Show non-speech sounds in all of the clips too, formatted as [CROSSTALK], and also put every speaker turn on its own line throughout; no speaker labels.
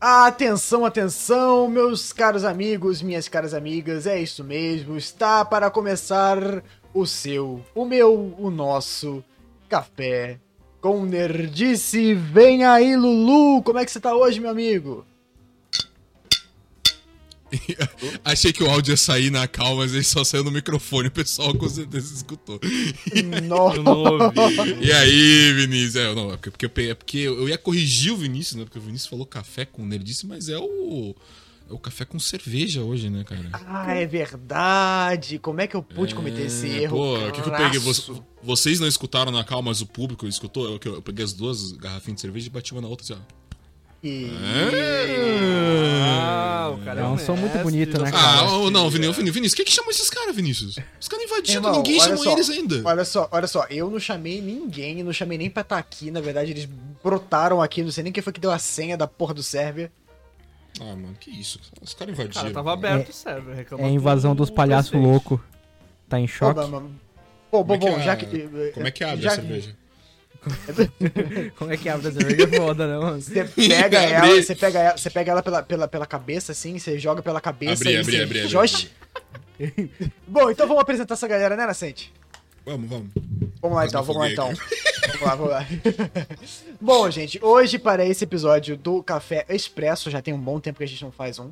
Atenção, atenção, meus caros amigos, minhas caras amigas, é isso mesmo, está para começar o seu, o meu, o nosso café com nerdice. Vem aí, Lulu, como é que você tá hoje, meu
[LAUGHS]
amigo?
Achei que o áudio ia sair na calma, mas ele só saiu no microfone. O pessoal com certeza escutou.
Nossa.
E aí, Vinícius? É, não, é porque, porque, eu- é porque eu ia corrigir o Vinícius, né? Porque o Vinícius falou café com nerdice, mas é o. É o café com cerveja hoje, né, cara?
Ah, é verdade. Como é que eu pude cometer esse
É,
erro?
Pô, o que, que eu peguei?
Crasso.
Vo- vocês não escutaram na calma, mas o público escutou. Eu, que eu peguei as duas garrafinhas de cerveja e bati uma na outra assim, ó.
E-
Ah, o cara é
É um som muito
mestre tá
bonito,
da
né,
Ah,
cara?
sonoplastia.
oh, não, Vinícius, Vinícius, Vinícius, quem que chamou esses caras, Vinícius? Os caras invadindo,
Irmão,
ninguém
olha
chamou
só,
eles ainda.
Olha só, olha só, eu não chamei ninguém, não chamei nem pra estar aqui, na verdade eles brotaram aqui, não sei nem quem foi que deu a senha da porra do server.
Ah, mano, que isso? Os caras invadiram.
Cara, tava aberto o server.
É
reclamou
a invasão
com
dos
o
palhaços
presidente.
loucos. Tá em choque?
Pô, mas- Pô, bom,
Como é que
bom,
é-
já que. eh,
Como é que abre
já
a cerveja?
Como é que abre a cerveja é foda, né,
[LAUGHS]
mano?
Você pega
[LAUGHS]
ela,
Abri.
você pega ela, você pega ela pela, pela, pela cabeça, assim, você joga pela cabeça.
Abri,
e
abri,
você-
abri, abri.
Jorge- Bom, então vamos apresentar essa galera, né, Nascente?
Vamos, vamos.
Vamos lá
Quase
então,
me
vamos lá então.
afoguei
Vamos lá, vamos lá. [LAUGHS] Bom, gente, hoje para esse episódio do Café Expresso, já tem um bom tempo que a gente não faz um.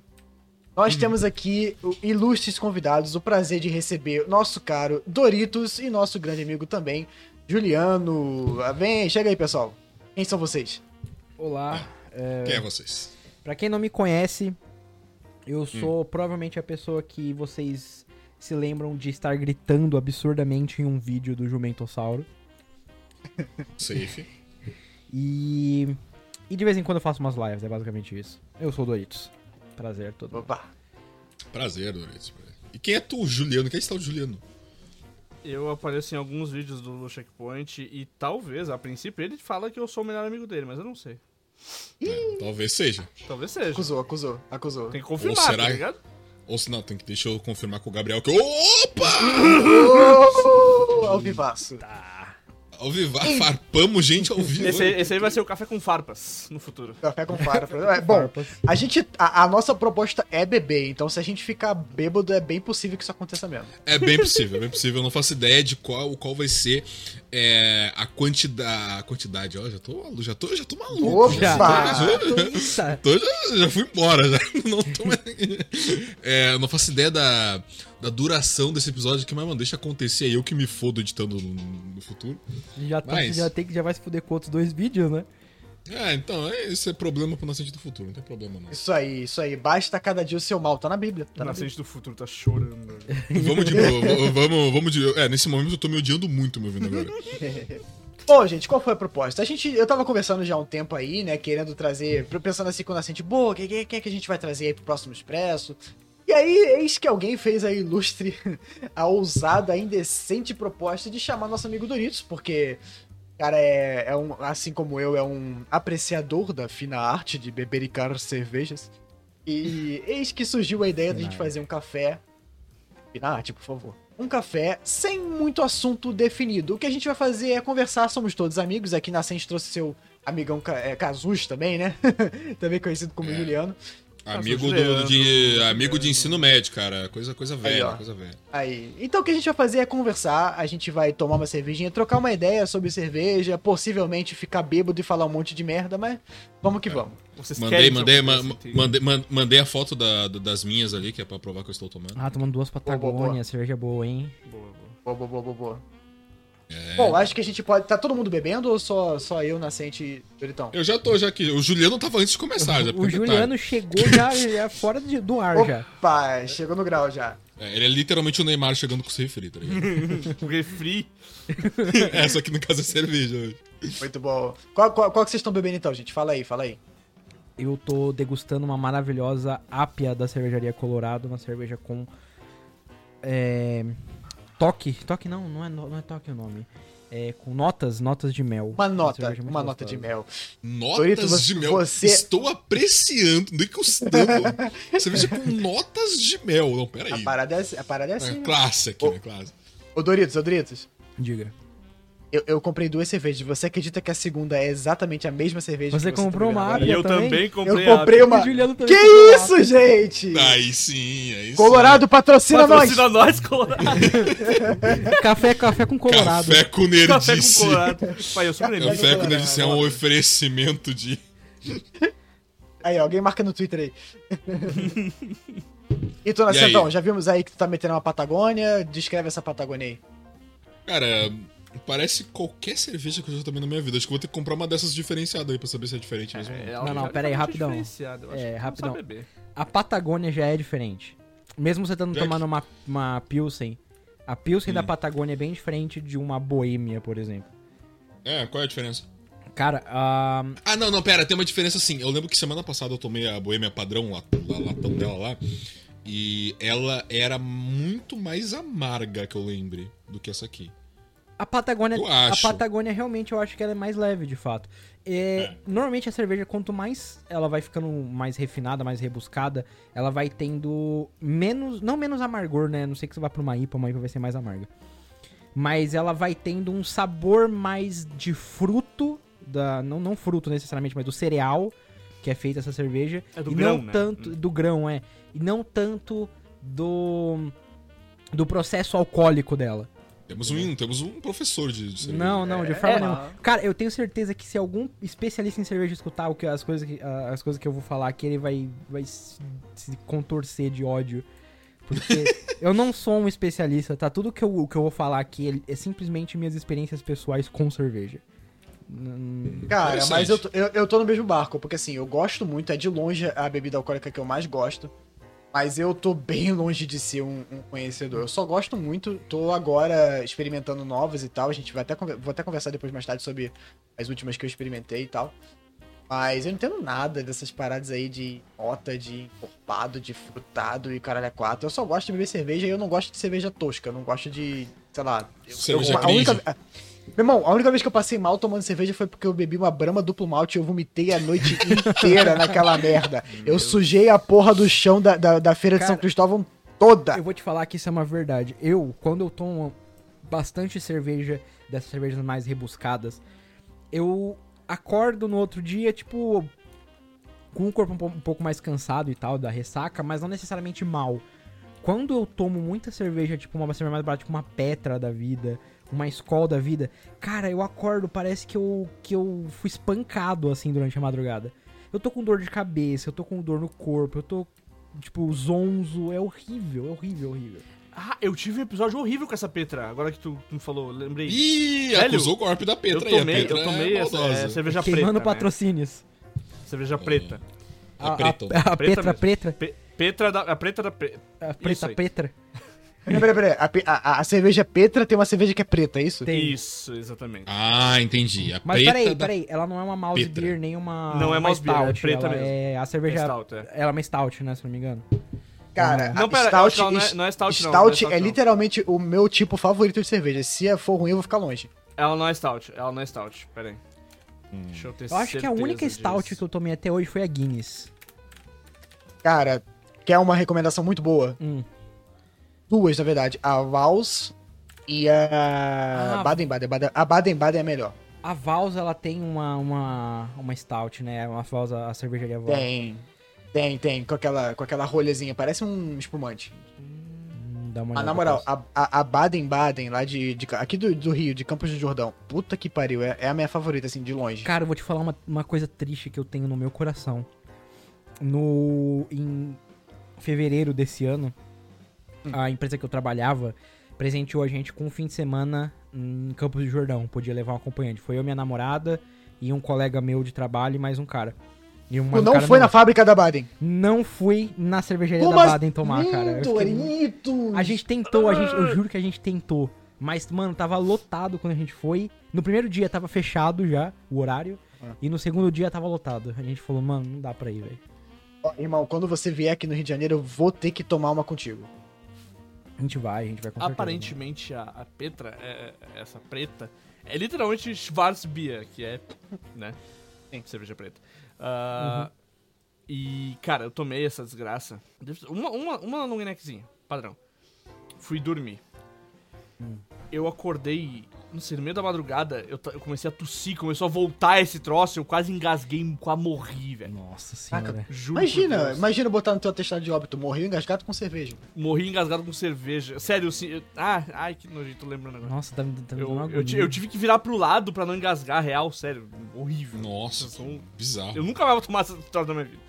Nós temos aqui o- ilustres convidados, o prazer de receber nosso caro Doritos e nosso grande amigo também, Juliano. Ah, Vem, chega aí, pessoal. Quem são vocês?
Olá.
Quem é vocês?
Pra quem não me conhece,
Hum.
eu sou provavelmente a pessoa que vocês se lembram de estar gritando absurdamente em um vídeo do Jumentossauro.
Safe.
E. E de vez em quando eu faço umas lives, é basicamente isso. Eu sou o Doritos. Prazer, todo mundo.
Opa.
Prazer, Doritos. E quem é tu, Juliano? Quem está o Juliano?
Eu apareço em alguns vídeos do Checkpoint e talvez, a princípio, ele fala que eu sou o melhor amigo dele, mas eu não sei.
É, talvez seja.
Talvez seja.
Acusou, acusou, acusou.
Tem que
Ou
confirmar,
será
tá
que-
ligado?
Ou se não, tem que deixar eu confirmar com o Gabriel que. Opa!
Oh, ao vivaço.
Ao vivo, farpamos gente ao vivo.
Esse, esse aí vai ser o café com farpas no futuro.
Café com farpa. É,
Tá,
Bom, a gente. A, a nossa proposta é beber, então se a gente ficar bêbado, é bem possível que isso aconteça mesmo.
É bem possível, é bem possível. Eu não faço ideia de qual, qual vai ser é, a quantidade. A quantidade, ó, já tô, malu- já tô, já tô maluco.
Opa!
já.
Eita.
Tô- já, já fui embora, já. [LAUGHS] Não tô mais... É, eu não faço ideia da, da duração desse episódio aqui, mas, mano, deixa acontecer aí. Eu que me fodo editando no, no futuro.
Já, tá,
Mas-
já, tem, que- já vai se fuder com outros dois vídeos, né?
É, então, é- esse é problema pro Nascente do Futuro, não tem problema não.
Isso aí, isso aí. Basta cada dia o seu mal. Tá na Bíblia. Tá
Tá
na
na
Bíblia.
frente do futuro, tá chorando.
Vamos de novo, v- vamos, vamos de. É, nesse momento eu tô me odiando muito, né, me ouvindo agora.
[LAUGHS] Bom, gente, qual foi a proposta? A gente, eu tava conversando já há um tempo aí, né? Querendo trazer, pensando assim com o Nascente, boa, quem, quem- quem é que a gente vai trazer aí pro próximo Expresso? E aí, eis que alguém fez a ilustre, [LAUGHS] a ousada, a indecente proposta de chamar nosso amigo Doritos, porque o cara é, é um, assim como eu, é um apreciador da fina arte de beber e carar cervejas. E eis que surgiu a ideia da gente
Fina
fazer um café. Fina arte, por favor. Um café sem muito assunto definido. O que a gente vai fazer é conversar, somos todos amigos. Aqui na Sente trouxe seu amigão Ca- é, Cazuz também, né? [LAUGHS] também conhecido como
É.
Juliano.
Tá
Amigo
né?
do, de. Amigo de ensino médio, cara. Coisa, coisa velha,
ó.
coisa velha.
Aí. Então o que a gente vai fazer é conversar, a gente vai tomar uma cervejinha, trocar uma ideia sobre cerveja, possivelmente ficar bêbado e falar um monte de merda, mas vamos que vamos.
Vocês
Mandei,
um
querem que
mandei,
eu
ma-
aconteça,
ma-
entende?
mandei, man- mandei a foto da- da- das minhas ali, que é pra provar que eu estou tomando.
Ah, tomando duas
boa, boa.
Patagônia, cerveja boa, hein?
Boa, boa.
Boa, boa, boa, boa, boa. Bom, acho que a gente pode. Tá todo mundo bebendo ou só, só eu, Nascente e Doritão?
Eu já tô, já aqui. O Juliano tava antes de
[LAUGHS]
começar, já.
O
porque é
Juliano chegou já, já fora de-
[LAUGHS]
do
Oh.
ar já.
Opa, chegou no grau já.
detalhe. É, ele é literalmente o Neymar chegando com o refri, tá ligado?
Um refri.
é, só que no caso é cerveja hoje.
Muito bom. Qual, qual, qual que vocês estão bebendo então, gente? Fala aí, fala aí.
Eu tô degustando uma maravilhosa ápia da cervejaria Colorado, uma cerveja com. É. Toque. Toque não, não é, no- não é toque o nome. É com notas, notas de mel.
Uma nota,
cerveja muito
uma nota de
gostosa.
mel.
Notas
Doritos, você-
de mel.
você-
Estou apreciando, degustando. cerveja com notas de mel. Não, peraí.
A parada é, assim- a parada é assim.
É
né?
classe aqui, né? Classe.
Ô Doritos, ô Doritos.
Diga.
Eu, eu comprei duas cervejas. Você acredita que a segunda é exatamente a mesma cerveja
Você
que
comprou
tá me
uma
gravando?
E
Ápia
eu
também?
também comprei
Eu comprei
a-
uma-
O Juliano também
Que
comprou uma
isso, gente?
Aí sim, aí sim.
Colorado patrocina,
Patrocina nós, Colorado.
Ápia. É Café, café com colorado.
Café com
Café com
nerdice.
Colorado. Pai, eu sobrevivi.
Café com
Colorado.
nerdice é um oferecimento de...
nós! Aí, alguém marca no Twitter aí. e tu,
E aí?
Nascentão, já vimos aí que tu tá metendo uma Patagônia. Descreve essa Patagônia aí.
Cara, parece qualquer cerveja que eu já tomei na minha vida. Acho que eu vou ter que comprar uma dessas diferenciadas aí pra saber se é diferente mesmo.
É,
Não, não,
ela
pera aí,
é
rapidão.
diferenciada, eu acho
É,
que ela não
rapidão.
sabe beber.
A Patagônia já é diferente. Mesmo você estando
Jack.
tomando uma, uma Pilsen, a Pilsen da Patagônia é bem diferente de uma Boêmia, por exemplo.
É, qual é a diferença?
Cara, a.
Ah, não, não, pera, tem uma diferença sim. Eu lembro que semana passada eu tomei a boêmia padrão, lá, lá- latão dela lá, e ela era muito mais amarga, que eu lembre, do que essa aqui.
A Patagônia,
Eu
a
acho.
Patagônia realmente eu acho que ela é mais leve, de fato. É,
É.
Normalmente a cerveja, quanto mais ela vai ficando mais refinada, mais rebuscada, ela vai tendo menos. Não menos amargor, né? A Não sei que você vá pra uma IPA, uma IPA vai ser mais amarga. Mas ela vai tendo um sabor mais de fruto. Da, não, não fruto necessariamente, mas do cereal que é feita essa cerveja.
É do
e
grão,
não
né?
tanto. Do grão, é. E não tanto do. Do processo alcoólico dela.
Temos um, temos um professor de, de cerveja.
Não, não, de forma
é.
nenhuma. Cara, eu tenho certeza que se algum especialista em cerveja escutar o que, as, coisas que, a- as coisas que eu vou falar aqui, ele vai, vai se se contorcer de ódio.
[LAUGHS]
Porque eu não sou um especialista, tá? Tudo que eu, o que eu vou falar aqui ele- é simplesmente minhas experiências pessoais com cerveja. Hum,
Cara,
Interessante.
mas eu, tô- eu, eu tô no mesmo barco, porque assim, eu gosto muito, é de longe a bebida alcoólica que eu mais gosto. Mas eu tô bem longe de ser um, um conhecedor. Eu só gosto muito, tô agora experimentando novas e tal. A gente vai até, conver- vou até conversar depois mais tarde sobre as últimas que eu experimentei e tal. Mas eu não entendo nada dessas paradas aí de nota, de encorpado, de frutado e caralho a quatro. Eu só gosto de beber cerveja e eu não gosto de cerveja tosca. Eu não gosto de, sei lá... eu-
Cerveja
eu, a única-
cringe.
a- meu irmão, a única vez que eu passei mal tomando cerveja foi porque eu bebi uma brama duplo malte e eu vomitei a noite [LAUGHS] inteira naquela merda. Eu sujei a porra do chão da, da, da feira de São
Cara,
Cristóvão toda.
Eu vou te falar que isso é uma verdade. Eu, quando eu tomo bastante cerveja, dessas cervejas mais rebuscadas, eu acordo no outro dia, tipo, com o corpo um po- um pouco mais cansado e tal, da ressaca, mas não necessariamente mal. Quando eu tomo muita cerveja, tipo uma cerveja mais barata, tipo uma Petra da vida, uma Skol da vida, cara, eu acordo, parece que eu, que eu fui espancado, assim, durante a madrugada. Eu tô com dor de cabeça, eu tô com dor no corpo, eu tô, tipo, zonzo, é horrível, é horrível, horrível.
Ah, eu tive um episódio horrível com essa Petra. Agora que tu tu me falou, lembrei.
Ih,
Velho,
acusou o golpe da Petra
eu
aí, a
tomei,
Petra
eu tomei
é
essa
maldosa.
é, cerveja preta.
Tá Queimando
né?
patrocínios.
Cerveja preta.
A
A,
Preta.
a, a Petra,
Preta
Petra,
Pe- Petra da. A preta da. Pe-
a
Isso
Preta,
aí.
Petra.
Peraí, peraí, peraí. A, pe- a- a- a cerveja Petra tem uma cerveja que é preta, é isso?
Tem.
Isso, exatamente.
Ah, entendi. A
Mas
Preta
peraí,
da-
peraí, ela não é uma mouse
Petra.
beer, nem uma
Não é
uma
mouse beer, é
stout,
preta
ela
mesmo.
É a cerveja...
Stout, é.
Ela é uma stout, né, se não me engano.
Cara,
Não,
a
pera, eu acho que ela não é-
is-
não é stout, não,
Stout
não é stout,
é
não.
literalmente o meu tipo favorito de cerveja. Se é for ruim, eu vou ficar longe.
Ela não é stout. Ela não é stout. Pera aí.
Hum.
Deixa eu ter
Eu acho que é a
certeza
única stout
disso.
que eu tomei até hoje foi a Guinness.
Cara, quer uma recomendação muito boa?
Hum.
Duas, na verdade. A Vals e a
Ah.
Baden-Baden. Baden- A Baden-Baden é a melhor.
A Vals, ela tem uma, uma, uma stout, né? Uma Vals, a cervejaria Vals.
Tem. Tem, tem, com aquela, com aquela rolhazinha, parece um espumante.
Hum, Dá uma
Mas
olhada
Ah, na moral,
depois.
a- a a Baden-Baden, lá de, de- aqui do, do Rio, de Campos do Jordão, puta que pariu, é, é a minha favorita, assim, de longe.
Cara, eu vou te falar uma, uma coisa triste que eu tenho no meu coração. No. Em fevereiro desse ano,
Hum.
a empresa que eu trabalhava presenteou a gente com um fim de semana em Campos do Jordão. Podia levar um acompanhante. Foi eu, minha namorada e um colega meu de trabalho e mais um cara. E um-
Tu
mas
Tipo,
um
não
cara
foi na fábrica da Baden.
Não fui na cervejaria da
as-
Baden tomar, cara. Eu
é
fiquei muito-
Doritos!
a gente tentou, a gente, eu juro que a gente tentou. Mas, mano, tava lotado quando a gente foi. No primeiro dia tava fechado já o horário.
Ah.
E no segundo dia tava lotado. A gente falou, mano, não dá pra ir, velho.
Ó, irmão, quando você vier aqui no Rio de Janeiro, eu vou ter que tomar uma contigo.
A gente vai, a gente vai com certeza,
Aparentemente a, a Petra, é- é- essa preta, é literalmente Schwarzbier, que é, né? Cerveja preta. Ah, E, cara, eu tomei essa desgraça. Deve ser- Uma, uma, uma
Hum.
long neckzinha, padrão. Fui dormir. Eu acordei não sei, no meio da madrugada, eu, ta- eu comecei a tossir, começou a voltar esse troço, eu quase engasguei, quase morri, velho.
Nossa
Saca,
senhora.
Juro por
Imagina,
Deus.
imagina botar no teu atestado de óbito, morreu engasgado com cerveja.
Morri engasgado com cerveja. Sério, eu, se- eu- ah, ai, que nojento, tô lembrando agora.
Nossa, tá me, tá me dando uma
Eu, eu
agonia.
ti- eu tive que virar pro lado pra não engasgar, real, sério. Horrível.
Nossa,
Eu, sou um-
bizarro.
eu nunca mais vou tomar essa troço da minha vida.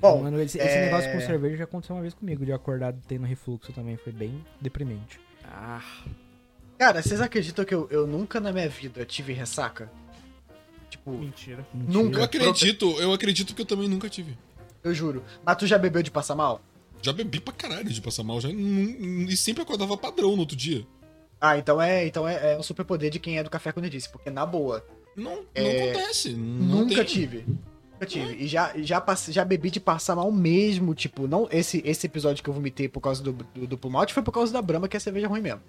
Bom,
Mano, esse, esse
é-
negócio com cerveja já aconteceu uma vez comigo, de eu acordar tendo refluxo também. Foi bem deprimente.
Ah,
cara, vocês acreditam que eu, eu nunca na minha vida tive ressaca? Tipo,
mentira.
Mentira.
Nunca.
Eu acredito, eu acredito que eu também nunca tive.
eu juro. Mas tu já bebeu de passar mal?
Já bebi pra caralho de passar mal, já e sempre acordava padrão no outro dia.
Ah, então é, então é, é um superpoder de quem é do café quando disse, porque na boa,
Não, não
É,
acontece. Não
nunca
tem.
tive. Nunca tive. E já, já, passe- já bebi de passar mal mesmo, tipo, não esse, esse episódio que eu vomitei por causa do, do duplo malte foi por causa da Brahma, que é cerveja ruim mesmo.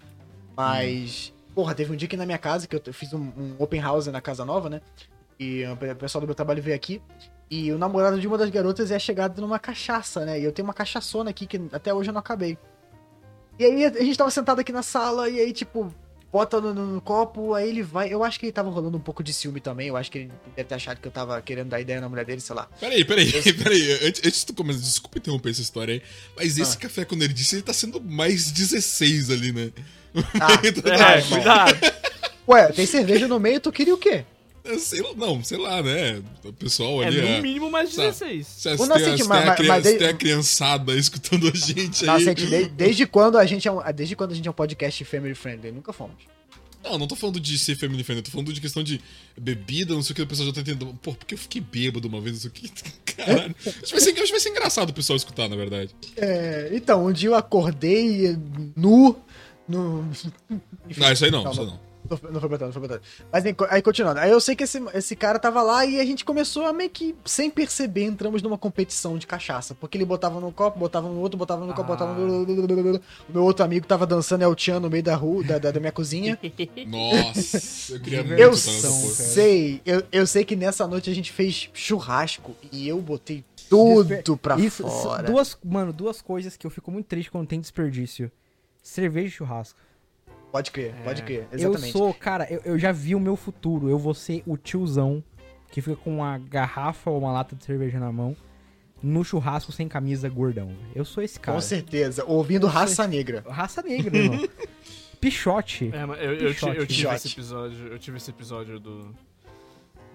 Mas, porra, teve um dia aqui na minha casa, que eu t- fiz um, um open house na casa nova, né? E o pe- pessoal do meu trabalho veio aqui. E o namorado de uma das garotas é chegado numa cachaça, né? E eu tenho uma cachaçona aqui que até hoje eu não acabei. E aí a gente tava sentado aqui na sala, e aí, tipo, bota no, no- no copo, aí ele vai. Eu acho que ele tava rolando um pouco de ciúme também. Eu acho que ele deve ter achado que eu tava querendo dar ideia na mulher dele, sei lá.
Peraí, peraí, [LAUGHS] peraí. Antes, antes de tu começar, desculpa interromper essa história aí. Mas esse café com nerdice, ele tá sendo mais 16 ali, né? [LAUGHS] Então, tá,
Ah,
É,
irmão.
cuidado.
Ué, tem cerveja no meio, tu queria o quê?
É, Sei lá, não, sei lá, né? O pessoal
É
ali.
no
É,
mínimo mais
Tá.
16.
se, se,
O
tem, a-
Nascente,
se,
mas-
tem
mas- é
a criança,
mas
se
ele-
tem a criançada escutando a gente aí.
Nascente, de- desde quando a gente é um, desde quando a gente é um podcast family friendly? Nunca fomos.
Não, não tô falando de ser family friendly, eu tô falando de questão de bebida, não sei o que, o pessoal já tá entendendo. Pô, porque eu fiquei bêbado uma vez, não sei o que. [LAUGHS] Caralho. Acho que vai ser, acho que vai ser engraçado o pessoal escutar, na verdade.
É, então, um dia eu acordei eh, nu. No... Enfim,
Não, isso aí não, isso aí não.
Não foi, não foi botando, não foi botando. Mas aí, co- aí, continuando. Aí eu sei que esse, esse cara tava lá e a gente começou a meio que, sem perceber, entramos numa competição de cachaça. Porque ele botava num copo, botava no outro, botava no copo,
Ah.
botava no. O meu outro amigo tava dançando El Chan no meio da rua, da, da, da minha cozinha.
Nossa, eu queria muito
Eu
estar nessa
são,
porra.
cara.
sei, eu, eu sei que nessa noite a gente fez churrasco e eu botei tudo pra
Isso, são
fora.
duas, mano, duas coisas que eu fico muito triste quando tem desperdício. Cerveja e churrasco.
Pode crer, pode crer,
Eu
exatamente.
sou, cara, eu, eu já vi o meu futuro. Eu vou ser o tiozão que fica com uma garrafa ou uma lata de cerveja na mão no churrasco sem camisa gordão. Eu sou esse cara.
Com certeza, ouvindo
eu sou-
raça negra.
Raça negra,
[LAUGHS]
meu irmão. Pichote.
É, mas eu, eu, ti- eu tive
Pichote.
esse episódio. Eu tive esse episódio do.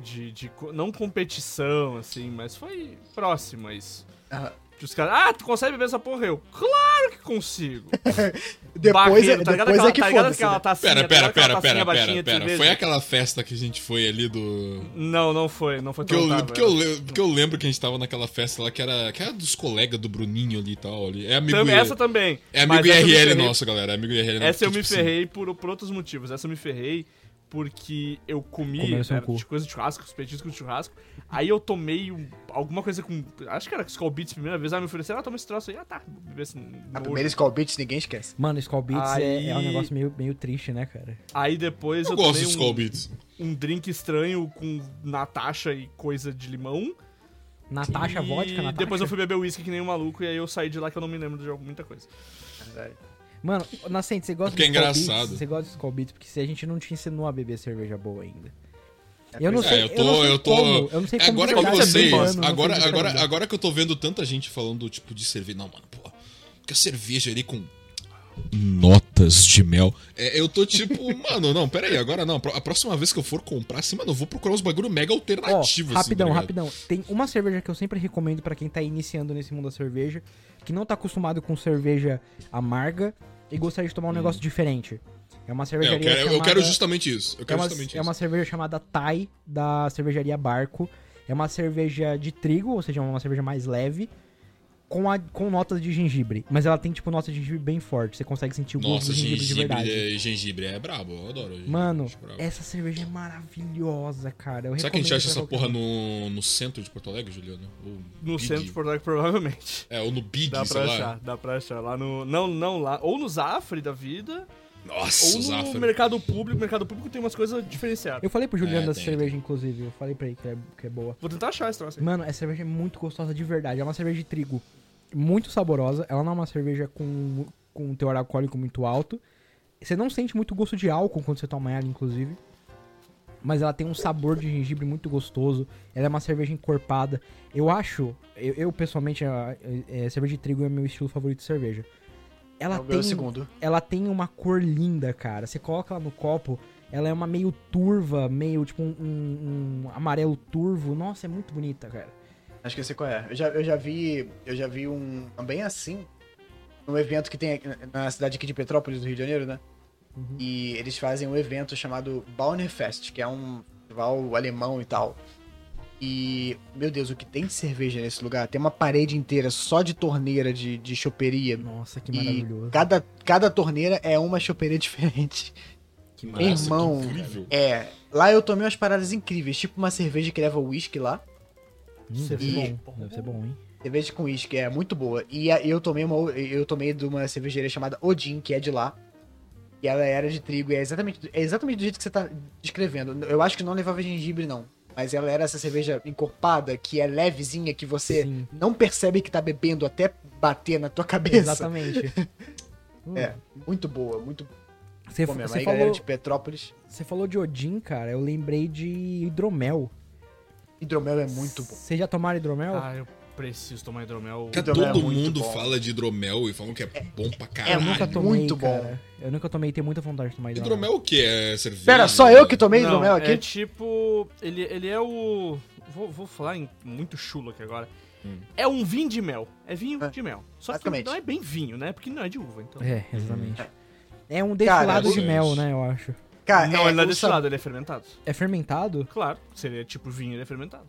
De, de co- Não competição, assim, mas foi próximo a isso.
Ah,
Que os caras. Ah, tu consegue beber essa porra? Eu. Claro que
[LAUGHS]
consigo!
Depois,
Barreiro,
é, depois
aquela-
é que
tá ligado
foda-se.
aquela
né?
tacinha,
Pera,
tá ligado
pera,
aquela
pera,
tacinha
pera, pera,
baixinha de né?
pera.
cerveja?
Foi aquela festa que a gente foi ali do.
Não, não foi, não foi
Porque eu,
tão
le-
tava, né?
porque, eu, le- porque eu lembro que a gente tava naquela festa lá que era, que era dos colegas do Bruninho ali e tal. Ali. É amigo,
Tam-
I-
Essa também.
é
mas
amigo
essa eu me
IRL
ferrei-
nosso, galera. É amigo IRL nosso.
Essa eu me
tipo assim,
ferrei por, por outros motivos. Essa eu me ferrei porque eu comi
Comeu seu
era
cu.
de coisa de churrasco, os petiscos de churrasco. Aí eu tomei um- alguma coisa com. Acho que era Skull Beats a primeira vez. Aí me ofereceram, ah, toma esse troço aí. Ah, tá. Beber esse
A
nojo.
primeira Skull Beats né? ninguém esquece.
Mano, Skull Beats
Aí-
é, é um negócio meio, meio triste, né, cara?
Aí depois eu,
Eu gosto
tomei
dos
um,
Skull Beats.
um drink estranho com Natasha e coisa de limão.
Natasha,
e
vodka, Natasha.
depois eu fui beber uísque que nem um maluco. E aí eu saí de lá que eu não me lembro de alguma- muita coisa.
Mano, Nascente, você gosta
Porque é
de Skull Beats?
engraçado.
Você gosta de Skull Beats porque se a gente não te ensinou a beber cerveja boa ainda.
É,
Eu não
pois
sei,
é, eu tô-
eu, não sei
eu tô-
como, eu não sei como
Agora
de
que eu
verdade é
vocês.
bem bom, eu não sei
Agora,
de
agora,
verdade.
agora que eu tô vendo tanta gente falando, tipo, de cerveja. Não, mano, pô. Porque a cerveja ali com. Notas de mel. É, eu tô
[LAUGHS]
tipo, mano, não, pera aí, agora não. A próxima vez que eu for comprar, assim, mano, eu vou procurar uns bagulho mega
Ó,
alternativo, assim.
rapidão,
tá ligado?
rapidão. Tem uma cerveja que eu sempre recomendo pra quem tá iniciando nesse mundo da cerveja, que não tá acostumado com cerveja amarga e gostaria de tomar um negócio diferente. É
Hum. É,
uma
eu,
cervejaria
quero, eu
chamada-
quero justamente isso. Eu
é
quero
uma,
justamente
é
isso.
uma cerveja chamada Thai, da cervejaria Barco. É uma cerveja de trigo, ou seja, uma cerveja mais leve, com, a- com notas de gengibre. Mas ela tem, tipo, notas de gengibre bem forte. Você consegue sentir o gosto
Nossa,
do gengibre, de
gengibre,
verdade.
é, gengibre é brabo, eu adoro. gengibre,
Mano,
acho brabo.
essa cerveja é maravilhosa, cara. Eu
Será que a gente
recomendo
acha
pra
essa
qualquer
porra
um.
no, no centro de Porto Alegre, Juliano? Ou
No
Big?
centro de Porto Alegre, provavelmente.
É, ou no Big,
Dá
sei
pra
lá.
achar, dá pra achar. Lá no. Não, não lá. Ou no Zafre da vida,
Nossa,
ou no
Zafra.
mercado público. O mercado público tem umas coisas diferenciadas.
Eu falei pro Juliano
É,
dessa
tem,
cerveja, inclusive. Eu falei pra ele que é, que é boa.
Vou tentar achar esse troço aí.
Mano, essa cerveja é muito gostosa de verdade. É uma cerveja de trigo muito saborosa. Ela não é uma cerveja com, com um teor alcoólico muito alto. Você não sente muito gosto de álcool quando você toma ela, inclusive. Mas ela tem um sabor de gengibre muito gostoso. Ela é uma cerveja encorpada. Eu acho, eu, eu, pessoalmente, a, é, cerveja de trigo é meu estilo favorito de cerveja. Ela
é o
tem, um
meu segundo.
ela tem uma cor linda, cara. Você coloca ela no copo, ela é uma meio turva, meio tipo um, um- um amarelo turvo. Nossa, é muito bonita, cara.
Acho que eu sei qual é. Eu já, eu já vi. Eu já vi um. Também assim. Um evento que tem aqui na cidade aqui de Petrópolis, do Rio de Janeiro, né?
Uhum.
E eles fazem um evento chamado Bauernfest, que é um festival alemão e tal. E, meu Deus, o que tem de cerveja nesse lugar? Tem uma parede inteira só de torneira de, de choperia.
Nossa, que
É E
maravilhoso.
cada, cada torneira é uma choperia [LAUGHS] diferente.
Que
Nossa, que
maravilhoso.
Irmão,
incrível.
É, lá eu tomei umas paradas incríveis, tipo uma cerveja que leva uísque lá.
Hum, deve
E-
ser bom. Deve ser bom, hein?
Cerveja com uísque é muito boa. E a- eu tomei uma eu tomei de uma cervejaria chamada Odin, que é de lá. E ela era de trigo, e é exatamente, do- é exatamente do jeito que você tá descrevendo. Eu acho que não levava gengibre, não. Mas ela era essa cerveja encorpada, que é levezinha, que você
Sim.
não percebe que tá bebendo até bater na tua cabeça.
Exatamente. Hum.
[LAUGHS] É, muito boa, muito boa.
Você,
Pô, minha
você
mãe,
falou,
galera é de Petrópolis,
você falou de Odin, cara. Eu lembrei de hidromel.
hidromel é muito bom.
Vocês já tomaram hidromel?
Ah, eu preciso tomar hidromel.
Cara,
hidromel é
todo
muito
mundo
bom.
fala de hidromel e falam que é bom pra caralho.
eu nunca tomei,
muito bom.
cara. Eu nunca tomei, tenho muita vontade de tomar hidromel.
Hidromel o que é cerveja?
Pera, só eu que tomei
Não,
hidromel aqui?
É tipo. Ele, ele é o. Vou, vou falar em muito chulo aqui agora. É um vinho de mel. É vinho
É,
de mel. Só que
basicamente.
não é bem vinho, né? Porque não é de uva, então.
É, exatamente. É um
Cara,
destilado de
vocês-
mel, né, eu acho.
Cara, um
Não, ele não é
o
destilado, ele é fermentado.
É fermentado?
Claro, seria tipo vinho, ele é fermentado.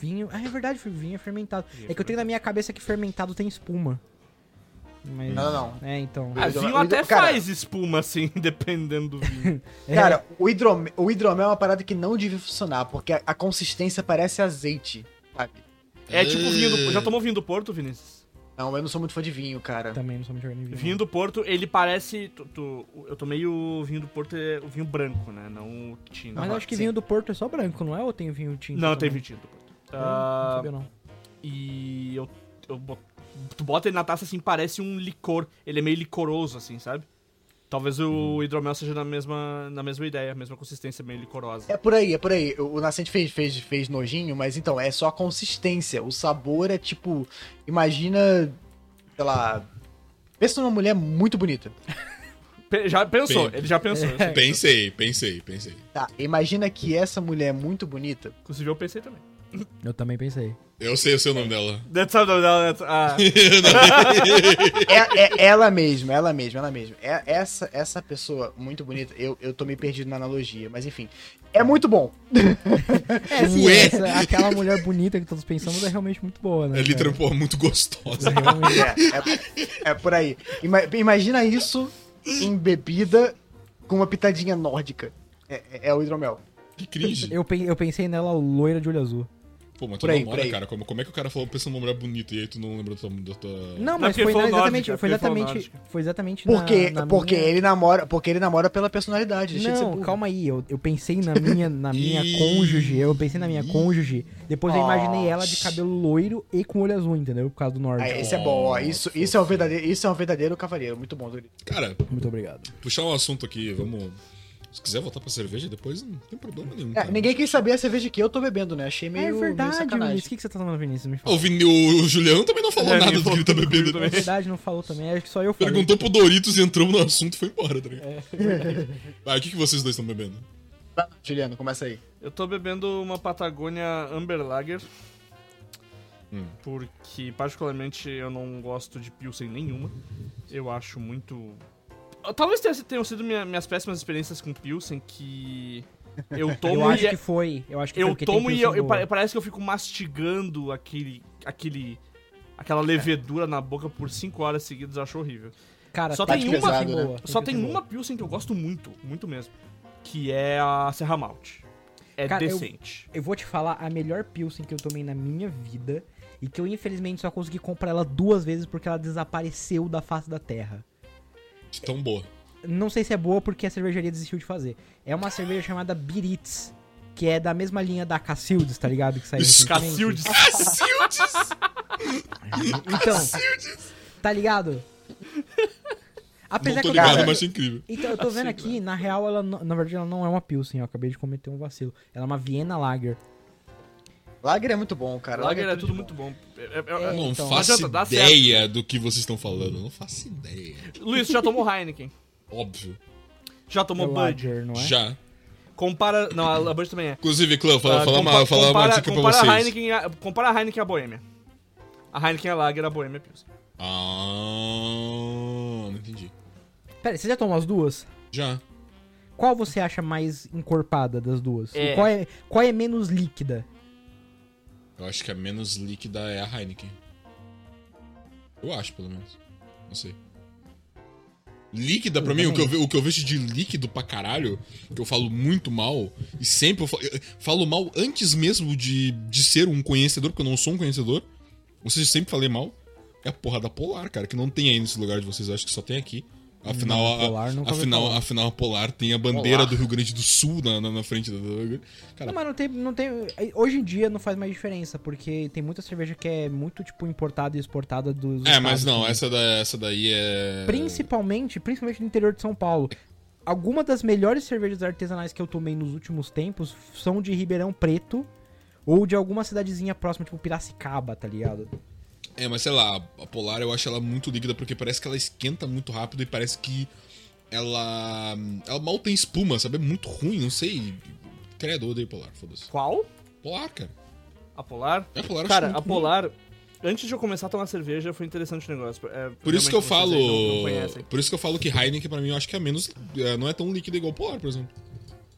Vinho. Ah, é verdade, vinho é fermentado.
Vinho é
É que eu tenho na minha cabeça que fermentado tem espuma. Mas...
Não, não,
É, então.
Ah,
Ah,
hidromel-
vinho
o
até
hidro- cara-
faz espuma, assim, [LAUGHS] dependendo do vinho.
É,
Cara, o hidromel, o hidromel é uma parada que não devia funcionar, porque a, a consistência parece azeite, sabe?
é tipo vinho do. Já tomou vinho do Porto, Vinícius?
Não, eu não sou muito fã de vinho, cara.
também não sou muito jogando em vinho.
Vinho do Porto, ele parece. tu- tu- eu tomei o vinho do Porto, é o vinho branco, né? Não o tinto.
Mas
Aham,
eu acho que
sim.
vinho do Porto é só branco, não é? Ou tem vinho tinto?
Não, tem
também?
vinho tinto do Porto.
É,
Ah,
não sabia, não.
E eu, eu bo- tu bota ele na taça assim, parece um licor. Ele é meio licoroso, assim, sabe? Talvez o hidromel seja na mesma, na mesma ideia, a mesma consistência, meio licorosa.
É por aí, é por aí. O o Nascente fez, fez, fez nojinho, mas então, é só a consistência. O sabor é tipo. Imagina. Sei lá. Pensa numa mulher muito bonita.
Pe- já pensou,
Bem-
ele já
[LAUGHS]
pensou. assim. eu sei.
Pensei, pensei, pensei.
Tá, imagina que essa mulher muito bonita.
Inclusive eu pensei também.
Eu também pensei.
Eu sei o seu nome dela.
That's how, that's, ah,
É, é ela mesma, ela mesma, ela mesma. É, essa, essa pessoa muito bonita. Eu, eu tô meio perdido na analogia, mas enfim. É muito bom. [LAUGHS]
É, sim,
Ué.
essa- aquela mulher bonita que todos pensamos é realmente muito boa, né?
Ele
cara?
trampou muito gostosa.
É realmente-
É, é, é por aí. Ima- imagina isso em bebida com uma pitadinha nórdica. É, é- é o hidromel.
Que cringe.
eu, pen- eu pensei nela loira de olho azul.
Pô, mas tu
Por aí, por
namora,
aí.
cara. Como, como é que o cara falou pensando numa mulher bonita e aí tu não lembrou da tua. Da tua...
Não,
Não,
mas
porque
foi,
ele
na-
falou
exatamente,
nórdica,
foi
porque ele falou
exatamente. Foi exatamente na-
Porque,
Ah, na
porque
minha-
ele namora, porque ele namora pela personalidade. Deixa de ser
Não,
burro.
calma aí, eu, eu pensei na minha, na minha
Ih.
cônjuge, eu pensei na minha cônjuge, depois eu
Ah.
imaginei ela de cabelo loiro e com olho azul, entendeu? Por causa do norte.
Ah, esse é bom, ó. Isso, isso é um verdadeiro, isso é um verdadeiro cavaleiro, muito bom. Doritos.
Cara,
Muito obrigado.
puxar um assunto aqui, vamos. Se quiser voltar pra cerveja depois, não tem problema nenhum.
É,
cara.
ninguém quis saber a cerveja que eu tô bebendo, né? Achei meio,
é
meio
verdade,
sacanagem.
Vinícius. O que, que você tá tomando, Vinícius? Me
Ah,
fala.
O, Vini- o Juliano também não falou
É,
nada do
ele
que ele tá
falou
bebendo.
tudo
É verdade, não falou também. Acho que só eu falei.
Perguntou pro Doritos, entramos no assunto e foi embora, tá
É,
ligado? Vai, o que, que vocês dois estão bebendo?
Vai, Juliano, começa aí.
Eu tô bebendo uma Patagônia Amber Lager.
Hum.
Porque, particularmente, eu não gosto de Pilsen nenhuma. Eu acho muito. Talvez tenha- tenham sido minha- minhas péssimas experiências com Pilsen que. Eu tomo
[LAUGHS] Eu acho
e. é
que foi. Eu acho que foi
eu
porque
tomo
tem
e eu,
Pilsen
eu
boa.
pare- parece que eu fico mastigando aquele. aquele aquela
É.
levedura na boca por 5 horas seguidas, eu acho horrível.
Cara,
só tem
uma-
Pilsen boa,
Só tem
Pilsen
uma Pilsen que eu gosto muito, muito mesmo. Que é a Serra Malte. É
Cara, eu-
decente.
Eu vou te falar a melhor Pilsen que eu tomei na minha vida e que eu infelizmente só consegui comprar ela duas vezes porque ela desapareceu da face da terra.
De tão boa.
Não sei se é boa porque a cervejaria desistiu de fazer. É uma cerveja chamada Biritz, que é da mesma linha da Cacildes, tá ligado? Que saiu
Isso,
recentemente.
Cacildes.
Ah, Cacildes!
Então, tá ligado? Apesar
não tô
que-
ligado,
cara,
mas é incrível.
Então, eu tô vendo aqui, na real, ela não- na verdade ela não é uma Pilsen, eu acabei de cometer um vacilo. Ela é uma Viena Lager.
Lager é muito bom, cara.
Lager é tudo muito bom. É- é- é-
não
então,
faço
adianta, dá certo.
ideia do que vocês estão falando. Não faço ideia.
Luiz, já tomou Heineken?
Óbvio.
Já
É
tomou Bud?
Lager, não é?
Já.
Compara. Não, a- a Bud também é.
Inclusive, Clã, fala,
Ah,
fala
compa-
uma, fala uma
compara-
dica pra
compara
vocês.
A Heineken, a- compara a Heineken à Boêmia. A Heineken é a Lager, a Boêmia é a Pilsen.
Ah, não entendi.
Pera, você já tomou as duas?
Já.
Qual você acha mais encorpada das duas?
É.
E Qual, é, qual é menos líquida?
Eu acho que a menos líquida é a Heineken. Eu acho, pelo menos. Não sei. Líquida, pra
Eu
mim, o que, eu,
também.
ve- o que eu vejo de líquido pra caralho, que eu falo muito mal, e sempre eu falo, eu falo mal antes mesmo de, de ser um conhecedor, porque eu não sou um conhecedor, ou seja, eu sempre falei mal, é a porra da Polar, cara, que não tem aí nesse lugar de vocês, eu acho que só tem aqui. Afinal,
Não,
a,
Polar nunca ouvi
afinal,
falar.
afinal, a Polar tem a bandeira
Polar.
do Rio Grande do Sul na, na, na frente da. da- Cara,
Não, mas não tem, não tem. eh, Hoje em dia não faz mais diferença, porque tem muita cerveja que é muito, tipo, importada e exportada dos.
É, mas
Estados
não,
também.
essa, da, essa daí é.
Principalmente, principalmente no interior de São Paulo. Alguma das melhores cervejas artesanais que eu tomei nos últimos tempos são de Ribeirão Preto ou de alguma cidadezinha próxima, tipo Piracicaba, tá ligado?
É, mas sei lá, a Polar eu acho ela muito líquida porque parece que ela esquenta muito rápido e parece que ela. Ela mal tem espuma, sabe? É muito ruim, não sei. Credo, eu odeio Polar, foda-se.
Qual?
Polar, cara.
A Polar?
É, a Polar eu acho
Cara,
muito
a Polar. Antes de eu começar a tomar cerveja, foi interessante o negócio. É,
Por isso
realmente
que eu
vocês aí assim, Não, não
falo.
conhecem.
por isso que eu falo que Heineken pra mim eu acho que é menos. é, Não é tão líquida igual Polar, por exemplo.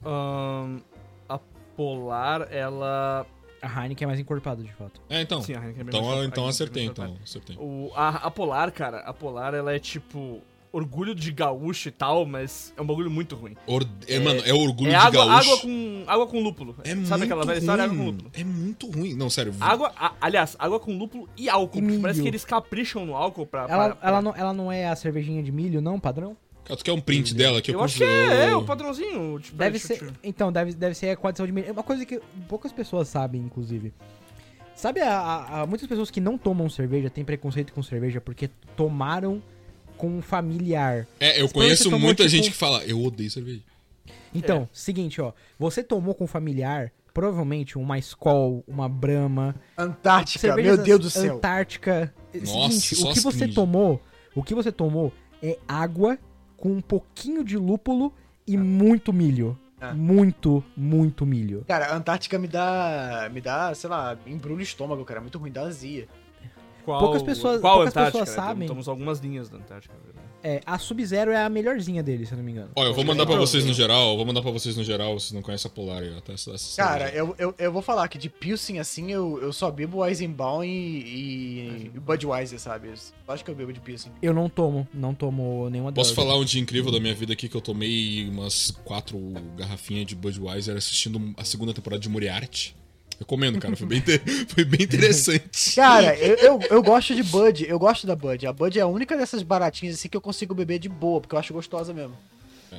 Ahn, a Polar, ela.
A Heineken é mais encorpada, de fato.
É, então.
Sim, a Heineken é bem
então,
mais-
ah,
a Heineken
então
é
acertei,
bem mais
então. Acertei.
O, a, a Polar, cara, a Polar, ela é tipo. Orgulho de gaúcho e tal, mas é um bagulho muito ruim.
Or- é, mano, é orgulho
é
de
água,
gaúcho.
água com água com lúpulo.
É
Sabe
muito
aquela velha
ruim.
história? Água com lúpulo.
É muito ruim. Não, sério.
Água, a- aliás, água com lúpulo e álcool. porque
E milho.
Parece que eles capricham no álcool pra.
Ela,
pra-
ela, não, ela não é a cervejinha de milho, não, padrão?
Cara, tu quer um print dela que eu
Eu acho que
consigo-
é, é o padrãozinho. Tipo,
Deve
deixa eu
ser.
te-
Então, deve, deve ser com adição de milho. É uma coisa que poucas pessoas sabem, inclusive. Sabe, a, a- a- muitas pessoas que não tomam cerveja têm preconceito com cerveja porque tomaram com um familiar.
É, eu
Então você
conheço
tomou,
muita
tipo,
gente que fala, eu odeio cerveja.
Então,
É.
seguinte, ó. Você tomou com um familiar, provavelmente uma Skol, uma Brahma.
Antártica,
cervejas
meu Deus do céu.
Antártica. É,
Nossa, só
seguinte,
assim.
o
as
que você
cringe.
tomou, o que você tomou é água com um pouquinho de lúpulo
É.
e muito milho.
Ah.
Muito, muito milho.
Cara, Antártica me dá. Me dá, sei lá, embrulho o estômago, cara. É muito ruim, dá azia.
Qual,
Poucas pessoas-
qual
poucas
Antártica,
pessoas
né?
sabem.
Temos algumas linhas da Antártica, né? na verdade.
É, a Sub-Zero é a melhorzinha dele, se eu não me engano.
Ó, eu vou mandar pra
Então,
vocês no geral, eu vou mandar pra vocês no geral, vocês não conhecem a Polar aí, ó, tá? Essa- essa
Cara,
cerveja.
eu, eu, eu vou falar que de Pilsen assim, eu, eu só bebo Eisenbaum e, e Budweiser, sabe? Eu acho que eu bebo de Pilsen.
Eu não tomo, não tomo nenhuma
Posso
delas.
falar um dia incrível da minha vida aqui que eu tomei umas quatro garrafinhas de Budweiser assistindo a segunda temporada de Moriarty. Recomendo, cara, foi
[LAUGHS]
bem, inter- foi bem interessante.
Cara, eu, eu, eu gosto de Bud, eu gosto da Bud. A Bud é a única dessas baratinhas assim que eu consigo beber de boa, porque eu acho gostosa mesmo.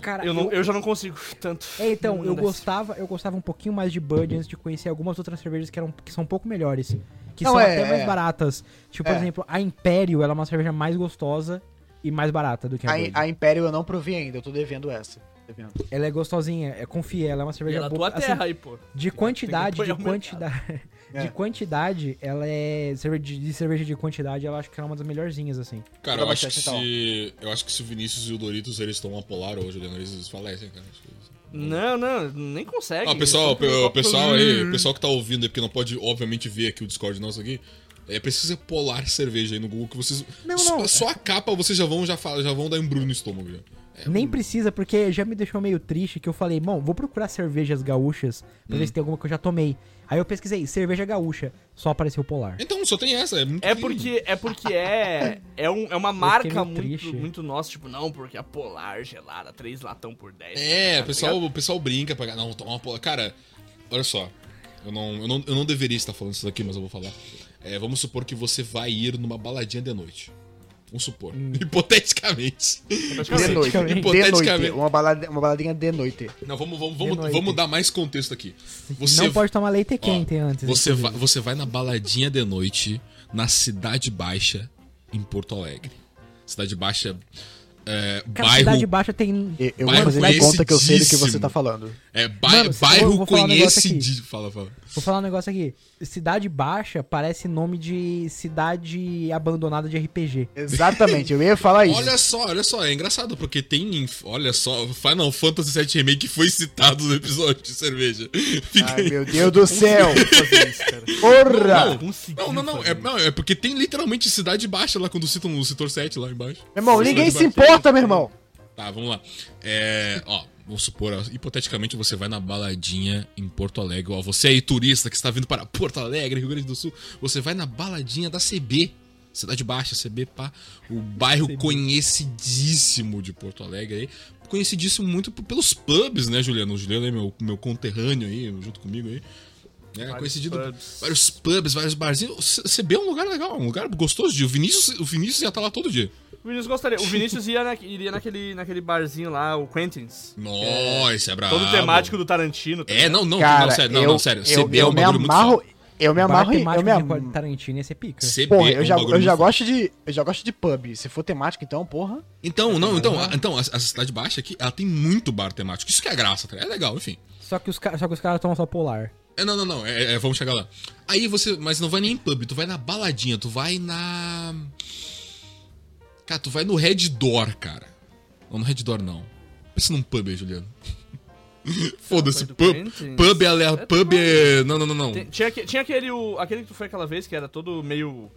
Cara,
Eu, não, eu já não consigo [LAUGHS] tanto.
É, então,
Não
eu
dá
gostava, eu gostava um pouquinho mais de Bud antes de conhecer algumas outras cervejas que, eram, que são um pouco melhores. Que
Não,
são
é,
até mais
é.
baratas. Tipo, por
É.
exemplo, a Império, ela é uma cerveja mais gostosa e mais barata do que a, Bud.
A, a Império eu não provi ainda, eu tô devendo essa. Tô devendo.
Ela é gostosinha, é, confia, ela é uma
E
cerveja
é da tua
assim,
terra aí, pô.
de quantidade,
apoiar
de
o mercado.
quantidade, [LAUGHS]
É.
de quantidade, ela é cerve- de, de cerveja de quantidade, ela acho que ela é uma das melhorzinhas assim.
Cara, eu
Toma
acho que
bastante,
se. Eu acho que se o Vinícius e o Doritos eles tomam a Polar hoje, né? eles falecem, cara. Acho que eles-
Não, não, nem
É
consegue.
Ó, Ah, pessoal,
Só pelo-
pe- pessoal aí,
Hum.
pessoal que tá ouvindo aí, porque não pode, obviamente, ver aqui o Discord nosso aqui. É, precisa polar cerveja aí no Google que vocês.
Não, é
só,
não.
só a capa vocês já vão, já, fa- já vão dar embrulho no estômago. Já.
Nem precisa, porque já me deixou meio triste que eu falei, bom, vou procurar cervejas gaúchas pra
Hum.
ver se tem alguma que eu já tomei. Aí eu pesquisei, cerveja gaúcha, só apareceu polar.
Então, só tem essa. É, muito
É
ruim.
porque é porque é é, um- é uma marca
meio
muito,
triste.
muito nossa, tipo, não, porque a Polar gelada, três latão por 10.
É,
tá
o pessoal,
ligado?
o pessoal brinca pra. Não, tomar uma polar. Cara, olha só. Eu não, eu, não, eu não deveria estar falando isso daqui, mas eu vou falar. É, vamos supor que você vai ir numa baladinha de noite. Vamos supor.
Hum.
[LAUGHS] Hipoteticamente.
De
Praticamente.
noite,
Hipoteticamente.
de noite.
Hipoteticamente.
Uma, balada, uma baladinha de noite.
Não, vamos, vamos,
De
vamos,
noite.
vamos dar mais contexto aqui. Você
Não pode tomar leite
Ó,
quente antes.
Você
inclusive.
vai, você vai na baladinha de noite, na Cidade Baixa, em Porto Alegre. Cidade Baixa. É,
Cara, cidade
bairro É.
baixa tem.
Eu, eu vou
Bairro
fazer de conta que eu sei do que você
conhecidíssimo.
tá falando.
é, bai-
Mano, se- eu
bairro
vou falar um negócio
conhece.
aqui.
de- Fala, fala.
Vou falar um negócio aqui. Cidade baixa parece nome de cidade abandonada de RPG.
Exatamente, eu ia falar isso.
Olha só, olha só, é engraçado, porque tem. inf- Olha só, Final Fantasy VII Remake foi citado no episódio de cerveja. Fica
Ai,
aí.
meu Deus do céu!
fazer isso, cara.
Porra!
Conseguiu
Não, não, não é,
fazer isso.
não. é porque tem literalmente cidade baixa lá quando citam o setor 7 lá embaixo.
Meu irmão,
Cidade
ninguém se
baixa.
importa, meu irmão!
Tá, vamos lá. É, ó, vamos supor, ó, hipoteticamente você vai na baladinha em Porto Alegre. Ó, você aí, turista que está vindo para Porto Alegre, Rio Grande do Sul, você vai na baladinha da CB. Cidade Baixa, CB, pá.
[LAUGHS]
O bairro conhecidíssimo de Porto Alegre aí. Conhecidíssimo muito p- pelos pubs, né, Juliano? O Juliano é meu, meu conterrâneo aí, junto comigo aí. É,
Vários
conhecido
pubs.
vários pubs, vários barzinhos. C- CB é um lugar legal, um lugar gostoso de. O Vinícius, o Vinícius já tá lá todo dia.
O Vinícius gostaria. O Vinícius ia na- iria naquele, naquele barzinho lá, o Quentin's.
Nossa, é brabo.
Todo temático do Tarantino. tá
É, não, não,
Cara,
não, sério, não,
eu,
não, sério.
eu,
CB é
eu
um
me
bagulho muito
amarro. Eu me amarro
Bar
em. Eu
temático
me
de
am-
Tarantino ia ser pica.
foda. CB
Porra,
é
eu
um
já,
bagulho
eu já
muito
gosto de. Eu já gosto de pub. Se for temático, então, porra.
foda. Então, não, então, a- então, a, a cidade baixa aqui, ela tem muito bar temático. Isso que é graça, tá? É legal, enfim.
Só que os, ca- só que os caras tomam só polar.
É, não, não, não, é, é, vamos chegar lá. Aí você, mas não vai nem em pub, tu vai na baladinha, tu vai na... Cara, tu vai no Red Door, cara. Não, no Red Door, não. Pensa num pub aí, Juliano. [LAUGHS] Foda-se,
do
pub,
Corinthians?
pub é... ale-
É
Pub é... Não, não, não, não.
Tem- tinha, aque- tinha aquele, o- aquele que tu foi aquela vez que era todo meio.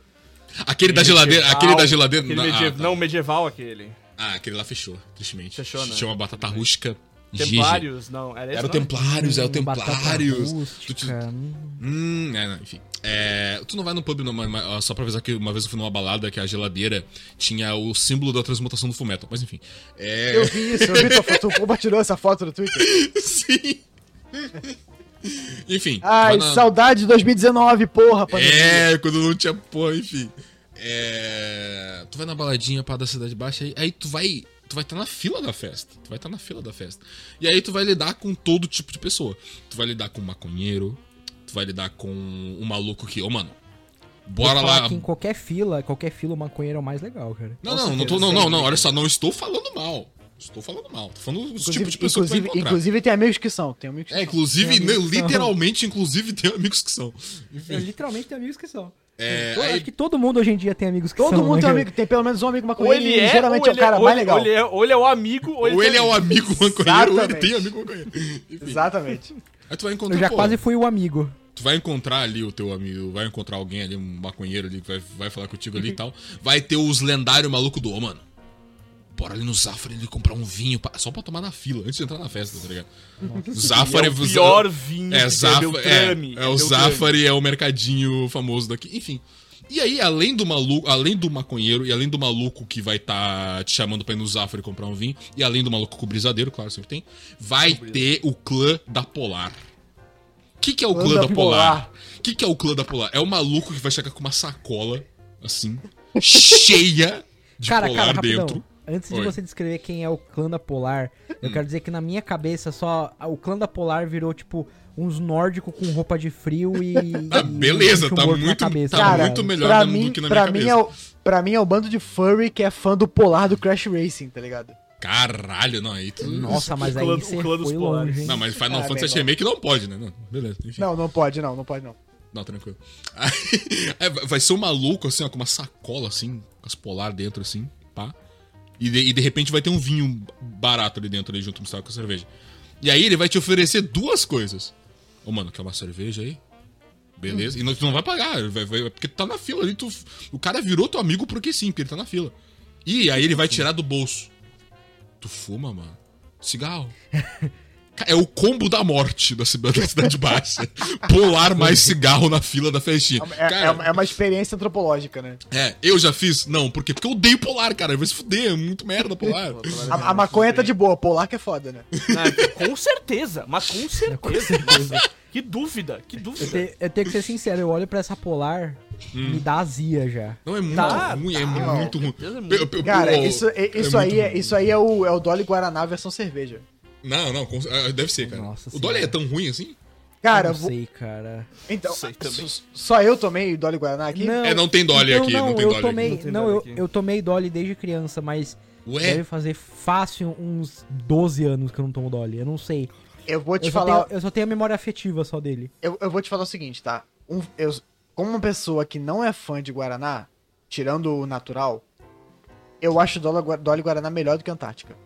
Aquele da geladeira,
medieval,
aquele da geladeira...
aquele
na-
medie-
ah, tá.
Não, medieval aquele.
Ah, aquele lá fechou, tristemente.
Fechou, né?
Chama Batata Rústica. GG.
Templários, não. Era, esse
Era o
nome?
Templários, é o
Hum, batata
Templários. Tu te-
rústica, hum.
Hum, é, não, enfim. É, tu não vai no pub, não, mas- mas, ó, só pra avisar que uma vez eu fui numa balada que a geladeira tinha o símbolo da transmutação do fumeto. Mas enfim. É.
Eu vi isso, eu vi tua foto. Tu compartilhou essa foto no Twitter.
[LAUGHS] Sim. [LAUGHS] enfim. tu vai
Ai,
na-
saudade de 2019, porra, pandemia.
É, quando não tinha porra, enfim. É, Tu vai na baladinha pra da Cidade Baixa, aí, aí tu vai. Tu vai estar na fila da festa. Tu vai estar na fila da festa. E aí tu vai lidar com todo tipo de pessoa. Tu vai lidar com um maconheiro, tu vai lidar com um maluco que, ô mano, bora
Vou falar
lá.
que em qualquer fila, qualquer fila o maconheiro é o mais legal, cara.
Não, não, não, tô, não, não, não, olha só, não estou falando mal. Estou falando mal. Tô falando os tipos tipo de pessoa que tu vai
inclusive,
encontrar.
inclusive, tem amigos que são. Tem amigos que
é,
são.
inclusive,
tem amigos que são.
literalmente, inclusive, tem amigos que são.
Eu literalmente tenho amigos que são.
É,
Eu
aí-
acho que todo mundo hoje em dia tem amigos que
Todo
são.
mundo
né,
tem, um
cara?
amigo, tem pelo menos um amigo
Ou
maconheiro.
ele
E
é,
geralmente
ou
é o cara
ele,
mais
ou
legal.
Ele ou ele é, ou ele é o amigo, ou ele,
Ou ele é
tem
o
amigo.
amigo maconheiro, ou ele
Exatamente.
tem amigo maconheiro. Enfim.
Exatamente.
Aí tu vai encontrar,
Eu já
pô,
quase fui o amigo.
tu vai encontrar ali o teu amigo, vai encontrar alguém ali, um maconheiro ali, que vai, vai falar contigo
Uhum.
ali e tal. Vai ter os lendários maluco do, ô, mano, bora ali no Zafari ali comprar um vinho, pra- só pra tomar na fila, antes de entrar na festa, tá ligado? Zafari
É o pior vinho que
é,
tem,
Zaf... é,
Beltrame,
é o
Beltrame.
Zafari, é o mercadinho famoso daqui, enfim. E aí, além do maluco, além do maconheiro e além do maluco que vai estar te chamando pra ir no Zafari comprar um vinho, e além do maluco com brisadeiro, claro, sempre tem, vai ter o clã da Polar. O que, que é o clã, da, Polar? O que, que é o clã da Polar? É o maluco que vai chegar com uma sacola, assim, cheia de
cara,
polar
cara, rapidão.
dentro.
Antes
Oi. Hum.
de você descrever quem é o clã da Polar, eu quero dizer que na minha cabeça só o clã da Polar virou tipo uns nórdicos com roupa de
[LAUGHS]
frio e.
Ah,
e
beleza,
um bicho
tá
morto na
muito- tá
Cara,
muito melhor
pra
na- do
mim,
que na
pra
minha
mim é o, pra mim é o bando de furry que é fã do polar do Crash Racing, tá ligado?
Caralho, não, aí tu...
Nossa, é mas
O
aí
clã- o
você
clã dos
foi
polares.
longe, hein?
Não, mas Final
Ah,
Fantasy
bem,
Remake não pode, né? Não, beleza, enfim.
Não, não pode não, não pode não.
Não, tranquilo. [LAUGHS] Aí, aí vai- vai ser um maluco, assim, ó, com uma sacola, assim, com as polar dentro, assim, pá. E de, e de repente vai ter um vinho barato ali dentro, ali, junto misturado com a cerveja. E aí ele vai te oferecer duas coisas. Ô, mano, quer uma cerveja aí? Beleza. E não, tu não vai pagar, ele vai, vai- porque tu tá na fila ali. Tu, o cara virou teu amigo porque sim, porque ele tá na fila. E aí ele vai tirar do bolso. Tu fuma, mano? Cigarro. Ca- É o combo da morte da cida- da Cidade Baixa. Polar mais cigarro na fila da festinha.
É,
Cara,
é uma- é uma experiência antropológica, né?
é, eu já fiz? Não, por quê? Porque eu odeio polar, cara. Vai se fuder, é muito merda polar.
A, a maconha tá de boa, polar que é foda, né?
Ah, com certeza,
[LAUGHS]
mas com certeza. nossa, que dúvida, que
Eu,
dúvida.
te- eu tenho que ser sincero, eu olho pra essa Polar,
Hum.
me dá azia já.
Não, é muito
Tá,
ruim, é
tá.
muito ruim.
Deus é muito-
Pe- pe-
Cara,
pô,
isso, e- isso,
é muito
aí, é,
ruim.
isso aí é o, é o Dolly Guaraná versão cerveja.
Não, não, com- ah, deve ser, cara.
Nossa
o Dolly
senhora.
é tão ruim assim?
Cara,
eu não
vo-
sei, cara.
então,
sei também.
s- só eu tomei Dolly Guaraná aqui?
É, não tem Dolly
Então,
aqui, não tem
eu
Dolly
Tomei,
aqui.
Não, eu,
Não tem Dolly aqui.
eu tomei Dolly desde criança, mas
Ué,
Deve fazer fácil uns 12 anos que eu não tomo Dolly. Eu não sei.
Eu vou te
Eu só,
falar.
tenho, eu só tenho a memória afetiva só dele.
Eu, eu vou te falar o seguinte, tá? Um- eu, como uma pessoa que não é fã de Guaraná, tirando o natural, eu acho Dolly, Gua- Dolly Guaraná melhor do que a Antártica.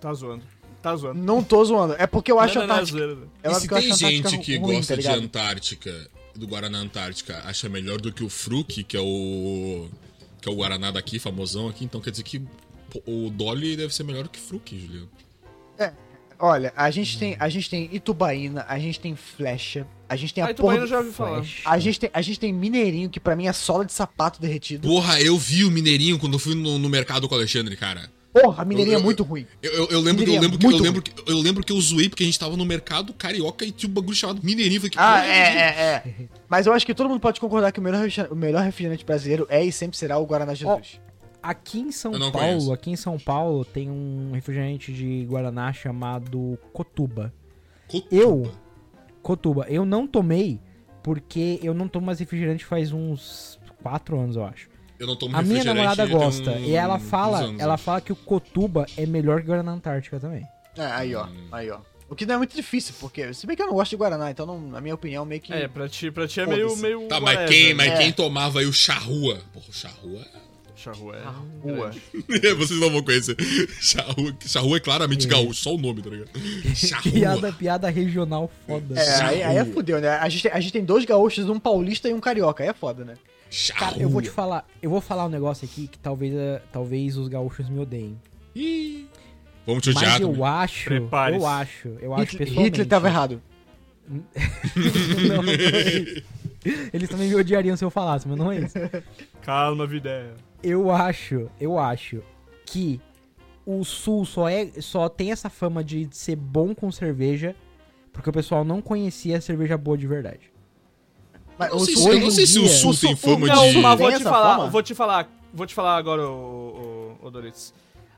Tá zoando. Tá zoando.
Não tô zoando. É porque eu acho
Não,
a
não, não, é
Antártica.
zoeira,
é
não.
porque eu
e se
acho
tem
a Antártica
gente que
ruim, tá
gosta de
ligado?
Antártica, do Guaraná Antártica, acha melhor do que o Fruc, que é o. que é o Guaraná daqui, famosão aqui, então quer dizer que pô, o Dolly deve ser melhor que o Fruc, Juliano.
Olha, a gente, tem, a gente tem Itubaína, a gente tem Flecha, a gente tem a
Ah,
porra
Itubaína eu
do-
já ouvi falar.
A gente, tem, a gente tem Mineirinho, que pra mim é sola de sapato derretido.
Porra, eu vi o Mineirinho quando eu fui no, no mercado com o Alexandre, cara.
Porra, Mineirinho
Eu-
é
eu-
muito ruim.
Eu, eu- eu lembro, que, eu,
Mineirinho,
lembro que, eu,
muito
lembro que, eu lembro que eu zoei porque a gente tava no mercado carioca e tinha um bagulho chamado Mineirinho. eu Falei, que
Ah, [LAUGHS]
porra
é,
isso?
é, é. Mas eu acho que todo mundo pode concordar que o melhor, refrigerante- o melhor refrigerante brasileiro é e sempre será o Guaraná Jesus.
Aqui em São
Eu não
Paulo,
conheço.
aqui em São Paulo tem um refrigerante de Guaraná chamado Cotuba.
Cotuba.
Eu, Cotuba, eu não tomei porque eu não tomo mais refrigerante faz uns 4 anos, eu acho.
Eu não tomo
A minha
Um refrigerante,
namorada
eu tenho
gosta
um-
e ela
uns
fala,
anos,
ela
acho.
fala que o Cotuba é melhor que Guaraná Antártica também.
É, aí ó, aí ó. O que não é muito difícil, porque se bem que eu não gosto de Guaraná, então não- na minha opinião meio que...
É, pra ti, pra ti é meio.
Foda-se.
meio
Tá, mas
whatever,
quem,
né?
mas
É.
quem tomava aí o charrua? Porra, o charrua?
Charrua é.
Ah, Rua.
grande.
[LAUGHS] Vocês não vão conhecer. Charrua, charrua é claramente gaúcho, só o nome, tá
[LAUGHS]
ligado?
Piada,
Charrua.
piada regional foda.
É, aí, aí é fudeu, né? A gente, tem- a gente tem dois gaúchos, um paulista e um carioca. Aí é foda, né?
Cara,
Charrua.
eu vou te falar, eu vou falar um negócio aqui que talvez, eh, talvez os gaúchos me odeiem.
Ih, Vamos te
Mas
odiar
eu
também.
acho,
Prepare-se.
eu acho, eu acho
Hitler,
pessoalmente.
Hitler tava
[LAUGHS]
errado.
Não, não é isso. Eles também me odiariam se eu falasse, mas não é isso.
Calma, Vidé.
Eu acho, eu acho que o sul só é, só tem essa fama de ser bom com cerveja porque o pessoal não conhecia a cerveja boa de verdade.
Mas
Não
o
sei
Sul- um
se- eu
hoje
não
em
sei se o
dia-
Sul tem fama
não,
Não,
de.
mas vou
Tem
te
essa
falar,
fama?
vou te falar, vou te falar agora, o, o, Doritos.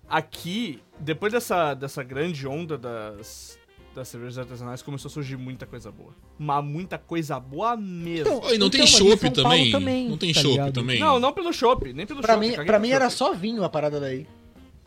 Aqui, depois dessa, dessa grande onda das, das cervejas artesanais, começou a surgir muita coisa boa. Mas muita coisa boa mesmo.
Então,
Oh, e não tem
mas em
chopp
São Paulo
também?
também,
Não tem
tá
chopp
ligado?
também?
não, não pelo chopp, nem pelo
Pra
chopp.
mim,
caguei
pra
pro
mim era
chopp.
só vinho a parada daí.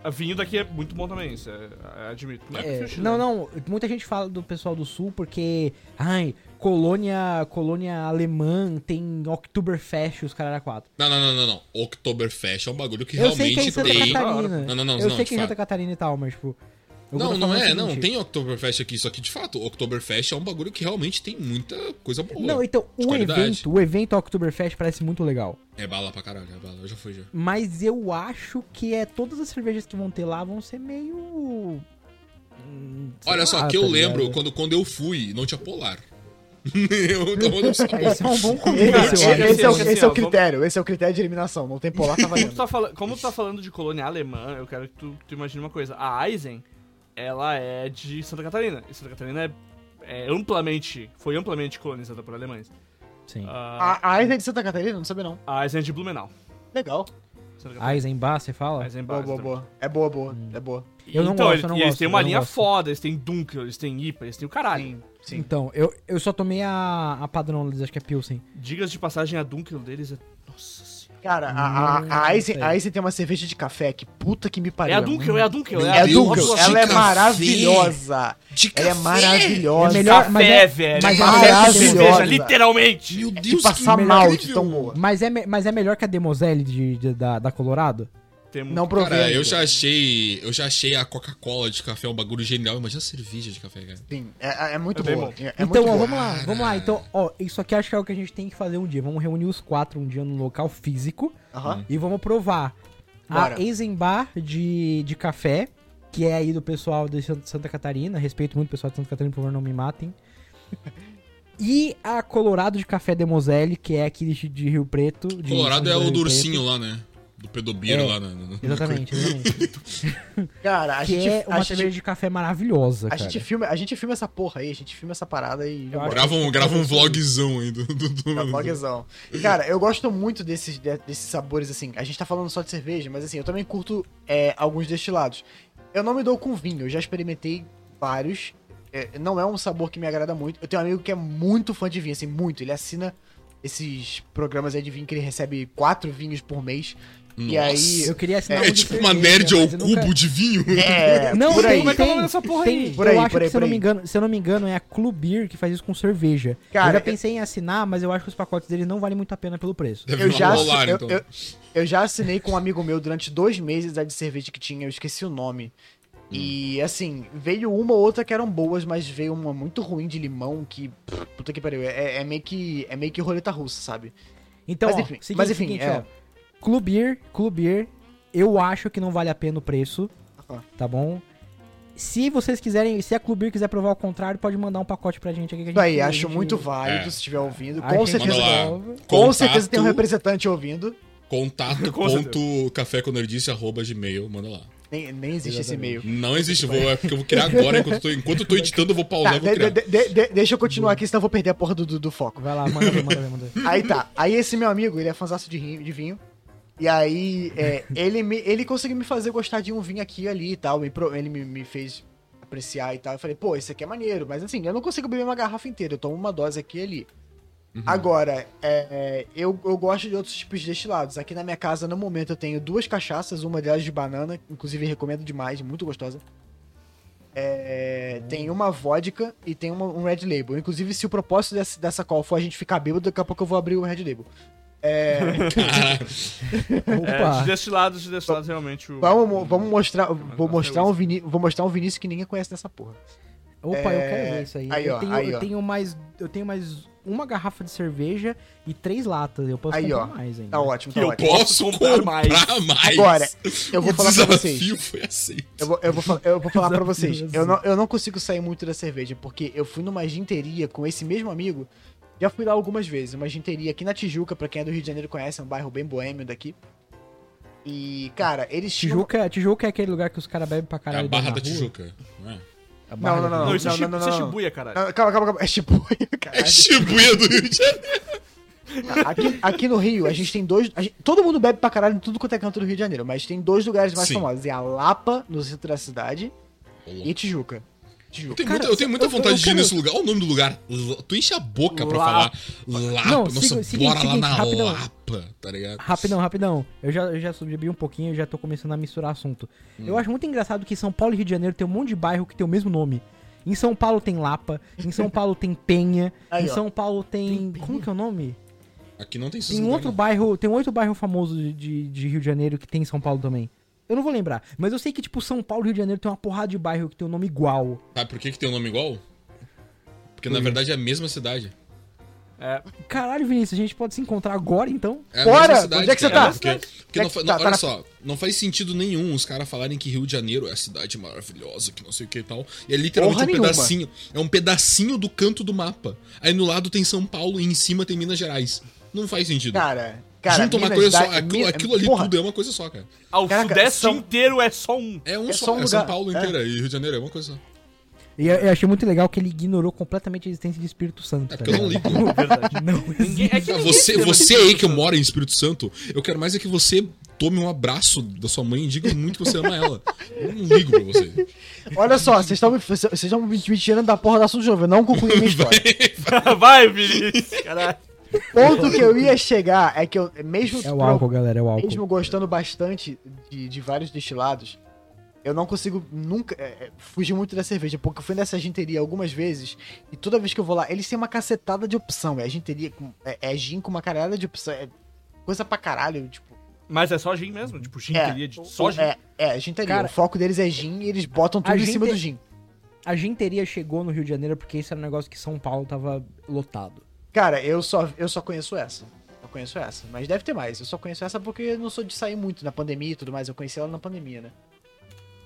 A Vinho daqui é muito bom também, isso é, é- admito. Mas
É,
prefiro chileno.
não, não, muita gente fala do pessoal do sul porque, ai, colônia, colônia alemã tem Oktoberfest os caras quatro.
Não, não, não, não, não. Oktoberfest é um bagulho que
Eu
realmente
sei que é em Santa
tem.
Catarina.
Catarina.
Não, não, não,
Eu
não,
sei
de
que é em Santa
fato.
Catarina e tal, mas tipo. eu assim,
Não,
tô
não
falando o
é, não.
seguinte.
Tem Oktoberfest aqui, só que de fato, Oktoberfest é um bagulho que realmente tem muita coisa boa.
Não, então,
de
o
qualidade.
evento, o evento Oktoberfest parece muito legal.
É bala pra caralho, é bala. Eu já fui já.
Mas eu acho que é todas as cervejas que vão ter lá vão ser meio. hum, sei
Olha só,
lá,
que eu
tá
lembro,
ligado?
quando, quando eu fui, não tinha polar. [LAUGHS] eu tava no
É, Esse é
[LAUGHS]
um bom começo,
Esse,
eu acho.
esse é, o,
assim,
esse é o
ó,
critério, esse é o critério de eliminação. Não tem polar, tá
Como tu,
valendo.
tá fala- como tu tá falando de colônia alemã, eu quero que tu, que tu imagine uma coisa. A Eisen, ela é de Santa Catarina. E Santa Catarina é, é amplamente, foi amplamente colonizada por alemães.
Sim.
Ah,
A, a Eisen de Santa Catarina, não sabia não.
a Eisen é de Blumenau.
Legal.
Santa Catarina.
Eisenbach, você fala?
Eisen
Boa,
Bars
boa,
também.
boa. É boa, boa. É boa.
Eu não
então,
gosto,
ele-
eu não
e eles
gosto,
têm
eu
uma
não
linha
gosto.
foda, eles têm Dunkel, eles têm IPA, eles têm o caralho.
Sim, sim.
Então, eu, eu só tomei a, a padrão deles, acho que é Pilsen.
Digas de passagem, a Dunkel deles é. Nossa senhora.
Cara, a, a, a, Eisen, a Eisen tem uma cerveja de café que puta que me pariu.
É a Dunkel, é a Dunkel,
Meu
é a
É
Deus,
Dunkel,
de
ela é
café.
maravilhosa.
De
Ela é
café?
maravilhosa.
É melhor- mas
Café,
é-
velho. Mas
mas
é
café de cerveja,
maravilhosa.
literalmente.
Meu
de
Deus,
passar
que
mal de
incrível.
tão boa.
Mas é, me- mas é melhor que a Demoselle de, de- da, da Colorado?
Temos- um
Não provei.
Cara, eu
ainda.
já achei. Eu já achei a Coca-Cola de café um bagulho genial. Imagina a cerveja de café, cara.
Sim, é, é muito
É bem
boa.
bom.
É, é
então,
muito
ó,
boa.
vamos lá, vamos lá. Então, ó, isso aqui acho que é o que a gente tem que fazer um dia. Vamos reunir os quatro um dia num local físico
Aham.
e vamos provar
Bora.
a Eisenbar de, de café, que é aí do pessoal de San- Santa Catarina. Respeito muito o pessoal de Santa Catarina, por favor, não
[LAUGHS]
me matem. E a Colorado de Café de Moselle, que é aqui de, de Rio Preto. de
Colorado
São
é
José
o
do
do
Rio
ursinho lá, né? Do Pedobiro
É,
lá, né?
Preto. Exatamente, exatamente.
Cara, a
que
gente,
é
a
uma
gente-
cerveja de café maravilhosa,
a
cara.
gente filma, a gente filma essa porra aí, a gente filma essa parada e
Eu acho
Grava um, grava um vlogzão aí do. do, do-
É um blogzão. Cara, eu gosto muito desses, de- desses sabores, assim. A gente tá falando só de cerveja, mas assim, eu também curto é, alguns destilados. Eu não me dou com vinho, eu já experimentei vários. É, não é um sabor que me agrada muito. Eu tenho um amigo que é muito fã de vinho, assim, muito. Ele assina esses programas aí de vinho que ele recebe quatro vinhos por mês. E
Nossa.
aí.
Eu queria assinar
É
um
É
de
tipo uma
cerveja,
nerd ao
mas eu
cubo
nunca-
de vinho.
É,
Não,
por
tem,
aí.
Como é que é o nome
tem,
dessa porra
tem.
aí?
Por
eu
aí,
acho
por
que,
aí,
se, eu
por
não me
aí.
engano, se eu não me engano, é a Club Beer que faz isso com cerveja.
Cara,
eu já
eu-
pensei em assinar, mas eu acho que os pacotes dele não valem muito a pena pelo
[LAUGHS]
preço.
Deve
Eu
não
já,
rolar,
eu,
então.
eu- eu já assinei com um amigo meu durante dois meses a de cerveja que tinha, eu esqueci o nome.
Hum.
E assim, veio uma ou outra que eram boas, mas veio uma muito ruim de limão que. pff, Puta que pariu, é, é meio que. É meio que roleta russa, sabe?
Então,
Mas
ó,
enfim,
seguinte,
mas enfim,
seguinte,
é.
ó. Club Beer, Club Beer, eu acho que não vale a pena o preço,
Aham.
tá bom? Se vocês quiserem, se a Club Beer quiser provar o contrário, pode mandar um pacote pra gente aqui que a gente...
Isso aí,
a
acho
gente-
muito válido
É.
se estiver ouvindo.
a
Com
gente
certeza.
Manda lá.
resolve.
Com
Contato-
certeza tem um representante ouvindo.
Contato
Com certeza.
ponto caféconerdice arroba gmail, manda lá.
Nem, nem existe esse e-mail.
Não existe, vou, é porque eu vou criar agora, enquanto eu tô, enquanto eu tô editando, eu vou pausar
Tá,
e vou
de-
criar.
de- de- de- deixa eu continuar aqui, senão eu vou perder a porra do, do- do foco.
Vai lá, manda ver, manda
[LAUGHS]
ver, manda ver.
Aí tá. Aí esse meu amigo, ele é fanzaço de, rim- de vinho. E aí, é, ele, me, ele conseguiu me fazer gostar de um vinho aqui e ali e tal. me pro- ele me, me fez apreciar e tal. Eu falei, pô, isso aqui é maneiro. Mas assim, eu não consigo beber uma garrafa inteira. Eu tomo uma dose aqui e ali. Agora, é, é, eu, eu gosto de outros tipos de destilados. Aqui na minha casa, no momento, eu tenho duas cachaças. Uma delas de banana. Inclusive, recomendo demais. Muito gostosa. É, Tem uma vodka e tem uma- um Red Label. Inclusive, se o propósito dessa, dessa call for a gente ficar bêbado, daqui a pouco eu vou abrir o Red Label.
Caralho.
É, de
Opa!
destilado, de destilado, realmente. O...
Vamos, mo- vamos mostrar. Vou
nossa,
mostrar,
é
um
isso.
Vini, vou mostrar um Vinícius que ninguém conhece dessa porra.
Opa, eu quero ver isso aí.
É, aí,
eu,
ó,
tenho,
aí,
eu
ó.
tenho mais. Eu tenho mais uma garrafa de cerveja e três latas. Eu posso
Aí,
comprar
ó.
mais ainda.
Tá ótimo,
Que
tá
eu
ótimo.
Posso
comprar
é comprar mais.
Agora, eu vou
o
falar pra vocês.
desafio foi assim. aceito.
Eu vou, eu vou, fa- eu vou falar pra
Desafio
vocês.
aceito.
Eu não, eu não consigo sair muito da cerveja, porque eu fui numa ginteria com esse mesmo amigo. Já fui lá algumas vezes. Uma ginteria aqui na Tijuca, pra quem é do Rio de Janeiro conhece, é um bairro bem boêmio daqui. E, cara, eles tinham
Tijuca, Tijuca é aquele lugar que os caras bebem pra
É
caralho.
a Barra
na
da
rua.
Tijuca. não é?
A Barra
Não,
da
não,
Não,
Tijuca.
isso é
não,
Shibu-
não,
isso é
não, não.
Shibuya, caralho.
Ah, Calma, calma, calma. É [LAUGHS] Shibuya,
É
caralho.
Shibuya do Rio de Janeiro.
Aqui, aqui no Rio, a gente tem dois. a gente- todo mundo bebe pra caralho em tudo quanto é canto do Rio de Janeiro, mas tem dois lugares mais
Sim.
famosos: é a Lapa, no centro da cidade, e Tijuca.
Eu
Tijuca.
tenho,
Cara,
muita, eu tenho muita
eu- eu-
vontade
eu
de ir
quero-
nesse lugar. Olha o nome do lugar. L- tu enche a boca pra
Lapa.
falar Lapa.
Não,
Nossa,
siga-
bora
seguinte,
lá
seguinte,
na
rapidão.
Lapa, tá ligado?
Rapidão, rapidão. Eu já, eu já subi um pouquinho e já tô começando a misturar assunto.
Hum.
Eu acho muito engraçado que São Paulo e Rio de Janeiro tem um monte de bairro que tem o mesmo nome. Em São Paulo tem Lapa, em São Paulo tem Penha,
Aí,
em
ó.
São Paulo tem. Como que é o nome?
Aqui não tem esses
Tem um
lugares,
outro bairro, tem um outro bairro famoso de, de, de Rio de Janeiro que tem em São Paulo também. Eu não vou lembrar, mas eu sei que, tipo, São Paulo e Rio de Janeiro tem uma porrada de bairro que tem um nome igual.
não. Sabe por que, que tem um nome igual? Porque na verdade é a mesma cidade.
É,
Caralho, Vinícius, a gente pode se encontrar agora, então?
É a
Bora!
mesma cidade,
Onde é que você
cara,
tá?
Porque,
Onde
porque
é
não,
que
fa-
você
não,
tá? Tá
olha
na-
só, não faz sentido nenhum os caras falarem que Rio de Janeiro é a cidade maravilhosa, que não sei o que e tal. E é literalmente
Porra
um
nenhuma.
pedacinho. É um pedacinho do canto do mapa. Aí no lado tem São Paulo e em cima tem Minas Gerais. Não faz sentido.
Cara, cara.
Junta uma
Minas
coisa
da-
só. Aquilo,
Mi-
aquilo ali
porra,
tudo é uma coisa só, cara.
ao
Caraca,
sudeste
são-
inteiro é só um.
É um
É
só,
só um
é São
lugar,
Paulo inteira e Rio de Janeiro é uma coisa só.
E eu, eu achei muito legal que ele ignorou completamente a existência de Espírito Santo.
É
tá
porque eu não
ligado?
ligo.
Verdade.
[LAUGHS] Não
Ninguém, é que
Ah,
ninguém
Você,
lembra
você
desse
aí que
Espírito
mora em Espírito Santo, eu quero mais é que você tome um abraço da sua mãe e diga muito que você ama ela. Eu não ligo pra você. é-
Olha só, vocês estão me- vocês- vocês estão me me tirando da porra do assunto jovem. Eu não concluí
[LAUGHS]
minha história.
[LAUGHS] Santo. Vai, Vinícius, caralho.
ponto que eu ia chegar é que eu, mesmo,
É o
pro-
álcool, galera, é o álcool.
mesmo gostando bastante de, de vários destilados, eu não consigo nunca é, é, fugir muito da cerveja, porque eu fui nessa ginteria algumas vezes, e toda vez que eu vou lá, eles têm uma cacetada de opção. É ginteria, com- é, é gin com uma caralhada de opção. É coisa pra caralho, tipo.
Mas é só gin mesmo? Tipo, gin
É.
teria de só gin?
É, é ginteria.
Cara,
o foco deles é gin e eles botam tudo
a
em cima
ginte-
do gin.
A ginteria chegou no Rio de Janeiro porque esse era um negócio que São Paulo tava lotado.
Cara, eu só, eu só conheço essa. Eu conheço essa, mas deve ter mais. Eu só conheço essa porque eu não sou de sair muito na pandemia e tudo mais. Eu conheci ela na pandemia, né?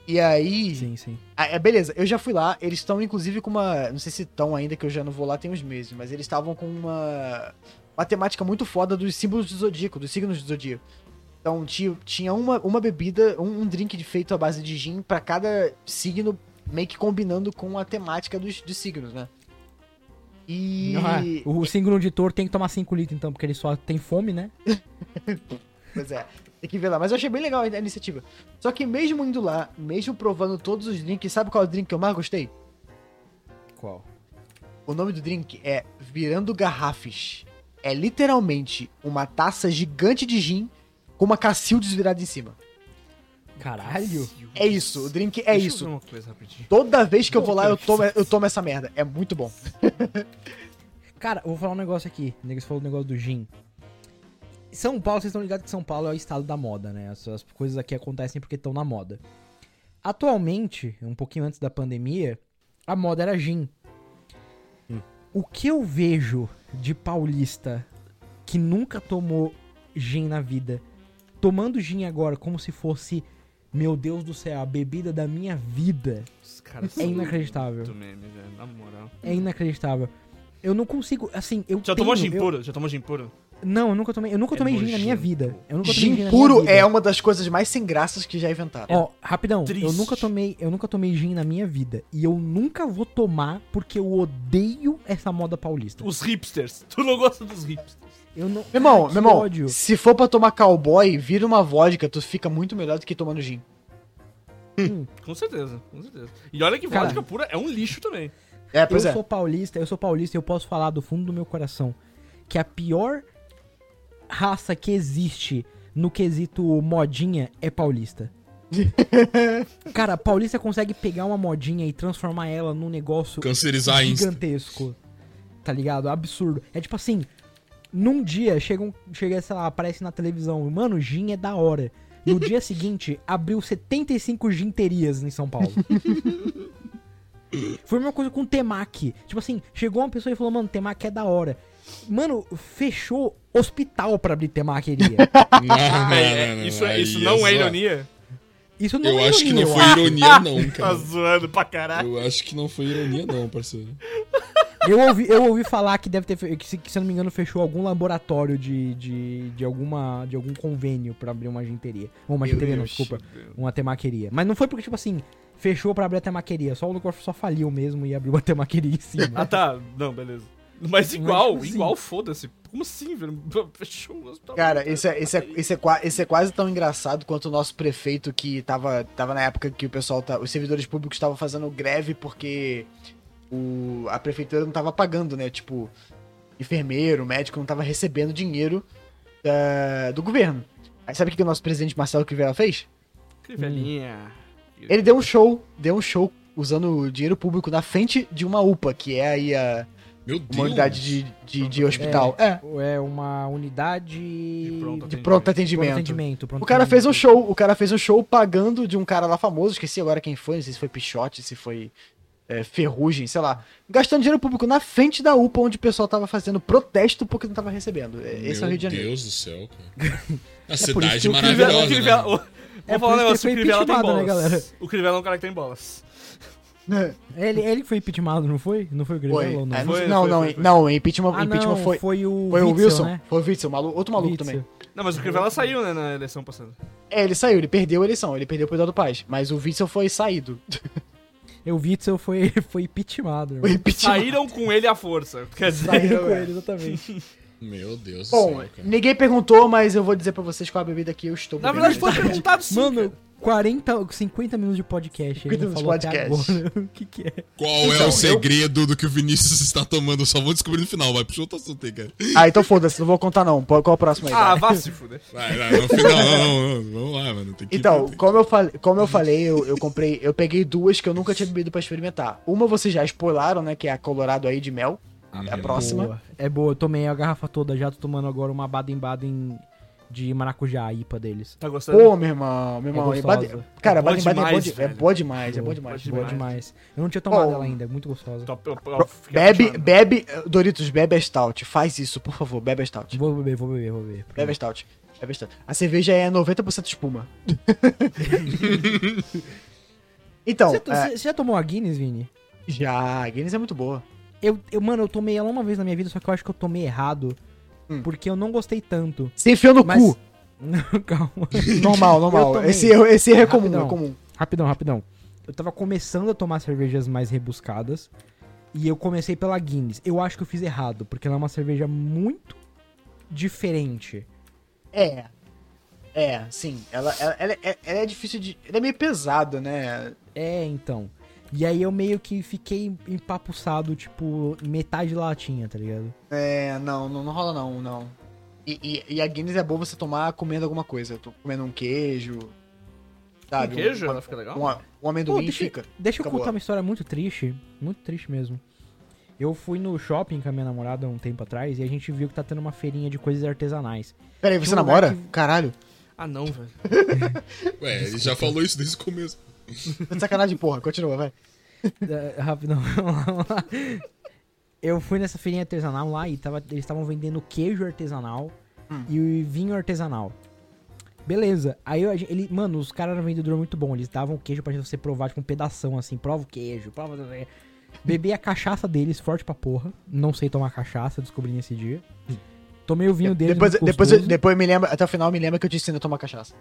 E aí.
Sim, sim.
Ah, é, beleza, eu já fui lá, eles estão inclusive com uma. Não sei se estão ainda, que eu já não vou lá tem uns meses, mas eles estavam com uma. Uma temática muito foda dos símbolos do zodíaco, dos signos do zodíaco. Então tinha, tinha uma, uma bebida, um, um drink de- feito à base de gin pra cada signo, meio que combinando com a temática dos, dos signos, né? E.
Ah, o símbolo de touro tem que tomar 5 litros, então, porque ele só tem fome, né?
Pois é, tem que ver lá. Mas eu achei bem legal a a iniciativa. Só que mesmo indo lá, mesmo provando todos os drinks, sabe qual é o drink que eu mais gostei?
Qual?
O nome do drink é Virando Garrafes. É literalmente uma taça gigante de gin com uma Cacildes virada em cima.
Caralho.
É isso, o drink é
Deixa eu
um-
isso.
ver uma coisa rapidinho.
Toda vez que eu vou lá, eu tomo, eu tomo essa merda. É muito bom.
Cara, eu vou falar um negócio aqui. O negócio falou do negócio do gin. São Paulo, vocês estão ligados que São Paulo é o estado da moda, né? As, as coisas aqui acontecem porque estão na moda. Atualmente, um pouquinho antes da pandemia, a moda era gin.
Hum.
O que eu vejo de paulista que nunca tomou gin na vida, tomando gin agora como se fosse, meu Deus do céu, a bebida da minha vida,
Os caras
é
são
inacreditável.
muito meme, velho, na moral.
É inacreditável. Eu não consigo, assim, eu
Hum. Já tomou
tenho-
gin
eu-
puro? Já tomou gin puro?
não, eu nunca tomei, eu nunca
É
tomei gin na minha
nojento.
vida. Eu nunca tomei
Gin puro
na minha
é
vida.
uma das coisas mais sem graças que já inventaram.
Ó, rapidão, eu
triste.
nunca tomei, eu nunca tomei gin na minha vida e eu nunca vou tomar porque eu odeio essa moda paulista.
Os hipsters. [LAUGHS] Tu não gosta dos hipsters.
Eu não
Meu irmão,
que
meu irmão,
ódio.
se for pra tomar cowboy, vira uma vodka, tu fica muito melhor do que tomando gin.
Com certeza, com certeza. E olha que
Cara.
vodka pura é um lixo também.
É, pois
eu
é.
sou paulista, eu sou paulista e eu posso falar do fundo do meu coração que a pior raça que existe no quesito modinha é
[LAUGHS]
paulista. Cara, paulista consegue pegar uma modinha e transformar ela num negócio
Cancerizar a Tá Insta.
gigantesco. Tá ligado? Absurdo. É tipo assim, num dia chega, um, chega sei lá, aparece na televisão, mano, gin é da hora.
[LAUGHS]
No dia seguinte, abriu 75 ginterias em São Paulo. Foi a mesma coisa com o temaki. Tipo assim, chegou uma pessoa e falou, mano, temaki é da hora. Mano, fechou hospital pra abrir
[LAUGHS]
temaqueria.
Não, não, não,
É, é,
Ah, não,
isso
aí
isso não é
zoar.
ironia?
Isso não
Eu
é
acho que não
ironia,
foi
eu
ironia, não,
Tá
cara.
zoando pra caralho.
Eu acho que não foi ironia, não, parceiro.
Eu ouvi, eu ouvi falar que deve ter. fe- Que, se que, se eu não me engano, fechou algum laboratório de, de, de, alguma, de algum convênio pra abrir uma ginteria. Ou uma
Meu
ginteria, não,
Deus.
desculpa. Uma temaqueria. Mas não foi porque, tipo assim, fechou pra abrir a temaqueria. Só o lugar só faliu mesmo e abriu uma temaqueria em
Ah
cima.
tá, não, beleza. Mas igual,
tipo assim.
igual, foda-se. Como assim, velho? Fechou o hospital.
Cara, esse é, esse, é, esse, é, qua- esse é quase tão engraçado quanto o nosso prefeito que tava, tava na época que o pessoal, tá, os servidores públicos estavam fazendo greve porque o, a prefeitura não tava pagando, né? Tipo, enfermeiro, médico não tava recebendo dinheiro da- do governo. Aí sabe o que, que o nosso presidente Marcelo Crivella fez?
Que velhinha.
Ele deu um show, deu um show usando o dinheiro público na frente de uma UPA, que é aí a
Meu
uma
Deus.
unidade de, de, de hospital. É,
É uma unidade.
De pronto
de pronto
pronto
atendimento.
atendimento. pronto
O cara fez um
atendimento.
show, o cara fez um show pagando de um cara lá famoso, esqueci agora quem foi, não sei se foi Pichote, se foi é, Ferrugem, sei lá. Gastando dinheiro público na frente da UPA, onde o pessoal tava fazendo protesto porque não tava recebendo. É, Esse é o Rio de
Meu
Janeiro.
Deus do céu, cara. A
por isso que
é
cidade
o
Crivella, o
maravilhosa.
Crivella,
né?
o-
É
Vou falar um
por
negócio, o
isso que ele foi
Crivella tem
impeachmentado,
bolas.
né,
O Crivella é um cara que tem bolas.
Ele, ele que foi impeachmentado, não foi? Não foi o Grêmio?
Foi.
ou
Ah,
não?
não,
Foi,
não,
foi,
não,
foi, foi.
não, impeachment,
Ah,
impeachment
não,
foi.
foi o.
Foi o
Witzel,
Wilson,
né?
foi o Witzel, malu- outro maluco também.
Witzel.
Não, mas o Crivella saiu, né, na eleição passada.
É, ele saiu, ele perdeu a eleição, ele perdeu o Eduardo Paz, mas o Witzel foi saído.
É, O Witzel foi, [LAUGHS] foi impeachmentado.
O
irmão.
impeachment.
Saíram com ele à força. Quer dizer,
Saíram,
com
é.
ele, exatamente.
Meu Deus do
Bom,
céu, cara.
ninguém perguntou, mas eu vou dizer pra vocês qual a bebida que eu estou
na verdade
bebendo.
foi perguntado sim.
Mano,
cara.
40, 50 minutos de podcast.
50
Ele não
minutos
falou
de
até
podcast.
agora [LAUGHS] o que que é.
Qual
Então,
é
eu-
o segredo do que o Vinícius está tomando? Só vou descobrir no final, vai. Puxa outro assunto aí, cara.
Ah, então foda-se, não vou contar não. Qual qual é o próximo aí? vai?
Ah, vá se fuder.
Vai, vai, no final. Não, não, não. Vamos lá, mano. Tem que
Então,
tem-
como eu, fal- como eu falei, eu, eu comprei, eu peguei duas que eu nunca tinha bebido pra experimentar. Uma vocês já spoilaram, né? Que é a Colorado aí de mel. é a próxima.
Boa. É boa, eu tomei a garrafa toda já, tô tomando agora uma Baden-Baden de maracujá, a IPA deles.
Tá gostando?
Pô, meu irmão, meu
É
irmão. e
gostosa.
Baden- cara,
É boa
Baden Baden é, bom
demais,
de- é
velho.
boa demais, é boa
Boa,
demais.
Boa
demais.
demais. Eu não tinha tomado
Bom,
ela ainda, é muito gostosa.
Top, eu- eu-
Pro-
eu fiquei
Bebe,
apaixonado.
bebe, Doritos, bebe a Stout. Faz isso, por favor, bebe a Stout.
Vou beber, vou beber, vou beber.
Bebe a Stout. Bebe a Stout. A cerveja é 90% espuma. então,
Você, tá
é,
você já tomou a Guinness, Vini?
já, a Guinness é muito boa.
Eu, eu- mano, eu tomei ela uma vez na minha vida, só que eu acho que eu tomei errado.
Hum.
Porque eu não gostei tanto.
Se enfiou no
Mas.
cu.
[LAUGHS] Não, calma.
[LAUGHS] Normal, normal.
tomei.
Esse erro, esse erro é comum,
Rapidão.
é comum.
Rapidão, rapidão. Eu tava começando a tomar cervejas mais rebuscadas. E eu comecei pela Guinness. Eu acho que eu fiz errado, porque ela é uma cerveja muito diferente.
É. É, sim. Ela, ela, ela é- ela é difícil de. Ela é meio pesada, né?
É, então. E aí eu meio que fiquei empapuçado, tipo, metade latinha, tá ligado?
É, não, não, não rola não, não. E, e- e a Guinness é boa você tomar comendo alguma coisa. Tô comendo um queijo. Sabe?
Um queijo, ela fica legal?
Um, a- um amendoim
Pô, deixa-
fica.
Deixa eu
Fica
contar
boa.
uma história muito triste, muito triste mesmo. Eu fui no shopping com a minha namorada um tempo atrás e a gente viu que tá tendo uma feirinha de coisas artesanais.
Peraí, você
Tinha um
namora?
lugar que-
Caralho.
Ah, não, velho.
Ué, ele já falou isso desde o começo.
Tá de sacanagem, porra. Continua, vai.
É, [LAUGHS] Rápido, vamos lá, vamos lá. Eu fui nessa feirinha artesanal lá e tava, eles estavam vendendo queijo artesanal
Hum.
e vinho artesanal. Beleza. Aí eu- a gen- ele, mano, os caras eram vendedor muito bom. Eles davam o queijo pra você provar, tipo, um pedação assim. Prova o queijo, prova. Bebi a cachaça deles, forte pra porra. Não sei tomar cachaça, descobri nesse dia. Tomei o vinho deles.
É, depois,
muito
depois, eu-
gostoso.
depois eu me lembro, até o final eu me lembro que eu te ensino a tomar cachaça.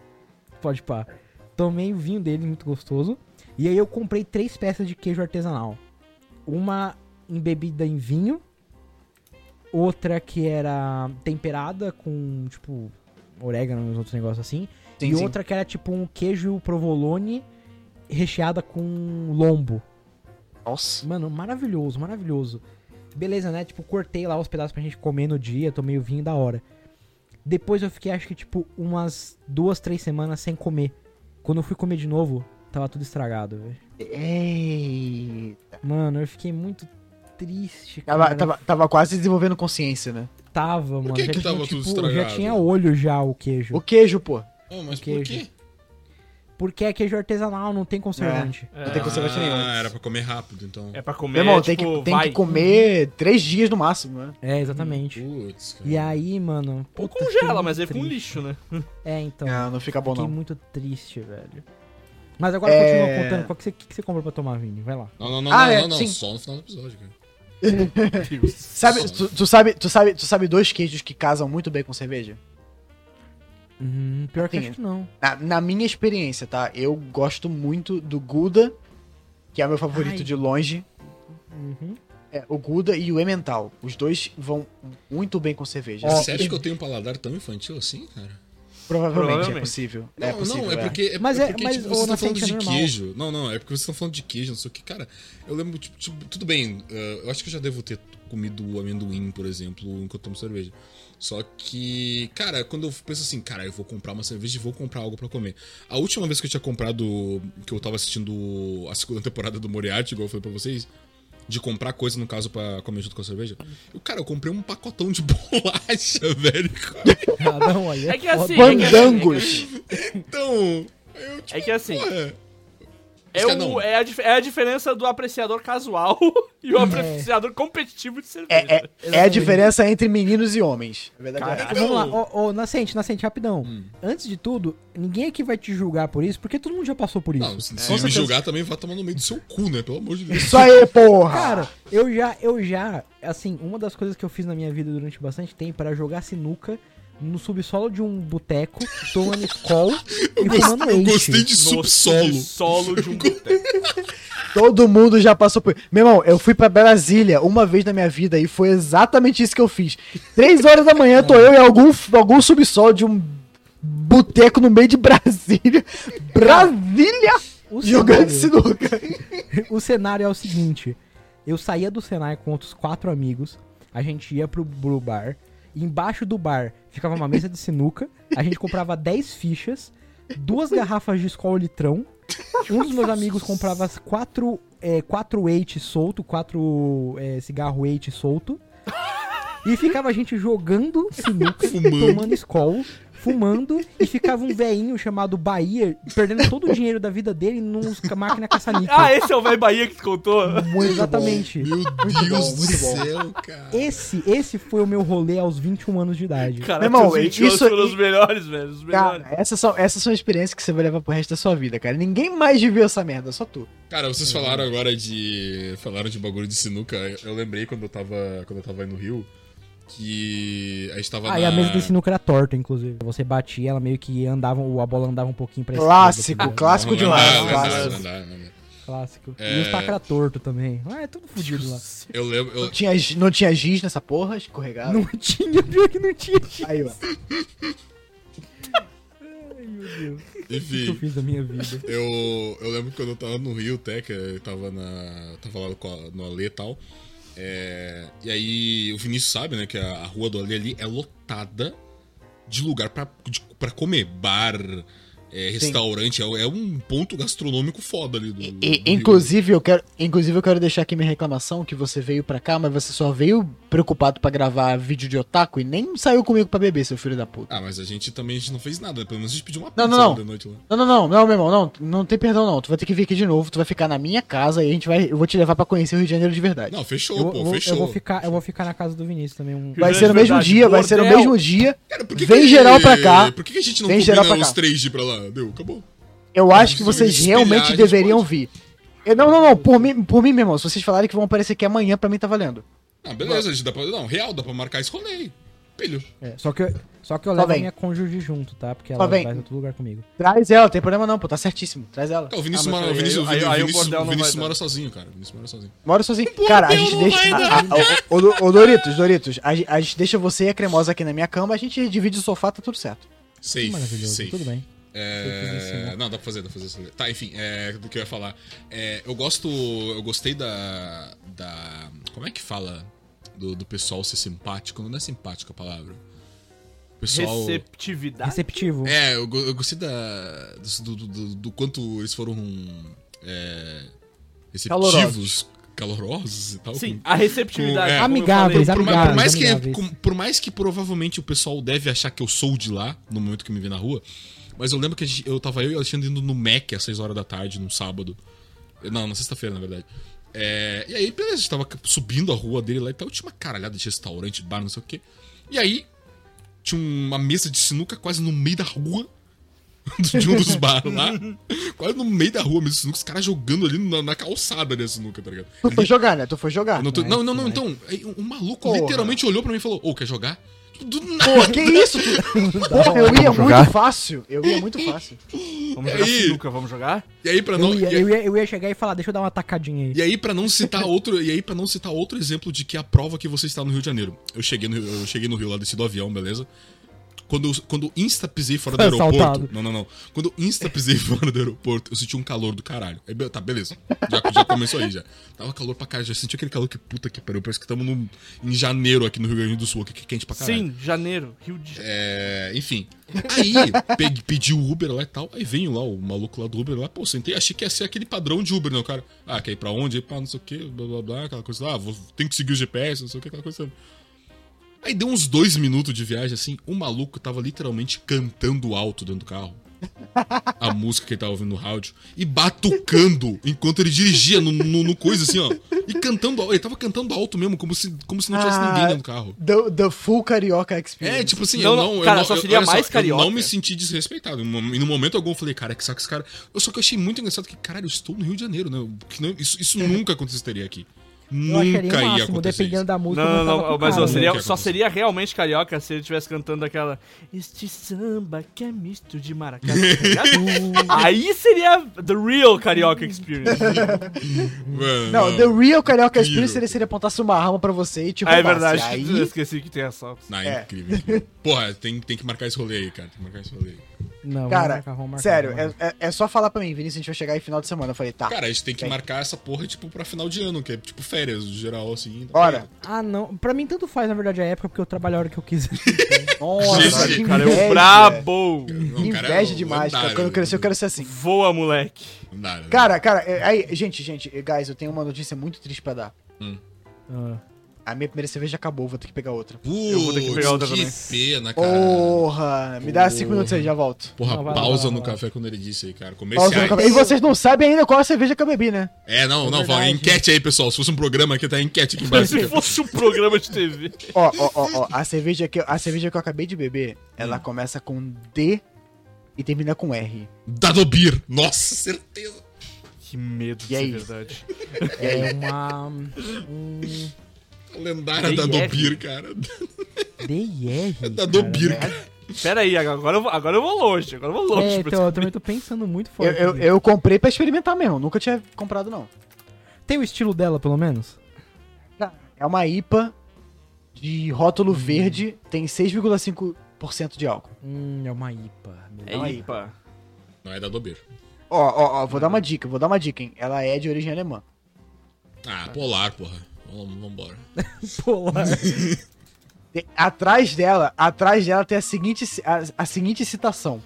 Pode pá. Tomei o vinho dele, muito gostoso. E aí eu comprei três peças de queijo artesanal. Uma embebida em vinho. Outra que era temperada com, tipo, orégano e uns outros negócios assim.
Sim,
e
sim.
outra que era tipo um queijo provolone recheada com lombo.
Nossa.
Mano, maravilhoso, maravilhoso. Beleza, né? Tipo, cortei lá os pedaços pra gente comer no dia, tomei o vinho da hora. Depois eu fiquei, acho que, tipo, umas duas, três semanas sem comer. Quando eu fui comer de novo, tava tudo estragado, velho.
Ei.
Mano, eu fiquei muito triste,
É. Tava,
cara.
tava, tava quase desenvolvendo consciência, né?
Tava, mano.
que
já
que
tinha,
tava tudo
tipo, Já
estragado?
tinha olho já o queijo.
O queijo, pô.
Ah, mas por
Queijo.
quê?
Porque é queijo artesanal, não tem conservante.
Não tem conservante nenhum.
Ah, era pra comer rápido, então.
É pra comer,
Meu irmão, tem,
tipo,
que, tem
vai.
que comer três dias no máximo, né?
É, exatamente.
Putz, cara.
E aí, mano...
Ou
puta,
congela,
fiquei
mas aí
é
muito
fica um
triste.
lixo, né?
É, então.
Não, não fica bom
Fiquei
não.
muito triste, velho. Mas agora
É.
continua contando. Qual que você, que que você comprou pra tomar vinho? Vai lá.
Não, não, não,
Ah,
não,
é,
não, não,
sim.
Só no final do episódio, cara.
É. Sabe, tu, tu sabe, tu sabe, tu sabe dois queijos que casam muito bem com cerveja?
Hum, pior que
Sim.
acho que não.
Na, na minha experiência, tá? Eu gosto muito do Gouda, que é o meu favorito
Ai.
de longe.
Uhum.
É, o Gouda e o Emmental. Os dois vão muito bem com cerveja.
Você acha que eu tenho um paladar tão infantil assim, cara?
Provavelmente,
Provavelmente.
é possível.
Não,
é possível,
não, é porque, é
Mas é-
porque
mas
tipo,
o
vocês estão falando
Nascente é
de
normal.
queijo. Não, não, é porque vocês estão falando de queijo, não sei o que. Cara, eu lembro, tipo, tipo, tudo bem, eh, eu acho que eu já devo ter comido amendoim, por exemplo, enquanto eu tomo cerveja. Só que, cara, quando eu penso assim, cara, eu vou comprar uma cerveja e vou comprar algo pra comer. A última vez que eu tinha comprado, que eu tava assistindo a segunda [LAUGHS] temporada do Moriarty, igual eu falei pra vocês, de comprar coisa, no caso, pra comer junto com a cerveja, eu, cara, eu comprei um pacotão de [LAUGHS] bolacha, velho.
[LAUGHS] Ah, não, olha.
É que assim,
foda.
é que
Bandangos.
assim,
Então, eu, tipo,
É que assim,
é.
é,
Cara,
o,
não.
é, a, dif- é a diferença do apreciador casual [LAUGHS] e
É.
o apreciador competitivo de cerveja.
É, é- é a diferença entre meninos e homens. Na verdade, é.
Vamos
assim-
lá, ô, ô, Nascente, Nascente, rapidão. Antes de tudo, ninguém aqui vai te julgar por isso, porque todo mundo já passou por isso.
Não, se,
Com
se me
certeza.
julgar também vai tomar no meio do seu cu, né? Pelo amor de Deus.
Isso aí, porra!
Cara, eu já, eu já, assim, uma das coisas que eu fiz na minha vida durante bastante tempo era jogar sinuca no subsolo de um boteco, tomando escol e
[LAUGHS]
fumando
Eu gostei
leite.
de
Nossa, de
subsolo.
solo
[LAUGHS]
de um boteco.
Todo mundo já passou por. Meu irmão, eu fui pra Brasília uma vez na minha vida e foi exatamente isso que eu fiz. Três horas da manhã tô eu em algum, algum subsolo de um boteco no meio de Brasília. Brasília!
O
Jogando
cenário-
sinuca.
[LAUGHS] o cenário é o seguinte: eu saía do Senai com outros quatro amigos, a gente ia pro, pro bar, e embaixo do bar ficava uma mesa de sinuca, a gente comprava 10 fichas, duas garrafas de escola litrão, um dos meus amigos comprava as quatro, é, quatro eight solto, quatro é, cigarro eight solto. E ficava a gente jogando sinuca,
Fumando.
tomando escol, fumando, e ficava um veinho chamado Bahia perdendo todo o dinheiro da vida dele numa máquina caça-níquel.
ah, esse é o velho Bahia que tu contou?
Exatamente.
Meu Deus
bom,
do
muito bom.
céu, cara.
Esse, esse foi o meu rolê aos 21 anos de idade.
Cara,
Meu irmão,
teus 20 anos
isso
foram
aí-
os melhores, velho. Os melhores.
Cara, essas são, essas são experiências que você vai levar pro resto da sua vida, cara. Ninguém mais viveu essa merda, só tu.
Cara, vocês falaram agora de. Falaram de bagulho de sinuca. Eu- Eu lembrei quando eu tava. Quando eu tava aí no Rio. Que a gente tava
Ah,
na...
e a mesa desse sinuca era torta, inclusive. Você batia, ela meio que andava, ou a bola andava um pouquinho pra
Clássico,
tá ligado?
clássico.
Não, não,
demais,
não, não,
clássico.
não, não, não, não.
Clássico.
É.
E os tacra torto também. Ah, é tudo fodido lá.
Eu lembro.
Não
eu-
tinha, gi- não tinha giz nessa porra, escorregado.
Não
[LAUGHS]
tinha, pior que não tinha.
Aí, ó.
Ai, meu Deus. [LAUGHS] que eu
Enfim,
fiz da minha vida?
eu, eu lembro quando eu tava no Rio, até, que eu tava, na, tava lá com a- no Alê e tal. É, e aí, o Vinícius sabe, né, que a, a rua do Alê ali é lotada de lugar pra, de, pra comer. Bar, é, restaurante, é, é um ponto gastronômico foda ali do,
E-
do
e-
Rio.
inclusive, eu quero, inclusive, eu quero deixar aqui minha reclamação que você veio pra cá, mas você só veio preocupado pra gravar vídeo de otaku e nem saiu comigo pra beber, seu filho da puta.
Ah, mas a gente também a gente não fez nada, né? pelo menos a gente pediu uma
Não,
pizza
não, não.
de noite lá.
Não, não, não, não, meu irmão, não, não tem perdão não. Tu vai ter que vir aqui de novo, tu vai ficar na minha casa e a gente vai, eu vou te levar pra conhecer o Rio de Janeiro de verdade.
Não, fechou,
Eu, vou-
pô,
eu vou-
fechou.
eu vou ficar, eu vou ficar na casa do Vinícius também. Um...
Vai
Rio de
ser no mesmo
verdade,
dia, vai ser no
bordel.
mesmo dia.
Cara, por
Vem geral pra cá,
Por que que a gente não
vem geral
combina
pra
os
cá.
três de ir pra lá? Deu, acabou.
Eu acho que
Se
vocês
espelhar, a
realmente
gente
deveriam
pode.
vir. Eu- não, não, não, por mim, por mim, meu irmão, se vocês falarem que vão aparecer aqui amanhã, pra mim tá valendo.
Ah, beleza, a gente dá pra. Não, real, dá pra marcar esse rolê aí. Pilho.
Ah,
É, só que eu, só que eu levo a
vem.
minha cônjuge junto, tá? Porque
Só
ela vai
vem.
em outro lugar comigo.
Traz ela, não tem problema não, pô, tá certíssimo, traz ela.
Cara, o Vinícius
Ah, mas
mora. O
aí-
Vinícius, o
aí-
Vinícius,
aí o
o Vinícius,
bordel não vai
mora
dar.
sozinho, cara. O Vinícius mora sozinho.
Moro sozinho.
Pô,
Cara, a
meu,
gente
não
deixa.
vai
a-
dar.
a- o- o- Ô, Doritos, Doritos, a, gen- a gente deixa você e a cremosa aqui na minha cama, a gente divide o sofá, tá tudo certo.
Safe.
Maravilhoso,
safe.
tudo bem. Safe is
É...
né?
insane.
Não, dá pra fazer, dá pra fazer. esse rolê. Tá, enfim, é, do que eu ia falar. É, eu gosto. Eu gostei da. da. Como é que fala? Do, do pessoal ser simpático. Não é simpático a palavra. O pessoal.
Receptividade.
Receptivo.
É, eu, go- eu gostei da, dos- do, do, do- do quanto eles foram é, receptivos, calorosos. e
é
tal.
Sim,
Com-
a receptividade.
Com- é.
como eu
Amigáveis,
Por,
falei.
ma- por mais que,
amigáveis.
com- por mais que provavelmente o pessoal deve achar que eu sou de lá, no momento que me vê na rua, mas eu lembro que a gente- eu tava eu e o Alexandre indo no Mac às 6 horas da tarde, num sábado. Não, na sexta-feira, na verdade. É, e aí, beleza, a gente tava subindo a rua dele lá e tal, tinha uma caralhada de restaurante, bar, não sei o quê. E aí, tinha uma mesa de sinuca quase no meio da rua. [LAUGHS] de um dos bares lá. Quase no meio da rua, mesmo sinuca, os caras jogando ali na, na calçada ali a sinuca, tá ligado?
Tu foi jogar, né? Tu foi jogar.
Não, tô-
nice,
não, não, não,
nice.
então, aí um um maluco
Porra.
literalmente olhou pra mim e falou, ô, quer jogar? Tipo, Do nada.
Pô, que [LAUGHS] isso? Tu... Porra, eu ia muito fácil. Eu ia muito fácil.
Vamos
E
jogar
aí?
sinuca, vamos jogar?
E aí, pra não.
Eu
E é-
ia, eu,
aí,
ia, eu ia chegar e falar, deixa eu dar uma tacadinha aí.
e aí, pra não citar outro. E aí, para não citar outro exemplo de que a prova que você está no Rio de Janeiro. Eu cheguei no, eu cheguei no Rio lá, desci do avião, beleza? Quando, eu- quando eu insta pisei fora do
Foi
aeroporto.
assaltado.
Não, não, não. Quando eu insta pisei [LAUGHS] fora do aeroporto, eu senti um calor do caralho. Aí, be- tá, beleza. Já, já começou aí, já. Tava calor pra caralho, já senti aquele calor que puta que pariu. Parece que estamos em janeiro aqui no Rio Grande do Sul, aqui que é quente pra caralho.
Sim, janeiro, Rio de Janeiro.
É, enfim. Aí, pe- pedi o Uber lá e tal. Aí veio lá o maluco lá do Uber lá, pô, sentei, achei que ia ser aquele padrão de Uber, né? O cara, ah, quer ir pra onde? Aí pra não sei o que, blá blá blá, aquela coisa lá, ah, vou- tem que seguir o GPS, não sei o que, aquela coisa. Aí deu uns dois minutos de viagem, assim, o maluco tava literalmente cantando alto dentro do carro. A música que ele tava ouvindo no rádio. E batucando enquanto ele dirigia no, no- no coisa, assim, ó. E cantando alto. Ele tava cantando alto mesmo, como se, como se não tivesse
Ah,
ninguém dentro do carro.
The, the full carioca experience.
É, tipo assim,
Não,
eu
não,
não.
cara,
eu não,
só
eu-
seria
olha
mais carioca.
Eu não me senti desrespeitado. E no momento algum eu falei, cara, que saco esse cara. Eu só que eu achei muito engraçado que, caralho, eu estou no Rio de Janeiro, né? Que não- isso, isso nunca aconteceria aqui.
Eu acharia
Nunca
o
ia
máximo,
acontecer.
dependendo
Isso.
da música.
Não, não,
eu
não,
dançava com o
mas
cara.
eu seria-
Não quer
só
acontecer.
seria realmente carioca se ele estivesse cantando aquela. Este samba que é misto de maracatu. Aí seria The Real Carioca Experience.
Mano,
Não, the real carioca experience
Incrível.
seria se ele apontasse uma arma pra você e tipo.
Ah, é
passe. [LAUGHS]
verdade.
Aí,
Eu esqueci que tem assaltos.
Não,
É.
é incrível. incrível. Porra, tem, tem que marcar esse rolê aí, cara. Tem que marcar esse rolê aí.
Não,
cara,
vamos marcar, vamos marcar,
sério,
vamos marcar.
é, é- é só falar pra mim, Vinícius, a gente vai chegar aí final de semana. Eu falei, tá.
Cara, a gente tem que
Tem.
marcar essa porra, tipo, pra final de ano, que é tipo férias, geral, assim.
[LAUGHS] Bora.
Ah, não. Pra mim, tanto faz, na verdade, a época, porque eu trabalho a hora que eu quiser.
Nossa,
Gente,
que
Cara,
inveja.
eu brabo!
Não,
Que
cara,
Inveja
é
demais, cara.
lendário,
Quando eu crescer, eu quero ser assim.
Voa, moleque!
lendário, né?
Cara, cara, é- aí, gente, gente, guys, eu tenho uma notícia muito triste pra dar.
Ah.
A minha primeira cerveja acabou, vou ter que pegar outra.
Putz,
eu vou ter que pegar outra
que
também.
pena, cara.
Porra, me dá cinco
Porra.
minutos aí, já volto.
Porra,
Não, vai lá,
pausa
vai lá,
no
vai lá.
café quando ele disse aí, cara.
Pausa no
Comerciais.
café. E vocês não sabem ainda qual é a cerveja que eu bebi, né?
É, não, não, fala,
verdade.
enquete aí, pessoal. Se fosse um programa aqui, tá enquete aqui
[LAUGHS]
embaixo.
Se fosse um programa de TV.
Ó, ó, ó, ó, a cerveja que eu, a cerveja que eu acabei de beber, ela começa com D e termina com R.
Dadobir. Nossa, certeza.
Que medo
E
de
aí?
ser verdade.
É uma. Um.
A
É
lendária
DR.
Dadobir, cara.
DR.
Dadobir,
cara,
cara.
Pera aí, agora eu vou, agora eu vou longe, agora eu vou
cara.
longe.
É,
pra
então, eu também tô pensando muito
Eu,
forte.
eu,
nisso.
eu comprei pra experimentar mesmo, nunca tinha comprado não.
Tem o estilo dela, pelo menos?
Cara, É uma IPA de rótulo verde, tem 6,5% de álcool.
Hum, é uma IPA.
É
Não,
beleza.
aí.
IPA.
Não é da Dober.
Ó, ó, ó, vou dar uma dica, vou dar uma dica, hein? Ela é de origem alemã.
Ah, polar, porra. Vamos- Vambora.
Polar.
Tem- Atrás dela, atrás dela tem a seguinte, ci- a, a seguinte citação.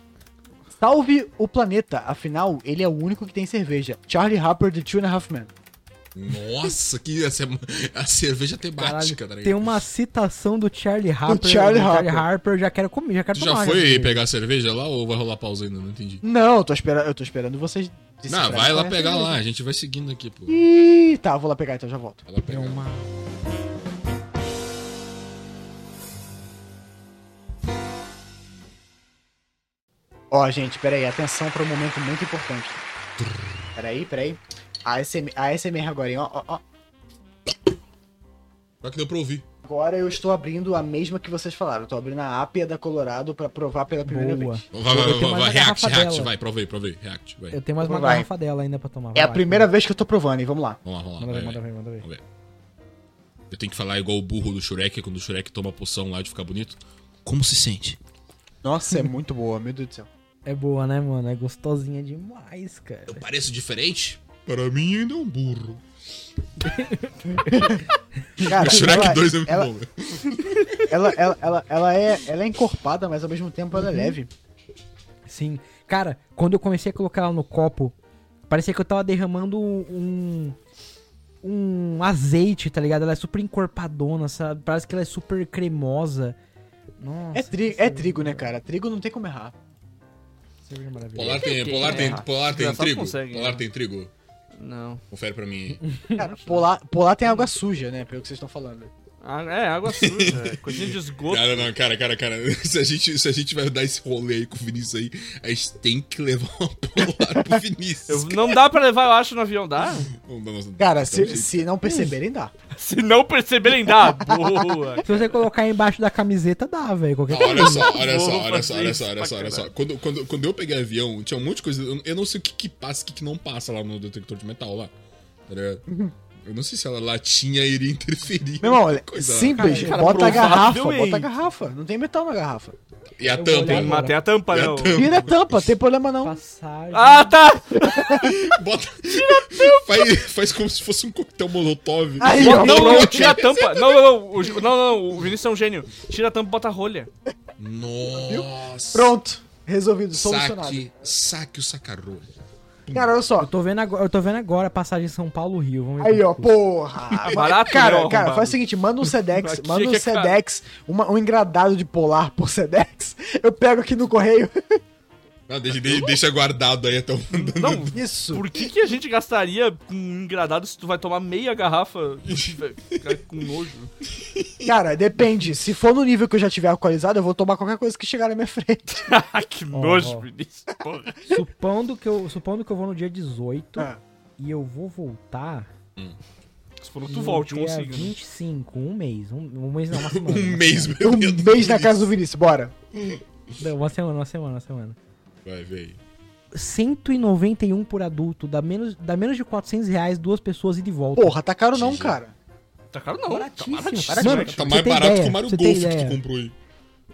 Salve o planeta, afinal, ele é o único que tem cerveja. Charlie Harper de Two and a Half Men.
Nossa, que essa é a cerveja
Caralho,
temática, tá
tem um
ligado?
uma citação do Charlie Harper.
Charlie Harper.
Harper, já quero comer, já quero
Tu já
tomar.
foi
né?
pegar a cerveja lá ou vai rolar pausa ainda? Não entendi.
Não, eu tô, espera, eu tô esperando vocês.
Não,
decifrarem
vai
qual
lá
é a
pegar
cerveja.
lá, a gente vai seguindo aqui, pô.
Ih, tá, vou lá pegar então, já volto.
Vai lá pegar.
É uma...
Ó, gente, peraí, atenção pra um momento muito importante. Peraí, peraí. ASM, ASMR agora, hein? Ó, ó, ó.
Só que deu pra ouvir.
Agora eu estou abrindo a mesma que vocês falaram. Eu tô abrindo a Ápia da Colorado pra provar pela primeira
Boa.
vez.
Vai, vai, vai,
tenho
vai,
mais
vai,
a
react,
garrafa
react,
dela.
vai, prova aí, prova aí, react, vai.
Eu tenho mais uma
Vai.
garrafa dela ainda pra tomar.
É
vai
a
lá, então.
primeira vez que eu tô provando, hein? Vamos lá.
Vamos lá, vamos lá. vai,
Manda ver, manda
vai.
ver, manda ver.
Vamos ver. Eu tenho que falar igual o burro do Shurek, é quando o Shurek toma a poção lá de ficar bonito. Como se sente?
[LAUGHS] Nossa, é muito boa, meu [LAUGHS] Deus do céu.
É boa, né, mano? É gostosinha demais, cara.
Eu pareço diferente? Para mim ainda é um burro.
Cara,
O Shurek
ela,
2 é muito
ela-
bom, velho.
ela, ela, ela, ela é, ela é encorpada, mas ao mesmo tempo ela é leve.
Sim. Cara, quando eu comecei a colocar ela no copo, parecia que eu tava derramando um. Um azeite, tá ligado? Ela é super encorpadona, sabe? Parece que ela é super cremosa. Nossa.
É, tri, é trigo, né, cara? Trigo não tem como errar.
Cerveja maravilhosa.
Polar tem,
que-
polar tem,
é,
polar tem
engraçado
trigo?
consegue,
Polar
né?
tem trigo?
Não.
Confere pra mim.
[LAUGHS] Cara, polar, polar tem água suja, né? Pelo que vocês estão falando.
Ah, é, água suja. coisinha de esgoto.
Cara, não, cara, cara, [LAUGHS] cara. Se a, gente, se a gente vai dar esse rolê aí com o Vinícius aí, a gente tem que levar uma
[LAUGHS]
polar pro Vinícius.
Eu- não dá pra levar, eu acho, no avião, dá?
Não dá, não dá.
Cara,
Dá um
se,
jeito.
se não perceberem, dá.
Se não perceberem, dá. Boa.
Se você colocar embaixo da camiseta, dá, velho. Qualquer
Ah, olha só, olha
Vou
só, olha só,
fazer
olha
isso
só, olha
pra
só, olha só.
caralho.
Quando, quando, quando eu peguei avião, tinha um monte de coisa. Eu, eu não sei o que, que passa e o que, que não passa lá no detector de metal lá. Tá ligado? Eu não sei se ela latinha iria interferir.
Meu irmão, olha,
Coisa lá.
simples,
Cara, cara,
bota a garrafa,
provavelmente.
bota a garrafa. Não tem metal na garrafa.
E a
eu
tampa?
olhei-
Tem, mas tem a tampa,
E a
não.
[LAUGHS]
tampa?
Tira a tampa, tem problema não.
Passagem.
Ah, tá!
Bota. faz, faz como se fosse um coquetel molotov.
Aí, ó.
Bota- não, não,
Não,
tira a tampa. Não, não, não. O, não, não, o Vinícius é um gênio. Tira a tampa e bota a rolha.
Nossa.
Pronto, resolvido, solucionado.
Saque, saque o sacarolho.
Cara, olha só.
Eu tô vendo agora, eu tô vendo agora a passagem São Paulo-Rio. Vamos ver
Aí, ó,
quanto custa.
porra. Ah,
Barato, né,
cara,
ô
cara,
arrombado?
faz o seguinte,
[LAUGHS]
manda um Sedex,
Aqui
manda
é que
um
é caro.
Sedex, uma- um engradado de polar por Sedex. Eu pego aqui no
[LAUGHS]
correio.
Não, deixa, deixa, deixa guardado aí até o.
Não,
Isso.
por que, que a gente gastaria com um engradado se tu vai tomar meia garrafa Cara, com nojo? [LAUGHS]
Cara, depende. Se for no nível que eu já tiver alcoolizado, eu vou tomar qualquer coisa que chegar na minha
[LAUGHS]
frente.
que
Ó,
nojo,
ó.
Vinícius. Porra.
Supondo que eu, supondo que eu vou no dia 18
Ah,
e eu vou voltar
Se for, tu
no
volte,
dia
consiga. né?
25, um mês, um, um
[LAUGHS]
mês não, uma semana.
Um
uma
mês,
semana.
meu
um
Deus.
beijo na casa do Vinícius, bora.
Não, uma semana, uma semana, uma semana.
Vai, velho.
191 por adulto, dá menos, dá menos de 400 reais duas pessoas e de volta.
Porra, tá caro não,
GG.
cara.
Tá caro não.
Baratíssimo,
Tá baratíssimo.
baratíssimo.
Mano,
Tá
Você
mais
tem
barato
ideia?
que o Mario
Você
Golf
tem
que tu
ideia?
comprou aí.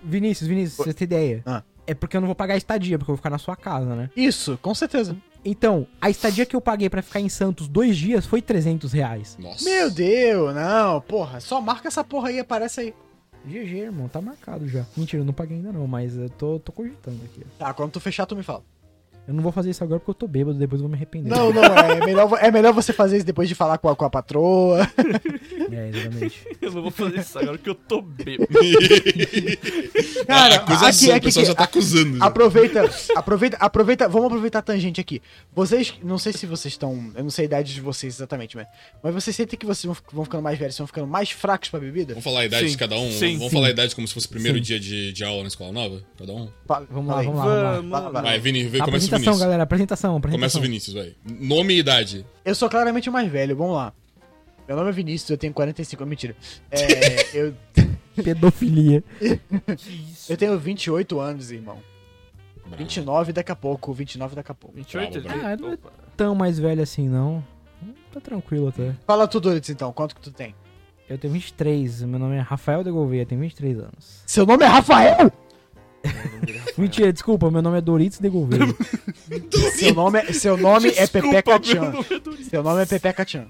Vinícius, Vinícius, você tem ideia?
Ah.
É porque eu não vou pagar estadia, porque eu vou ficar na sua casa, né?
Isso, com certeza.
Então, a estadia que eu paguei pra ficar em Santos dois dias foi 300 reais.
Nossa.
Meu Deus, não, porra. Só marca essa porra aí, aparece aí.
GG, irmão, tá marcado já. Mentira, eu não paguei ainda não, mas eu tô, tô cogitando aqui.
Tá, quando tu fechar, tu me fala.
Eu não vou fazer isso agora porque eu tô bêbado, depois eu vou me arrepender.
Não, não, [LAUGHS] é melhor, vo- é melhor você fazer isso depois de falar com a, com a patroa.
É,
[LAUGHS]
exatamente.
Eu não vou fazer isso agora que eu tô bêbado.
Cara,
acusação,
aqui,
É, o
aqui,
pessoal
aqui.
já tá acusando. já.
Aproveita, aproveita, aproveita, vamos aproveitar a tangente aqui. Vocês, não sei se vocês estão, eu não sei a idade de vocês exatamente, mas, mas vocês sentem que vocês vão, fi- vão ficando mais velhos, vão ficando mais fracos pra bebida?
Vamos falar a idade
Sim,
de cada um?
sim,
vamos
sim.
falar a idade como se fosse o primeiro
Sim.
dia de, de aula na escola nova? Cada um?
Fala-
Vamos
fala
lá,
aí.
vamos lá, vamos lá.
Vai, vai,
Vamos.
Vai, Vini, vê, [LAUGHS] começa o
apresentação,
Vinícius.
galera, apresentação,
Começa
apresentação.
o Vinícius, vai. Nome e idade.
Eu sou claramente o mais velho, vamos lá. Meu nome é Vinícius, eu tenho 45, mentira.
[LAUGHS]
É, eu,
Pedofilia.
Que isso?
eu tenho 28 anos, irmão.
Bravo.
29 daqui a pouco, 29 daqui a pouco.
28?
Bravo,
bravo.
Ah, não é- Opa.
Tão mais velho assim, não. Tá tranquilo até.
Fala tu, Doritz, então, quanto que tu tem?
Eu tenho 23, meu nome é Rafael de Gouveia, tenho 23 anos.
Seu nome é Rafael?
Mentira, desculpa, meu nome é Doritos de
[LAUGHS]
Gouveia.
Seu nome, é- seu nome é
Desculpa,
Pepeca
meu
Chan.
nome é Doritos.
Seu nome é Pepeca Chan.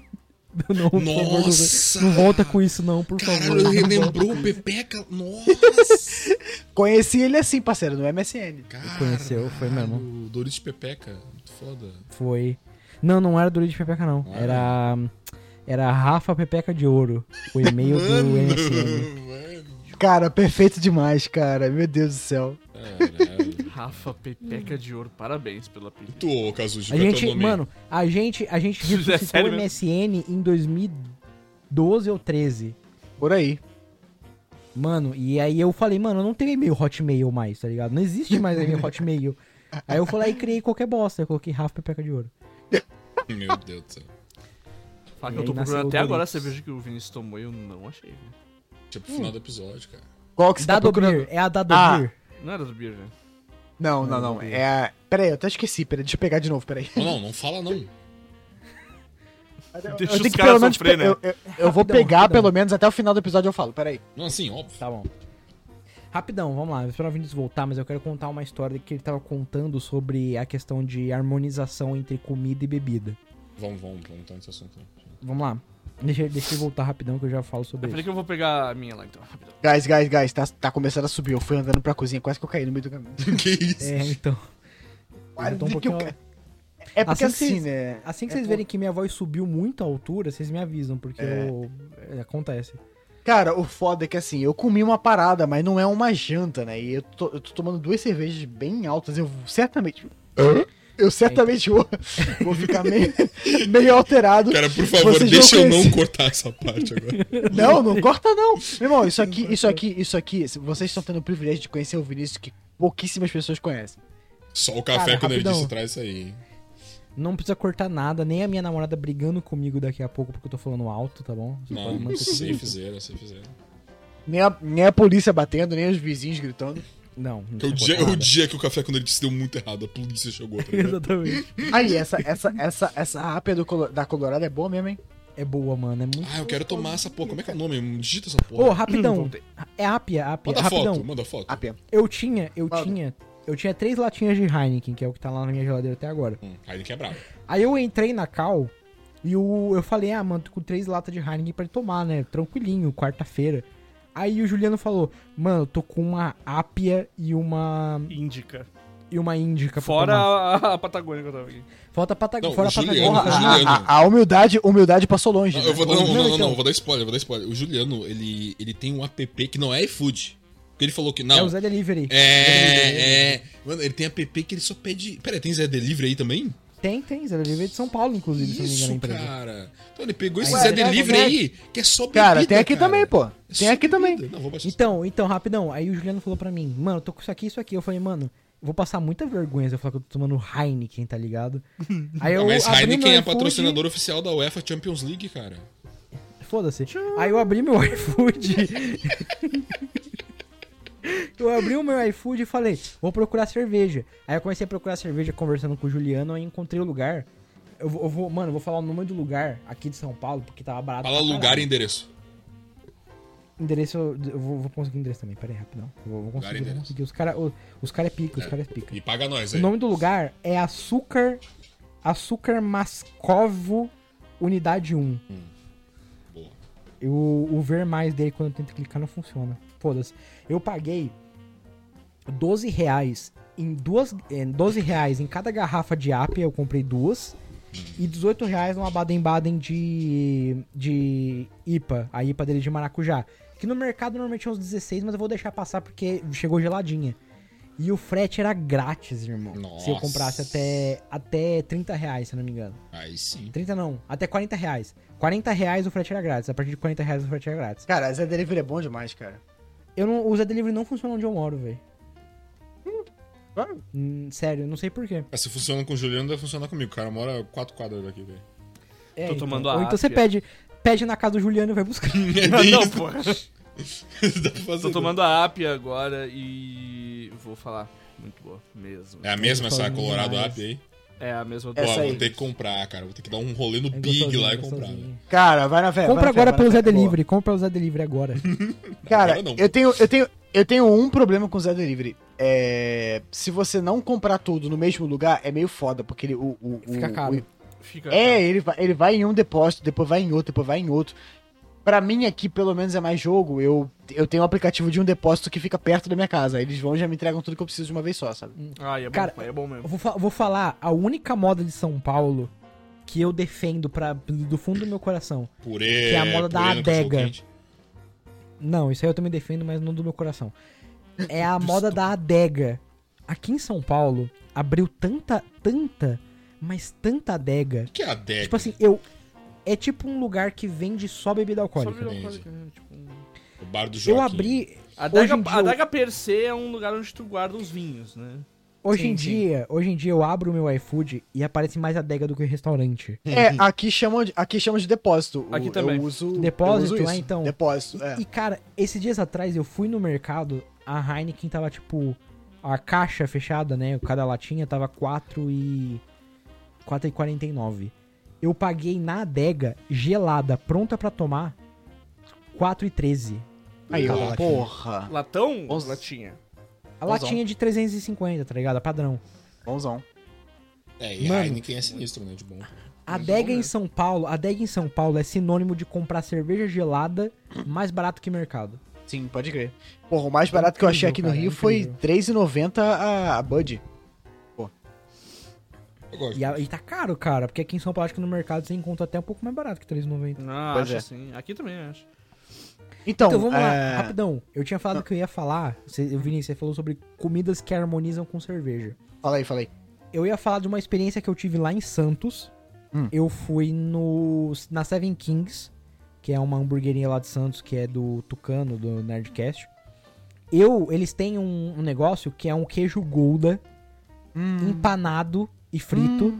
Não, por favor,
Nossa!
Gouveia. não volta com isso não, por
Caralho,
favor.
ele relembrou o Pepeca. Nossa!
Conheci ele assim, parceiro, no MSN.
Cara,
Conheceu, foi mesmo.
O Doritos Pepeca. Muito foda.
Foi. Não, não era Doritos de Pepeca não.
Ah.
Era era Rafa Pepeca de Ouro, o e-mail do MSN.
mano.
Cara, perfeito demais, cara. Meu Deus do céu.
Caralho.
Rafa Pepeca de Ouro, parabéns pela apelido.
Tu, ô, Kazuji,
A
qual é teu
gente,
nome?
mano, a gente a gente
Isso é
ressuscitou
sério
o MSN em 2012 ou 13.
Por aí.
Mano, e aí eu falei, mano, eu não tenho e-mail Hotmail mais, tá ligado? Não existe
[LAUGHS]
mais e-mail Hotmail. Aí eu falei, aí criei qualquer bosta, eu coloquei Rafa Pepeca de Ouro.
Meu Deus do céu.
Fala
E
que eu tô
aí nasceu
procurando
o
até agora a
Doritos.
cerveja que o Vinícius tomou e eu não achei. né?
Tinha pro Tipo, final do episódio, cara.
Qual que você tá
Dado
procurando?
Beer, é a Dado
Ah.
Beer.
Não era do Beer, né?
Não, não, não. É a... Pera aí, eu até esqueci. Pera aí, deixa eu pegar de novo, pera aí.
Não, não, não fala não.
Deixa
eu
os caras
pe-
sofrer, né?
Eu, eu- eu vou
Rapidão,
pegar,
rapidão.
pelo menos, até o final do episódio eu falo. Pera aí.
Não, assim, óbvio.
Tá bom. Rapidão, vamos lá. Eu Espero o Vinícius voltar, mas eu quero contar uma história que ele tava contando sobre a questão de harmonização entre comida e bebida.
Vamos, vamos, vamos entrar nesse assunto. né?
Vamos lá. Deixa, eu- deixa eu voltar rapidão que eu já falo sobre
Eu falei
isso.
que eu vou pegar a minha lá
[COUGHS]
então, rapidão.
Guys, guys, guys, tá, tá começando a subir. Eu fui andando pra cozinha, quase que eu caí no meio do caminho.
que isso?
É, então.
Quase
Eu tô um
que eu
pouquinho-
ca- É porque
Assim que
assim,
vocês-
né?
Assim que
É
vocês
por-
verem que minha voz subiu muito a altura, vocês me avisam, porque
É.
eu- é, acontece.
Cara, o foda é que assim, eu comi uma parada, mas não é uma janta, né? E eu tô, eu tô tomando duas cervejas bem altas, eu certamente. Eu certamente vou, [LAUGHS] vou ficar meio, meio alterado.
Cara, por favor,
Vocês vão
deixa eu não
conhecer.
cortar essa parte agora.
[LAUGHS] Não,
[LAUGHS]
não corta não. Meu irmão, isso aqui, isso aqui, isso aqui, se vocês estão tendo o privilégio de conhecer o Vinícius que pouquíssimas pessoas conhecem.
Só o café
Cara,
quando ele
rapidão.
disse traz isso aí.
Não precisa cortar nada, nem a minha namorada brigando comigo daqui a pouco porque eu tô falando alto, tá bom? Você pode
Não,
manter tudo
sei
isso.
fizeram, sei fizeram.
Nem a, nem a polícia batendo, nem os vizinhos gritando.
Não, não
É o,
precisa
dia, é
cortar
o
nada.
[LAUGHS] dia que o café quando ele disse deu muito errado, a polícia chegou. Tá
[LAUGHS]
ligado?
Exatamente.
Aí, essa, essa, essa, essa rápida do Colo- da Colorado é boa mesmo, hein?
É boa, mano, é muito.
ah, eu quero tomar essa porra. Como é que é o nome? Digita essa
Ô,
porra. Hum,
rapidão.
Voltei.
É Apia, Apia.
manda
rapidão.
foto, manda foto.
A pena.
Eu tinha, eu
Manda.
tinha. Eu tinha três latinhas de Heineken, que é o que tá lá na minha geladeira até agora.
Hum, aí ele
[LAUGHS]
quebrava.
Aí eu entrei na Cal e o, eu falei, ah, mano, tô com três latas de Heineken pra tomar, né? Tranquilinho, quarta-feira. Aí o Juliano falou, mano, tô com uma Apia e uma.
Índica.
e uma índica pra
Fora
tomar.
a, a Patagônia que eu tava aqui.
Falta a Patagônia.
Não,
Fora
o
a Patagônia.
Juliano,
Porra,
o
Ah,
Juliano.
a, a- a humildade, humildade passou longe.
Não,
né?
eu vou, não, não,
Não,
não, não,
então.
vou dar spoiler, vou dar spoiler. O Juliano, ele, ele tem um app que não é iFood. Porque ele falou que
É o
não.
Zé Delivery.
É, é. Mano, ele tem app que ele só pede. Pera, tem Zé Delivery aí também?
Tem, tem. Zé Delivery é de São Paulo, inclusive, se não
Isso,
me engano, a empresa.
cara. Então ele pegou esse
Ué,
Zé
é
Delivery
verdade.
aí, que é só bebida,
Cara, tem aqui
cara.
também, pô.
É
Tem
só
aqui também.
bebida. Não, vou baixar.
Então, então, rapidão. Aí o Juliano falou pra mim, mano, tô com isso aqui, isso aqui. Eu falei, mano, vou passar muita vergonha se eu falar que eu tô tomando Heineken,
[LAUGHS]
tá ligado? Aí eu
Mas
abri meu
Heineken é
iFood- Tá
patrocinador oficial da UEFA Champions League, cara.
Foda-se. Aí eu abri meu [LAUGHS] iFood. eu abri o meu iFood e falei, vou procurar cerveja. Aí eu comecei a procurar cerveja conversando com o Juliano, aí encontrei o lugar. Eu vou, eu vou- mano, eu vou falar o número do lugar aqui de São Paulo, porque tava barato.
Fala
pra
lugar
caralho.
e endereço.
Endereço, eu, eu vou, vou conseguir o endereço também, pera aí, rapidão. Eu vou, vou
Lugar e
conseguir, eu vou
endereço.
conseguir. Os caras os, os cara é pica, os caras é pica.
E paga nós
O
aí.
nome do lugar é Açúcar. Açúcar Mascovo Unidade 1.
Boa.
E o, o ver mais dele quando eu tento clicar não funciona. Foda-se. Eu paguei 12 reais em duas. Em 12 reais em cada garrafa de Apia, eu comprei duas. E 18 reais numa Baden-Baden de. de IPA, a IPA dele de maracujá. Que no mercado normalmente é uns 16, mas eu vou deixar passar porque chegou geladinha. E o frete era grátis, irmão. Se eu
Nossa.
comprasse até, até 30 reais, se eu não me engano.
Aí sim.
30 não, até 40 reais. 40 reais o frete era grátis. A partir de 40 reais o frete era grátis.
Cara, Zé Delivery é bom demais, cara.
Eu não, o Zé Delivery não funciona onde eu moro, velho.
claro.
Hum, sério, eu não sei porquê.
Ah, se funciona com o Juliano, deve funcionar comigo. O cara mora quatro quadras daqui, velho.
É,
Tô
então.
tomando a
Ou então você
Ápia.
pede, pede na casa do Juliano e
[LAUGHS]
vai buscar.
[LAUGHS] É
[LAUGHS] Não,
bem
não,
isso.
pô.
[LAUGHS] Dá pra fazer. né?
Tô tomando a Apia agora e vou falar. Muito boa, mesmo.
É a mesma essa
Gostosinho
Colorado
demais.
App aí?
É a mesma do
Pô,
Essa
vou
aí.
ter que comprar, cara. Vou ter que dar um rolê no
É
Big
gostosinho,
lá e comprar.
gostosinho.
né? é
Cara, vai na fé. vai
Compra
na fé,
agora
vai na
pelo
fé.
[LAUGHS]
Zé Delivery, compra o Zé Delivery agora.
Cara,
Agora não.
eu tenho, eu tenho, Eu tenho um problema com o Zé Delivery. É, se você não comprar tudo no mesmo lugar, é meio foda, porque ele, o, o-
Fica
o-
caro.
o-
Fica.
é, ele vai, ele vai em um depósito, depois vai em outro, depois vai em outro. Pra mim aqui, pelo menos, é mais jogo. Eu, eu tenho um aplicativo de um depósito que fica perto da minha casa. Eles vão e já me entregam tudo que eu preciso de uma vez só, sabe?
Ah, é bom,
Cara,
é bom mesmo.
Eu vou, fa- vou falar a única moda de São Paulo que eu defendo pra, do fundo do meu coração.
Purê.
Que é a moda da
purê no cachorro
adega.
quente.
Não, isso aí eu também defendo, mas não do meu coração. É [LAUGHS] a moda da adega. Aqui em São Paulo, abriu tanta, tanta, mas tanta adega.
O que é adega?
Tipo assim, eu. É tipo um lugar que vende só bebida
Só
alcoólica.
virou
Entendi.
coisa, né, tipo, um-
o bar do Joaquim.
Eu abri.
A
Hoje
Daga,
em dia
a
eu-
Daga per se é um lugar onde tu guarda os vinhos, né?
Hoje
Sim,
em
sim.
dia, hoje em dia eu abro o meu iFood e aparece mais adega do que restaurante.
É, [LAUGHS] aqui chamam de, aqui chamam de depósito.
Aqui
eu,
também.
Eu uso,
Depósito,
eu uso isso.
é, então.
Depósito, é.
E, e, cara, esses dias atrás eu fui no mercado, a Heineken tava tipo. A caixa fechada, né? Cada latinha tava 4 e. 4,49. Eu paguei na adega, gelada, pronta pra tomar, 4,13.
Aí,
cada
ó,
latinha.
porra.
Latão?
Onze.
Latinha.
A latinha de 350, tá ligado? A padrão.
Bonzão.
É, e
Mano.
Heineken é sinistro, né? De bom.
Adega
bom,
em
né?
São Paulo, adega em São Paulo é sinônimo de comprar cerveja gelada mais barato que mercado.
Sim, pode crer. Porra, o mais barato que eu achei aqui no Rio
Incrível, cara,
foi R$3,90 a, a Bud.
Eu gosto.
E, a- e tá caro, cara, porque aqui em São Paulo acho que no mercado você encontra até um pouco mais barato que 3,90.
Não,
Pois
acho
é.
assim. Aqui também acho.
Então,
Então vamos
é, ah.
lá, rapidão. Eu tinha falado que eu ia falar, você, eu, Vinícius, você falou sobre comidas que harmonizam com cerveja.
Fala aí, fala aí.
Eu ia falar de uma experiência que eu tive lá em Santos.
Hum.
Eu fui no na Seven Kings, que é uma hamburguerinha lá de Santos, que é do Tucano, do Nerdcast. Eu, eles têm um, um negócio que é um queijo Gouda empanado e frito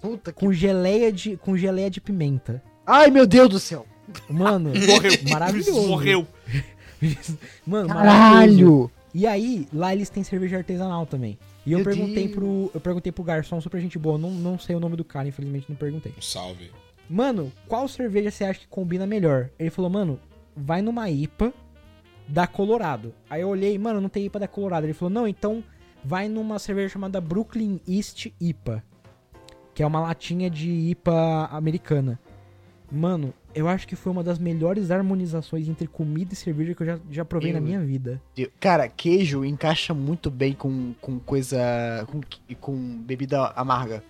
Puta Hum. que.
com geleia de com geleia de pimenta.
Ai, meu Deus do céu! [LAUGHS]
Mano, maravilhoso.
Morreu.
Mano, maravilhoso.
Caralho!
E aí, lá eles têm cerveja artesanal também. E eu
Meu
perguntei
Deus.
pro. Eu perguntei pro garçom, super gente boa, não, não sei o nome do cara, infelizmente não perguntei.
Um
É
salve.
Mano, qual cerveja você acha que combina melhor? Ele falou, mano, vai numa IPA da Colorado. Aí eu olhei, mano, não tem IPA da Colorado. Ele falou, não, então vai numa cerveja chamada Brooklyn East IPA. Que é uma latinha de IPA americana. Mano, eu acho que foi uma das melhores harmonizações entre comida e cerveja que eu já, já provei na
Eu-
minha vida.
Deu- Cara, queijo encaixa muito bem com, com coisa. Com, que- com bebida amarga.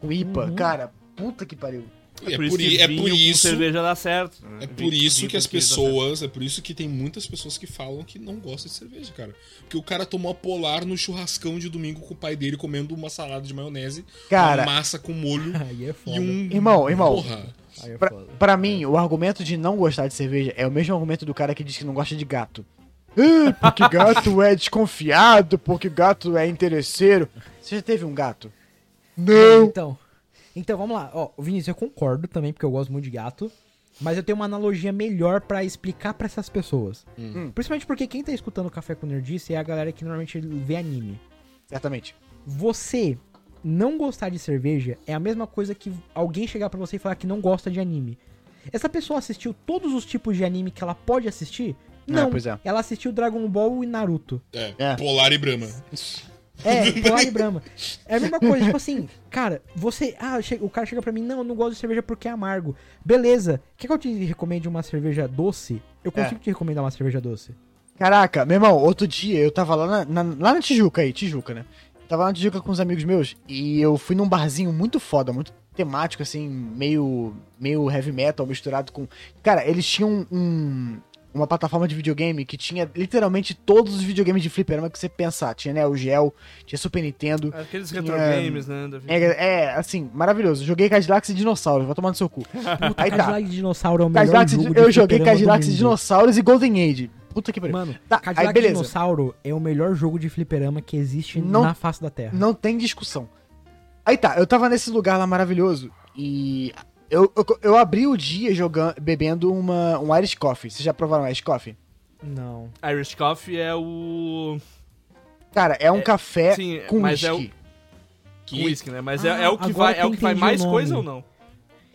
Com IPA.
Uhum.
Cara, puta que pariu.
E É por, i-
que
é
vinho
por
com
isso.
cerveja dá certo. né?
É
Vinho
por
com né,
isso
vinho
que
com
as
queijo dá
pessoas, é por isso que tem muitas pessoas que falam que não gostam de cerveja, cara. Porque o cara tomou a polar no churrascão de domingo com o pai dele comendo uma salada de maionese,
Cara,
uma massa com
[LAUGHS]
molho
[LAUGHS] Aí é foda.
e um.
Irmão, irmão.
Porra.
Aí é
pra,
foda.
pra mim, o argumento de não gostar de cerveja é o mesmo argumento do cara que diz que não gosta de gato. Ah, porque gato é desconfiado, porque gato é interesseiro. Você já teve um gato? Não!
Então, então vamos lá. Ó, Vinícius, eu concordo também, porque eu gosto muito de gato. Mas eu tenho uma analogia melhor pra explicar pra essas pessoas.
Hum.
Principalmente porque quem tá escutando o Café com Nerdice é a galera que normalmente vê anime.
Certamente.
Você não gostar de cerveja é a mesma coisa que alguém chegar pra você e falar que não gosta de anime. Essa pessoa assistiu todos os tipos de anime que ela pode assistir? Não.
pois é.
Ela assistiu Dragon Ball e Naruto.
É,
É.
Polar e Brahma.
[LAUGHS]
É, Polar e Brahma. É a mesma coisa, tipo assim, cara, você. Ah, che- o cara chega pra mim, não, eu não gosto de cerveja porque é amargo. Beleza, quer que eu te recomende uma cerveja doce? Eu
É.
consigo te recomendar uma cerveja doce.
Caraca, meu irmão, outro dia eu tava lá na, na- lá na Tijuca aí, Tijuca, né? Tava lá na Tijuca com uns amigos meus e eu fui num barzinho muito foda, muito temático, assim, meio, meio heavy metal misturado com. Cara, eles tinham um- uma plataforma de videogame que tinha literalmente todos os videogames de fliperama que você pensar. Tinha Neo Geo, tinha Super Nintendo.
certo. Aqueles retro
É.
games, né? da vida.
É, é, assim, maravilhoso. Joguei Cadillacs e Dinossauros, vai tomar no seu cu.
Puta,
Aí tá.
Cadillac e Dinossauro é o melhor
Cadillacs, e
jogo
Di-
de
eu joguei
fliperama do
Cadillacs e
mundo.
Dinossauros e Golden Age. Puta que pariu.
Mano,
Tá, aí
Cadillac e
beleza.
Dinossauro é o melhor jogo de fliperama que existe
Não-
na face da Terra.
Não tem discussão. Aí tá, eu tava nesse lugar lá maravilhoso e eu, eu, eu abri o dia jogando, bebendo uma, um Irish Coffee. Vocês já provaram Irish Coffee?
Não.
Irish Coffee é o.
Cara, é um café
sim,
com
mas é o-
whisky.
Com whisky, né? Mas
Ah,
é, é o que
agora
vai,
que
é
eu
o que vai
entendi o
mais
nome.
coisa ou não?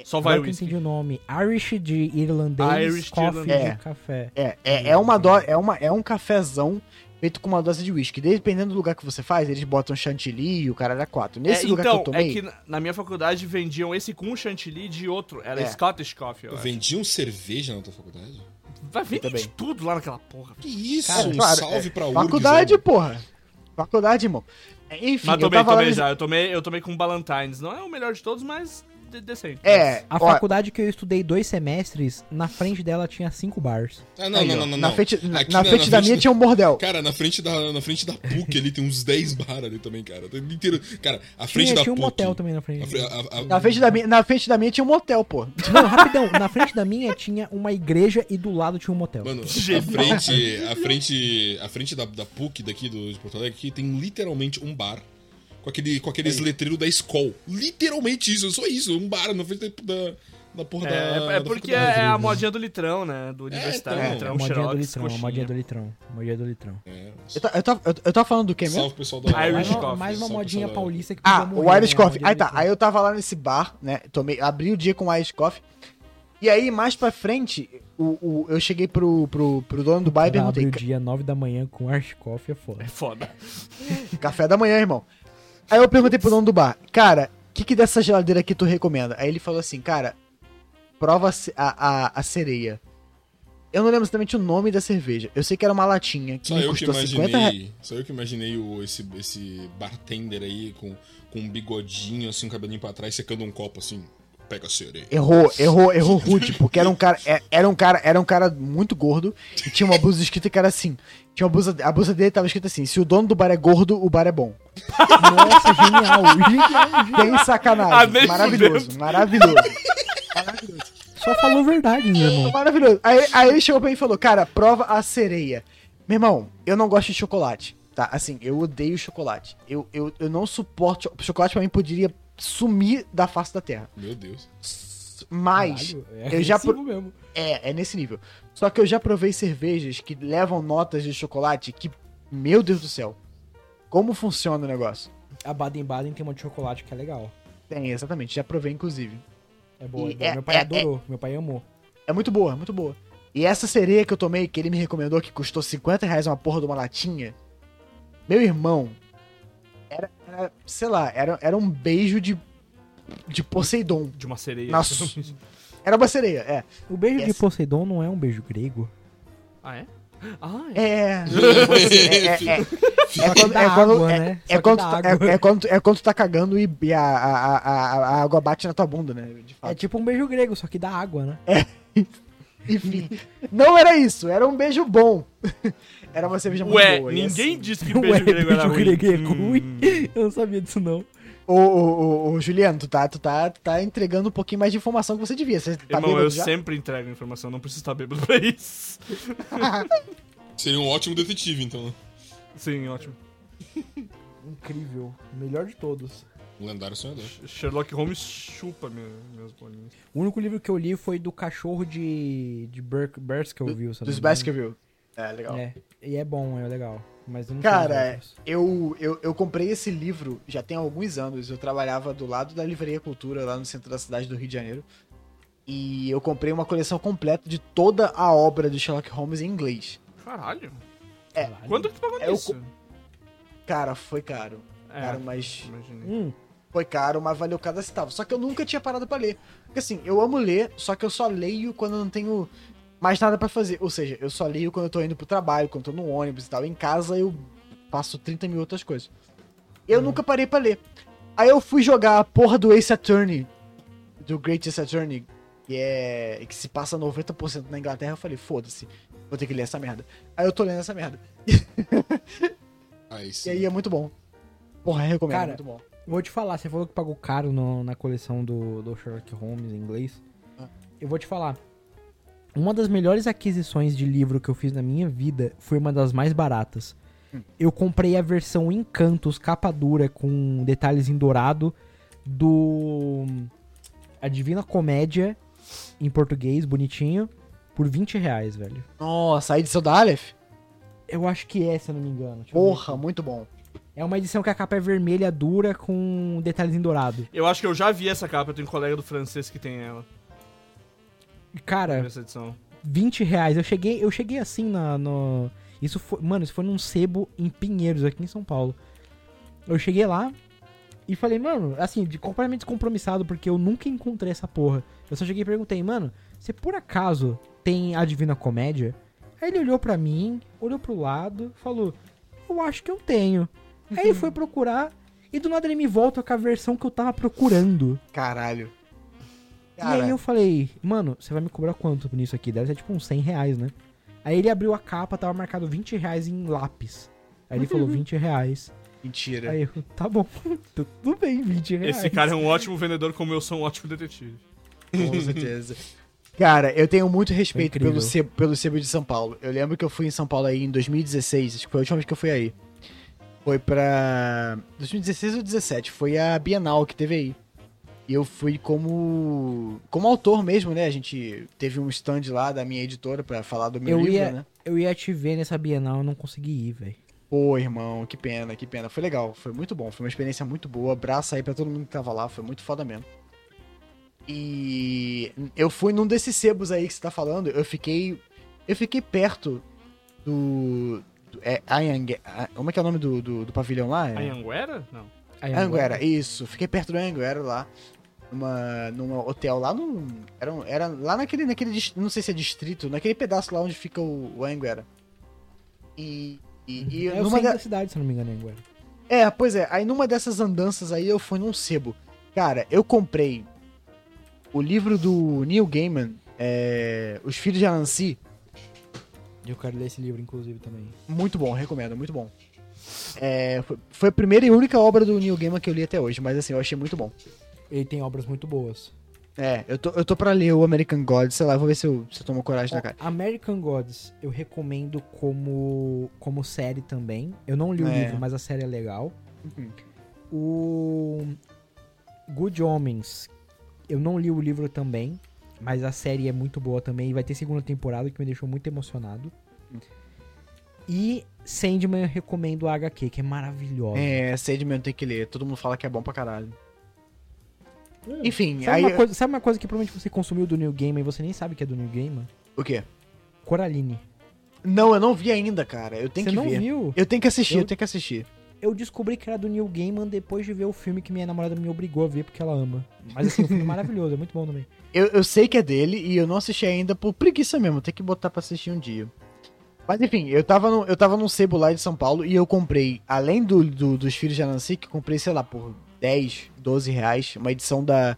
Só vai
Agora que eu entendi
whisky.
o nome. Irish de irlandês,
Irish de
coffee de,
irlandês.
café.
É, é, é, uma do, é, uma, é um cafezão feito com uma dose de uísque. Dependendo do lugar que você faz, eles botam chantilly e o caralho é quatro. Nesse
É,
lugar
então,
que eu tomei.
é que na- na minha faculdade vendiam esse com chantilly de outro. Era
É.
Scottish Coffee, eu
Eu
acho.
vendiam cerveja na tua faculdade?
Vai vender
também.
de tudo lá naquela porra.
Que isso,
Cara,
um
claro, é,
salve pra URGS.
Faculdade,
aí.
porra. Faculdade, irmão. Enfim,
Mas
eu
tomei,
tava lá
tomei
nesse-
já. Eu tomei, eu tomei com Ballantines. Não é o melhor de todos, mas de- decente.
É,
A
ó,
faculdade que eu estudei dois semestres, na frente dela tinha cinco bars.
Ah, não,
aí,
não,
ó,
não, não,
Na
não. é
frente, na,
Aqui
na frente da minha tinha um bordel.
Cara, na frente da, na frente da PUC ali tem uns 10 bar ali também, cara. Tem inteiro... Cara, a frente
Tinha,
da
tinha um
PUC...
motel também na frente.
A fre- a- a-
Na frente, da minha, na frente da minha tinha um motel, pô.
Não, rapidão. Na frente da minha tinha uma igreja e do lado tinha um motel.
Mano, a
Genial.
frente, a frente, a frente da, da PUC daqui do, de Porto Alegre aqui tem literalmente um bar com, aquele, com aqueles
É.
letreiros da escola. Literalmente isso, só isso, um bar na frente da, da, da porra
É,
da.
é
da
porque
faculdade.
é a modinha do litrão, né? Do universitário,
então.
É,
litrão,
a modinha do
um xerox,
litrão, a
coxinha.
modinha do litrão. a modinha do litrão.
É,
Eu, ta- eu tava, eu, eu tava falando do quê
um
mesmo?
Salve pessoal da
Irish
é mais, uma-
Coffee,
mais uma
salve,
modinha
pessoal da-
paulista que
Ah,
podia morrer,
o Irish
né?
Coffee.
Modinha
Aí
do
tá,
litrão.
aí eu tava lá nesse bar, né? Tomei, abri o dia com o Irish Coffee. E aí, mais pra frente, o, o- eu cheguei pro, pro, pro dono do bar e
Cara, abre
perguntei:
o dia 9 da manhã com Irish Coffee é foda.
É [LAUGHS] foda.
Café da manhã, irmão. Aí eu perguntei pro dono do bar, cara, o que, que dessa geladeira aqui tu recomenda? Aí ele falou assim, cara, prova a, ce- a, a- a sereia. Eu não lembro exatamente o nome da cerveja. Eu sei que era uma latinha que
Só
me
eu que
custou 50 reais.
imaginei. Só eu que imaginei o, esse, esse bartender aí com, com um bigodinho, assim, um cabelinho pra trás, secando um copo assim. Pega a sereia.
Errou, errou, errou rude, porque era um cara, é- era um cara, era um cara muito gordo e tinha uma blusa escrita que era assim. Tinha uma blusa, a blusa dele tava escrita assim: se o dono do bar é gordo, o bar é bom.
Nossa, genial. [LAUGHS] genial.
Tem
Ah,
sacanagem.
nem
maravilhoso, maravilhoso. Maravilhoso.
Só falou verdade, meu irmão.
Maravilhoso. Aí, aí ele chegou pra mim e falou, cara, prova a sereia. Meu irmão, eu não gosto de chocolate, tá? Assim, eu odeio chocolate. Eu, eu, eu não suporto... cho- Chocolate pra mim poderia sumir da face da terra.
Meu Deus.
Mas,
Caralho, é
eu já...
agressivo
pro-
mesmo.
É, é nesse nível. Só que eu já provei cervejas que levam notas de chocolate que... Meu Deus do céu. Como funciona o negócio?
A Baden-Baden tem uma de chocolate que é legal.
Tem, exatamente. Já provei, inclusive.
É boa, é
E
boa.
é-
meu pai
é-
adorou, meu pai amou.
É muito boa, é muito boa. E essa sereia que eu tomei, que ele me recomendou, que custou 50 reais uma porra de uma latinha, meu irmão, era, era, sei lá, era, era um beijo de, de Poseidon.
De uma sereia.
Nossa. Era uma sereia, é.
O beijo
Yes.
de Poseidon não é um beijo grego.
ah, é? Ah, é.
É. É, é, é. É quando- é quando- é-
né?
é
Só que
quando
dá
tu tá-
água.
é- é quando- é quando tu tá cagando e, e a, a, a, a- a água bate na tua bunda, né? De
É
fato.
tipo um beijo grego, só que dá água, né?
Enfim. [LAUGHS] Não era isso, era um beijo bom. [LAUGHS] Era uma cerveja É muito
É, Ué,
boa. e assim,
ninguém disse que
[LAUGHS] Ué,
beijo grego era ruim.
beijo grego é
Hum.
ruim. [LAUGHS] Eu não sabia disso, não.
Ô, ô, ô, ô, Juliano, tu tá, tu, tá, tu tá entregando um pouquinho mais de informação que você devia. Você tá
Irmão, eu
bêbado já?
sempre entrego informação, não preciso estar bêbado pra isso.
Seria um ótimo detetive, então.
Sim, ótimo.
Incrível. Melhor de todos.
Um lendário sonhador.
Sherlock Holmes chupa minha, minhas bolinhas.
O único livro que eu li foi do cachorro de, de Burke, Baskerville, sabe?
Dos Baskerville. É, legal.
É, e é bom, é legal. Mas eu não
Cara,
sei os outros.
Eu, eu, eu comprei esse livro já tem alguns anos. Eu trabalhava do lado da Livraria Cultura, lá no centro da cidade do Rio de Janeiro. E eu comprei uma coleção completa de toda a obra do Sherlock Holmes em inglês.
Caralho.
é,
Caralho.
Quanto que tu pagou
É, eu
nisso?
Cara, foi caro. Cara,
É,
mas
imaginei.
Hum,
foi caro, mas valeu cada centavo. Só que eu nunca tinha parado pra ler. Porque assim, eu amo ler, só que eu só leio quando eu não tenho mais nada pra fazer. Ou seja, eu só leio quando eu tô indo pro trabalho, quando eu tô no ônibus e tal. Em casa eu faço 30 mil outras coisas. Eu nunca parei pra ler. Aí eu fui jogar a porra do Ace Attorney, do Great Ace Attorney, que é. que se passa 90% na Inglaterra. Eu falei, foda-se, vou ter que ler essa merda. Aí eu tô lendo essa merda.
Aí
E
sim.
aí é muito bom. Porra, eu recomendo,
Cara,
é muito bom.
Vou te falar, você falou que pagou caro no- na coleção do, do Sherlock Holmes em inglês.
Ah.
Eu vou te falar. Uma das melhores aquisições de livro que eu fiz na minha vida foi uma das mais baratas. Eu comprei a versão em cantos, capa dura, com detalhes em dourado, do. A Divina Comédia, em português, bonitinho, por 20 reais, velho.
Nossa, a edição da Aleph?
Eu acho que é, se eu não me engano. Deixa eu ver.
Porra, muito bom.
É uma edição que a capa é vermelha dura com detalhes em dourado.
Eu acho que eu já vi essa capa, eu tenho um colega do francês que tem ela,
E, Cara,
nessa edição.
20 reais. Eu cheguei, eu cheguei assim na. No... Isso foi. Mano, isso foi num sebo em Pinheiros, aqui em São Paulo. Eu cheguei lá e falei, mano, assim, de completamente descompromissado, porque eu nunca encontrei essa porra. Eu só cheguei e perguntei, mano, você por acaso tem a Divina Comédia? Aí ele olhou pra mim, olhou pro lado, falou, eu acho que eu tenho. Aí ele foi procurar e do nada ele me volta com a versão que eu tava procurando.
Caralho.
E aí eu falei, mano, você vai me cobrar quanto nisso aqui? Deve ser tipo uns 100 reais, né? Aí ele abriu a capa, tava marcado 20 reais em lápis. Aí ele falou 20 reais.
Mentira.
Aí eu, tá bom, [LAUGHS] tudo bem, 20 reais.
É. Esse cara é um ótimo vendedor, como eu sou um ótimo detetive.
Com certeza. Cara, eu tenho muito respeito
Incrível.
pelo sebo, pelo sebo de São Paulo. Eu lembro que eu fui em São Paulo aí em 2016, acho que foi a última vez que eu fui aí. Foi pra. 2016 ou 2017, foi a Bienal que teve aí. E eu fui como. como autor mesmo, né? A gente teve um stand lá da minha editora pra falar do meu
Eu
livro,
ia-
né?
Eu ia te ver nessa Bienal, eu não consegui ir, velho.
Pô, irmão, que pena, que pena. Foi legal, foi muito bom, foi uma experiência muito boa. Abraço aí pra todo mundo que tava lá, foi muito foda mesmo. E eu fui num desses sebos aí que você tá falando, eu fiquei. Eu fiquei perto do. do- é, Anhangue- ah, como é que é o nome do, do, do pavilhão lá?
A
É-
Anguera? Não.
Aí
Anguera, isso. Fiquei perto do Anguera lá. Numa, num hotel lá num. Era, um- era lá naquele, naquele. dis- Não sei se é distrito, naquele pedaço lá onde fica o, o Anguera. E. E, e
É o
numa
centro
da-
da cidade, se eu não me engano, é Anguera.
é, pois é. Aí numa dessas andanças aí eu fui num sebo. Cara, eu comprei o livro do Neil Gaiman, é, Os Filhos de Anansi.
Eu quero ler esse livro, inclusive, também.
Muito bom, recomendo, muito bom. É, foi, foi a primeira e única obra do Neil Gaiman que eu li até hoje, mas assim, eu achei muito bom.
Ele tem obras muito boas.
É, eu tô, eu tô pra ler o American God, sei lá, eu vou ver se eu, se eu tomo coragem na cara.
Ó, American Gods, eu recomendo como, como série também. Eu não li o
É.
livro, mas a série é legal.
Uhum.
O Good Homens, eu não li o livro também, mas a série é muito boa também. E vai ter segunda temporada que me deixou muito emocionado.
Uhum.
E Sandman eu recomendo a HQ, que é maravilhosa.
É, Sandman tem que ler, todo mundo fala que é bom pra caralho. Enfim,
É. Sabe,
aí.
uma coisa, sabe uma coisa que provavelmente você consumiu do New Gaiman e você nem sabe que é do New Gaiman?
O quê?
Coraline.
Não, eu não vi ainda, cara. Eu tenho
você
que
não
ver.
viu?
Eu tenho que assistir,
Eu-
eu tenho que assistir.
Eu descobri que era do New Gaiman depois de ver o filme que minha namorada me obrigou a ver porque ela ama. Mas assim, o filme é maravilhoso, é muito bom também.
Eu, eu sei que é dele e eu não assisti ainda por preguiça mesmo. Tem que botar pra assistir um dia. Mas enfim, eu tava, no, eu tava num sebo lá de São Paulo e eu comprei, além do, do- dos filhos de Anansi, que eu comprei, sei lá, por 10, 12 reais, uma edição da.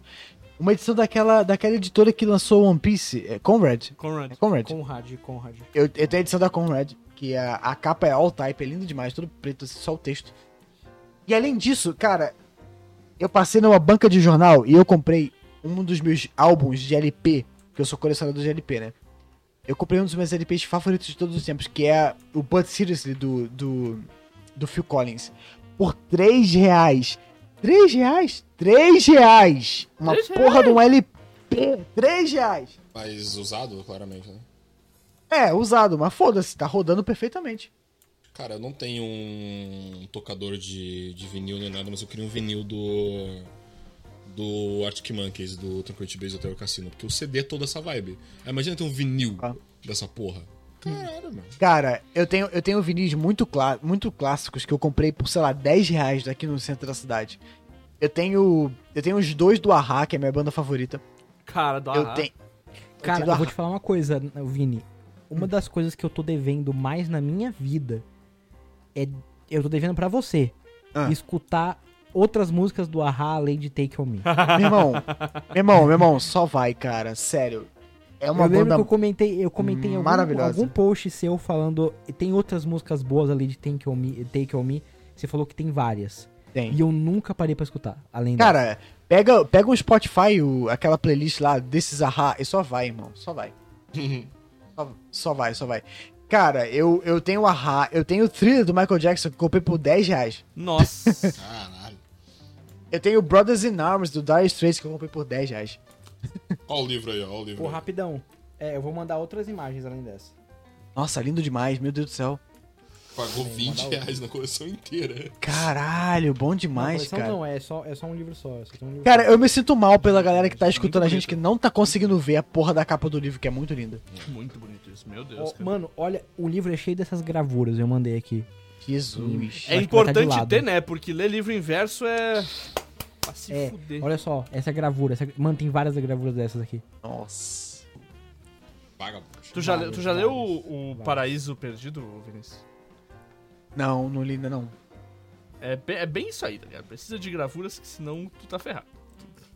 Uma edição daquela, daquela editora que lançou One Piece, é Conrad.
Conrad.
É [LAUGHS] Conrad.
Conrad, Conrad.
Eu, eu tenho a edição da Conrad, que a, a capa é all type, é lindo demais, tudo preto, assim, só o texto. E além disso, cara, eu passei numa banca de jornal e eu comprei um dos meus álbuns de LP, que eu sou colecionador de LP, né? Eu comprei um dos meus LPs favoritos de todos os tempos, que é o But Seriously, do, do, do Phil Collins. Por 3 reais. 3 reais? 3 reais! Uma
Três
porra de um LP. 3 reais!
Mas usado, claramente, né?
É, usado, mas foda-se, tá rodando perfeitamente.
Cara, eu não tenho um tocador de, de vinil nem nada, mas eu queria um vinil do. Do Arctic Monkeys, do Tranquility Base Hotel Cassino, porque o CD é toda essa vibe. Aí imagina ter um vinil
Ah. Hum.
dessa porra. Caralho, mano.
Cara, eu tenho, eu tenho vinis muito, clá- muito clássicos que eu comprei por, sei lá, 10 reais daqui no centro da cidade. Eu tenho. Eu tenho os dois do Ahá, que é minha banda favorita.
Cara, do
Eu
Ahá.
tenho.
Cara,
do
eu
Ahá.
vou te falar uma coisa, Vini.
Hum.
Uma das coisas que eu tô devendo mais na minha vida é. Eu tô devendo pra você
Ah.
escutar outras músicas do Ahá além de Take On Me.
Meu irmão, meu irmão, meu irmão, só vai, cara. Sério. [LAUGHS] É uma
eu lembro
banda.
que eu comentei, eu comentei em algum,
maravilhosa.
algum post seu falando. Tem outras músicas boas além de Take On Me. Take On Me. Você falou que tem várias.
Tem.
E eu nunca parei pra escutar. Além dessa.
Cara, pega, pega um Spotify, o- aquela playlist lá desses Ahá, e só vai, irmão. Só vai. Só- Só vai, só vai. Cara, eu, eu tenho o Ahá, eu tenho o thriller do Michael Jackson que eu comprei por 10 reais.
Nossa.
Caralho.
Eu tenho Brothers in Arms do Dire Straits que eu comprei por 10 reais.
Olha o livro aí, ó, olha o livro.
Pô,
aí.
rapidão. É, eu vou mandar outras imagens além dessa.
Nossa, lindo demais, meu Deus do céu.
Pagou 20
mandar o-
reais na coleção inteira.
Caralho, bom demais,
coleção
cara.
Não, é só, é só um livro só. é só um livro
Cara,
só.
eu me sinto mal pela galera que tá escutando a gente que não tá conseguindo ver a porra da capa do livro, que é muito linda.
Muito bonito isso, meu
Ó,
Deus. cara.
mano, olha, o livro é cheio dessas gravuras, eu mandei aqui.
Jesus.
é
acho que vai tá de
importante
lado.
ter, né? Porque ler livro em verso é. Pra se
É,
fuder.
Olha só, essa gravura. Essa... Mano, tem várias gravuras dessas aqui.
Nossa.
Paga,
Tu já,
vários,
tu já leu
vários,
o, o
vários.
Paraíso Perdido, Vinícius?
Não, não li ainda não.
É bem, é bem isso aí, tá ligado? Precisa de gravuras que senão tu tá ferrado.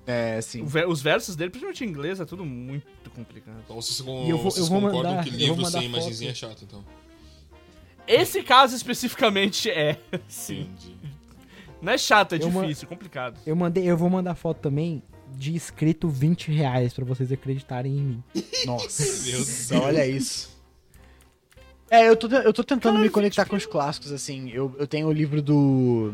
É, [LAUGHS]
O
sim.
ve- os versos dele, principalmente em inglês, é tudo muito complicado.
Então vocês, con-
E eu vou-
vocês
eu vou
concordam
mandar-
que
eu vou
livro
mandar
sem imagenzinha é chato, então.
Esse caso especificamente é. [LAUGHS] Sim.
Entendi.
Não é chato, é
Eu ma-
difícil, complicado.
Eu mandei, eu vou mandar foto também de escrito 20 reais pra vocês acreditarem em mim.
Nossa. Então,
Meu Deus.
Olha isso. É, eu tô, eu tô tentando me conectar com os clássicos, assim. Eu, eu tenho o livro do.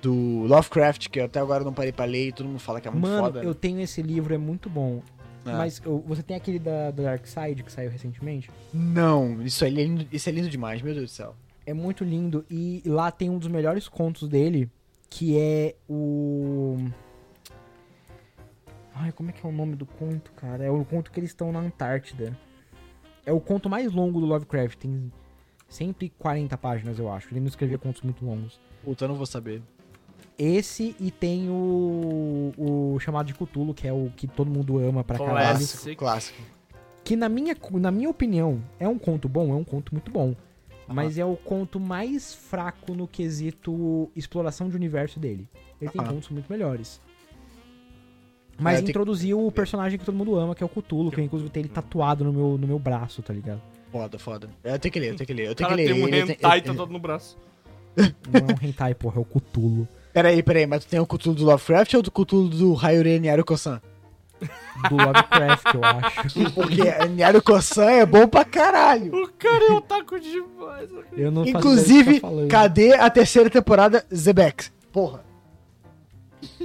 Do Lovecraft, que eu até agora não parei pra ler e todo mundo fala que é muito
Mano,
foda.
eu tenho esse livro, é muito bom.
né?
Mas eu- você tem aquele da, da Dark Side que saiu recentemente?
Não, isso é, lindo, isso é lindo demais, meu Deus do céu.
É muito lindo e lá tem um dos melhores contos dele, que é o Ai, como é que é o nome do conto, cara? É o conto que eles estão na Antártida. É o conto mais longo do Lovecraft, tem 140 páginas, eu acho. Ele não escrevia contos muito longos.
Puta, eu não vou saber.
Esse e tem o, o chamado de Cthulhu, que é o que todo mundo ama pra
Classic.
caralho.
Clássico, clássico.
Que na minha, na minha opinião, é um conto bom, é um conto muito bom. Mas é o conto mais fraco no quesito exploração de universo dele. Ele tem
Aham.
contos muito melhores. Mas
É, tem-
introduziu o personagem que todo mundo ama, que é o Cthulhu, que eu inclusive tenho ele tatuado no meu, no meu braço, tá ligado?
Foda, foda. Eu tenho que ler, eu tenho que ler. Eu
O
tenho
cara
que ler.
tem um
ele, eu tenho-
hentai
eu- eu-
tatuado no braço.
Não é um hentai, porra, é o Cthulhu.
Peraí, peraí, mas tu tem o Cthulhu do Lovecraft ou do Cthulhu do Hayuri Nyaru-Kosan?
Do Lovecraft, eu acho.
Porque [LAUGHS] Nyaru-Kosan é bom pra caralho.
O cara é um taco demais. cara.
Eu não faço ideia do
Inclusive,
que tá falando.
cadê a terceira temporada Zebex? Porra.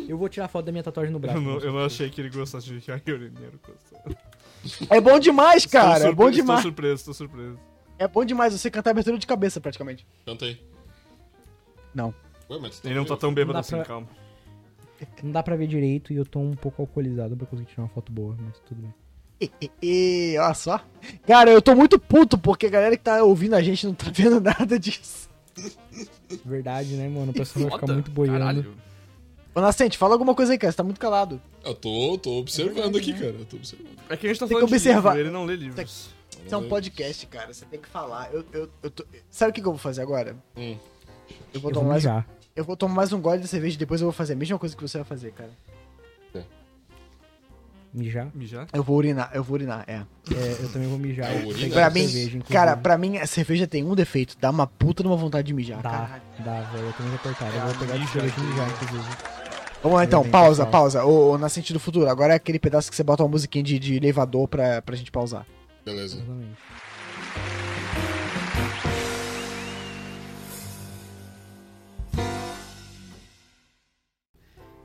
Eu vou tirar foto da minha tatuagem no braço.
Eu não, eu não achei que ele gostasse de Hayorineiro.
É bom demais, cara. é bom
Estou
demais.
surpreso, tô surpreso.
É bom demais você cantar abertura de cabeça, praticamente.
Canta aí.
Não.
Ué, mas tu
Ele não tá
vivo?
tão bêbado
Não dá
assim,
pra-
calma.
Não dá pra ver direito e eu tô um pouco alcoolizado pra conseguir tirar uma foto boa, mas tudo bem.
E, olha só. Cara, eu tô muito puto porque a galera que tá ouvindo a gente não tá vendo [LAUGHS] nada disso.
Verdade, né, mano? O pessoal vai ficar
Foda,
muito boiando.
Caralho.
Ô, Nascente, fala alguma coisa aí, cara. Você tá muito calado.
Eu tô, tô observando
né?
aqui, cara. Eu tô observando.
É que a gente tá
Tem que
falando de
observar.
livro, ele não lê livros.
Isso é um podcast, cara. Você tem que falar. Eu, eu, eu tô... Sabe o que que eu vou fazer agora?
Hum.
Eu vou tomar
Eu vou
mais
mijar.
Eu vou tomar mais um gole de cerveja e depois eu vou fazer a mesma coisa que você vai fazer, cara.
Mijar?
Mijar?
Eu vou urinar, eu vou urinar, é.
É, eu também vou mijar.
É,
Eu vou
urina.
pegar
Pra
uma
mim,
cerveja, inclusive.
cara, pra mim a cerveja tem um defeito, dá uma puta numa vontade de mijar,
Dá,
cara.
dá, velho. Eu também vou cortar. Eu vou pegar de
mija,
cerveja e
cara.
mijar, inclusive.
Vamos lá então,
Tudo bem,
pausa,
pessoal.
pausa. Ô, ô, Nascente do Futuro, agora é aquele pedaço que você bota uma musiquinha de, de elevador pra, pra gente pausar.
Beleza.
Exatamente.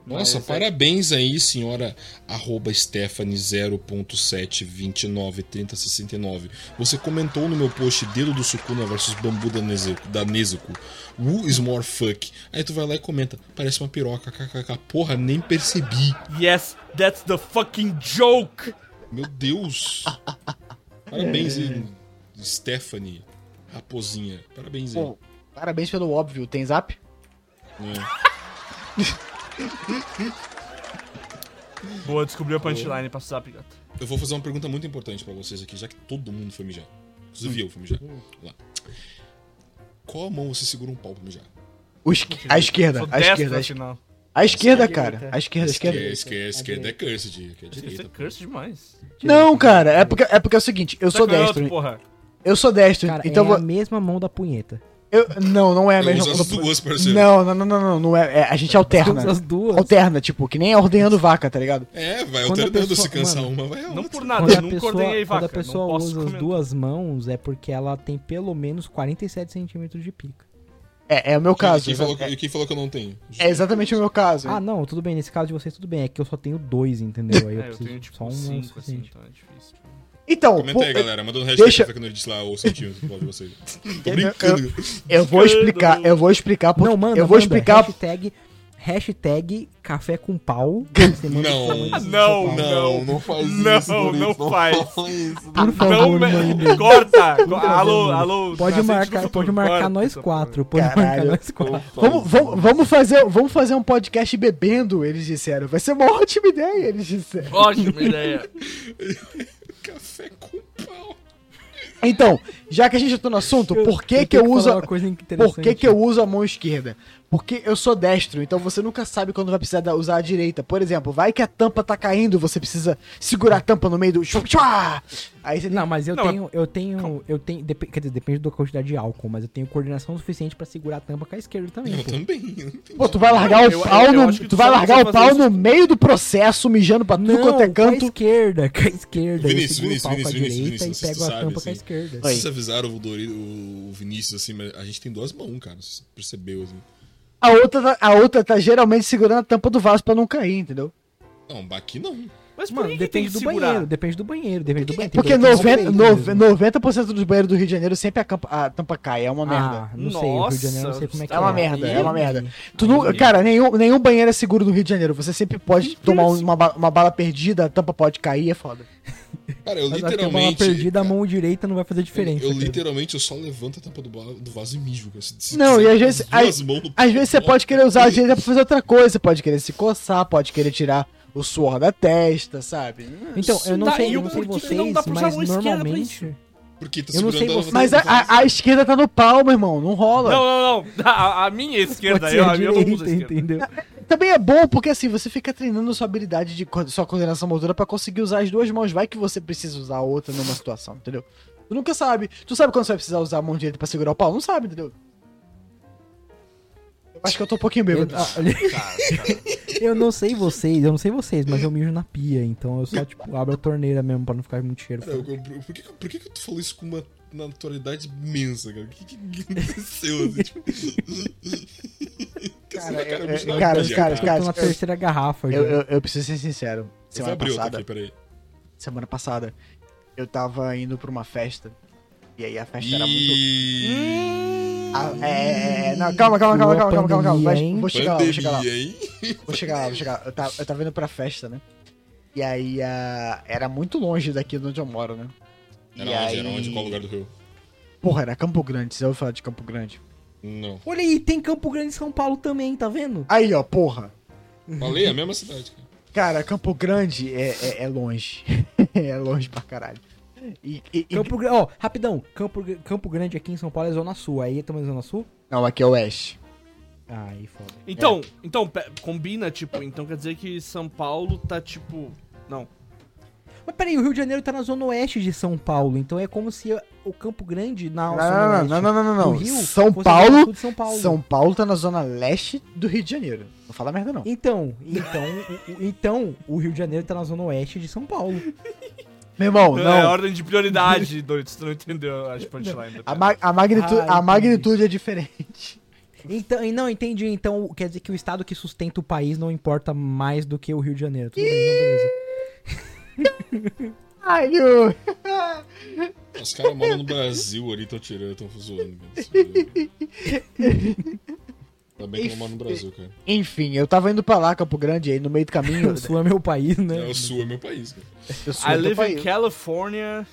Nossa,
Mas é-
parabéns aí, senhora arroba Stephanie 0.7293069. Você comentou no meu post Dedo do Sukuna versus Bambu da Nezuko, da Nezuko. Who is more fuck? Aí tu vai lá e comenta, parece uma piroca, kkk. Porra, nem percebi.
Yes, that's the fucking joke!
Meu Deus. Parabéns aí, Stephanie Raposinha. Parabéns aí.
Bom, parabéns pelo óbvio, tem zap?
É.
Boa, descobriu a punchline pra zap, gato.
Eu vou fazer uma pergunta muito importante pra vocês aqui, já que todo mundo foi mijar. Inclusive eu fui mijar. Vamos lá. Qual a mão você segura um pau pra mijar?
O esqui- a esquerda,
Sou
a
destro,
esquerda, a esquerda,
afinal.
a esquerda,
Direita.
cara. A esquerda, a
Esquerda,
esquerda.
esquerda, esquerda, esquerda é cursed, que é
Isso é
direita.
curse demais.
Não,
né?
cara, é porque é porque é o seguinte, eu sou
Tá com outro,
destro.
porra.
Eu sou destro,
Cara,
então
é
vou-
a mesma mão da punheta.
eu não, não é a
Eu
mesma
uso as duas, parceiro.
Não, não, não, não, não, não é, é, A gente
[LAUGHS]
alterna.
Todas as duas.
Alterna, tipo, que nem ordenhando vaca, tá ligado?
É, vai
Quando a
alternando,
pessoa-
se cansar
mano,
uma, vai a outra.
Não por nada,
Quando a
Ah, nunca
pessoa,
ordenhei
quando
vaca.
a pessoa
não posso
usa as
comentar.
duas mãos, é porque ela tem pelo menos 47 centímetros de pica.
É, é o meu
Quem-
caso.
Quem
exa-
falou,
é,
quem falou que eu não tenho?
é exatamente o meu caso.
Ah, não, tudo bem. Nesse caso de vocês, tudo bem. É que eu só tenho dois, entendeu? Aí eu
É, eu
preciso
tenho
só
tipo
um é o
5 assim,
suficiente.
então é difícil.
Então,
Comenta aí,
pô,
galera. Manda no hashtag
deixa-
Café com Nerds lá ou é sentimos o blog de vocês. Tô
Eu-
brincando.
eu vou explicar, eu vou explicar porque
Não, manda,
eu vou
manda.
explicar
Hashtag, hashtag café com pau. Você manda
Não.
pra mãe do seu
Não,
pau.
Não, não faz
Não,
isso. Maurício,
não faz.
isso.
Por
Não
favor, manda.
me... [LAUGHS] Corta! Co-
favor,
alô,
mano.
alô.
Pode
Nascente do
marcar,
Futuro,
pode marcar
corta então,
nós
essa
quatro. Pode marcar
Caralho.
nós quatro.
Vamos, vamos, vamos fazer, vamos fazer um podcast bebendo, eles disseram. Vai ser uma [LAUGHS] ótima ideia, eles disseram.
porra. Ótima ideia.
Café com pau.
Então, já que a gente já tá no assunto, por que que
tenho
eu uso,
falar
a-
uma coisa
por que
interessante.
que eu uso a mão esquerda? Porque eu sou destro, então você nunca sabe quando vai precisar da- usar a direita. Por exemplo, vai que a tampa tá caindo, você precisa segurar a tampa no meio do chua, chua. Aí você
Não, mas eu
Não, mas-
tenho, eu tenho, eu tenho, depe- quer dizer, depende da quantidade de álcool, mas eu tenho coordenação suficiente pra segurar a tampa com a esquerda também,
Eu
pô.
também. eu não tenho-
Pô, tu vai largar
Eu-
o
eu
pau
acho que
no,
tu
tu vai
só
largar
precisa
o pau
fazer
no meio do processo, mijando pra tudo quanto é
com a
canto.
esquerda, com a esquerda.
Vinícius,
eu seguro o
Vinícius,
pau com a
Vinícius,
direita
Vinícius,
e
você
pego a
sabe,
tampa com a
assim.
esquerda.
Oi.
Vocês avisaram o, Dori, o Vinícius, assim, mas a gente tem duas mãos, cara. Você percebeu, assim.
A outra, tá- a outra tá geralmente segurando a tampa do vaso pra não cair, entendeu?
Não, aqui não.
Mas por
Mano,
que que tem
depende
que
do
segurar?
banheiro, depende do banheiro, depende do banheiro. tem
Porque
banheiro que é
90%,
feio
nove-
mesmo.
90% dos banheiros do Rio de Janeiro sempre a, campa- a tampa cai, é uma merda.
Ah, não sei, o Rio de Janeiro eu não sei
Nossa,
como é que é.
É uma merda, é uma
Ih,
merda. Tu não, cara, nenhum, nenhum banheiro é seguro no Rio de Janeiro. Você sempre pode tomar uma, ba- uma bala perdida, a tampa pode cair, é foda.
Cara, eu
Mas acho que
é
a bola
literalmente.
perdida, a mão direita não vai fazer diferença.
Eu, eu
cara.
literalmente eu só levanto a tampa do, ba- do vaso e mijo. cara. Se- se
Não,
quiser,
e às vezes-
duas mãos no-
Às vezes você pode querer usar a direita pra fazer outra coisa, você pode querer se coçar, pode querer tirar o suor da testa, sabe?
Então, eu não
Tá,
sei,
e
eu não sei
por que
vocês,
que não dá pra usar
mas
a mão esquerda pra
normalmente...
isso?
é
Porque tá
eu não
segurando
sei
a-
vocês-
Mas a, a- a esquerda tá no pau, meu irmão, não rola.
Não, não, não. [LAUGHS] A, a minha esquerda,
Pode ser
eu,
a
a minha não uso
direita,
a esquerda.
entendeu?
Também é bom porque assim, você fica treinando sua habilidade de co- sua coordenação motora pra conseguir usar as duas mãos. Vai que você precisa usar a outra numa situação, entendeu? Tu nunca sabe. Tu sabe quando você vai precisar usar a mão direita pra segurar o pau? Não sabe, entendeu? Eu acho que eu tô um pouquinho bêbado.
Ah, olha- [LAUGHS] Eu não sei vocês, eu não sei vocês, mas eu mijo na pia, então eu só, tipo, abro a torneira mesmo pra não ficar muito cheiro.
Cara, eu- eu- por, que, por que que tu falou isso com uma naturalidade imensa, cara? O que, que que aconteceu? Assim, tipo... é
Cara,
Cara,
eu-
bicho,
eu-
não
cara,
podia,
cara,
cara.
Eu
cara,
tô na
eu-
terceira garrafa já.
Ah, Eu, eu- eu preciso ser sincero.
Eu vou
Semana
abrir outra
passada,
tá aqui, peraí.
semana passada, eu tava indo pra uma festa. E aí a festa era muito.
E...
Ah, é, é, é, não, calma, calma, calma, calma, calma, calma, calma.
Pandemia,
Vai-
hein?
vou chegar lá, vou chegar lá.
Pandemia, hein?
Vou chegar lá, vou chegar lá. Eu tava, eu tava indo pra festa, né? E aí, ah, era muito longe daqui de onde eu moro, né? E
Era onde? Era onde? Qual lugar do Rio?
Porra, era Campo Grande, você ouviu falar de Campo Grande?
Não.
Olha aí, tem Campo Grande e São Paulo também, tá vendo?
Aí, ó, porra. Uhum.
Falei, é a mesma cidade, cara.
Cara, Campo Grande é, é, é longe. [LAUGHS] é longe pra caralho. E, e- e-
Campo Grande, ó, rapidão, Campo, Gr- Campo Grande aqui em São Paulo é Zona Sul, aí também é Zona Sul?
Não, aqui é oeste.
Ah, Aí foda.
Então, então, pe- combina, tipo, então quer dizer que São Paulo tá, tipo... Não.
Mas peraí, o Rio de Janeiro tá na Zona Oeste de São Paulo, então é como se o Campo Grande na
Não,
Zona
não,
Oeste
não, não, não, não,
do
não.
Rio
São
fosse a Zona
Paulo,
Sul de São Paulo.
São Paulo tá na zona leste do Rio de Janeiro. Não fala merda, não.
Então, então, o- o- então, o Rio de Janeiro tá na Zona Oeste de São Paulo.
Meu irmão, não.
É ordem de prioridade, [LAUGHS] Doritos. Tu não entendeu as punchline.
A, ma- a magnitude,
Ah,
a
entendi.
magnitude é diferente. [LAUGHS]
Então, e não, entendi. Então, quer dizer que o estado que sustenta o país não importa mais do que o Rio de Janeiro. Tudo bem, não, beleza.
Ai, eu...
Os caras moram no Brasil ali, tão tirando, tão zoando. cara. tá Ainda bem que eu não moro no Brasil, cara.
Enfim, eu tava indo pra lá, Campo Grande, aí no meio do
[LAUGHS]
caminho.
O Sul é meu país, né?
É, o sul é meu país, cara.
eu
tá
sou
I
do
live in
país.
California.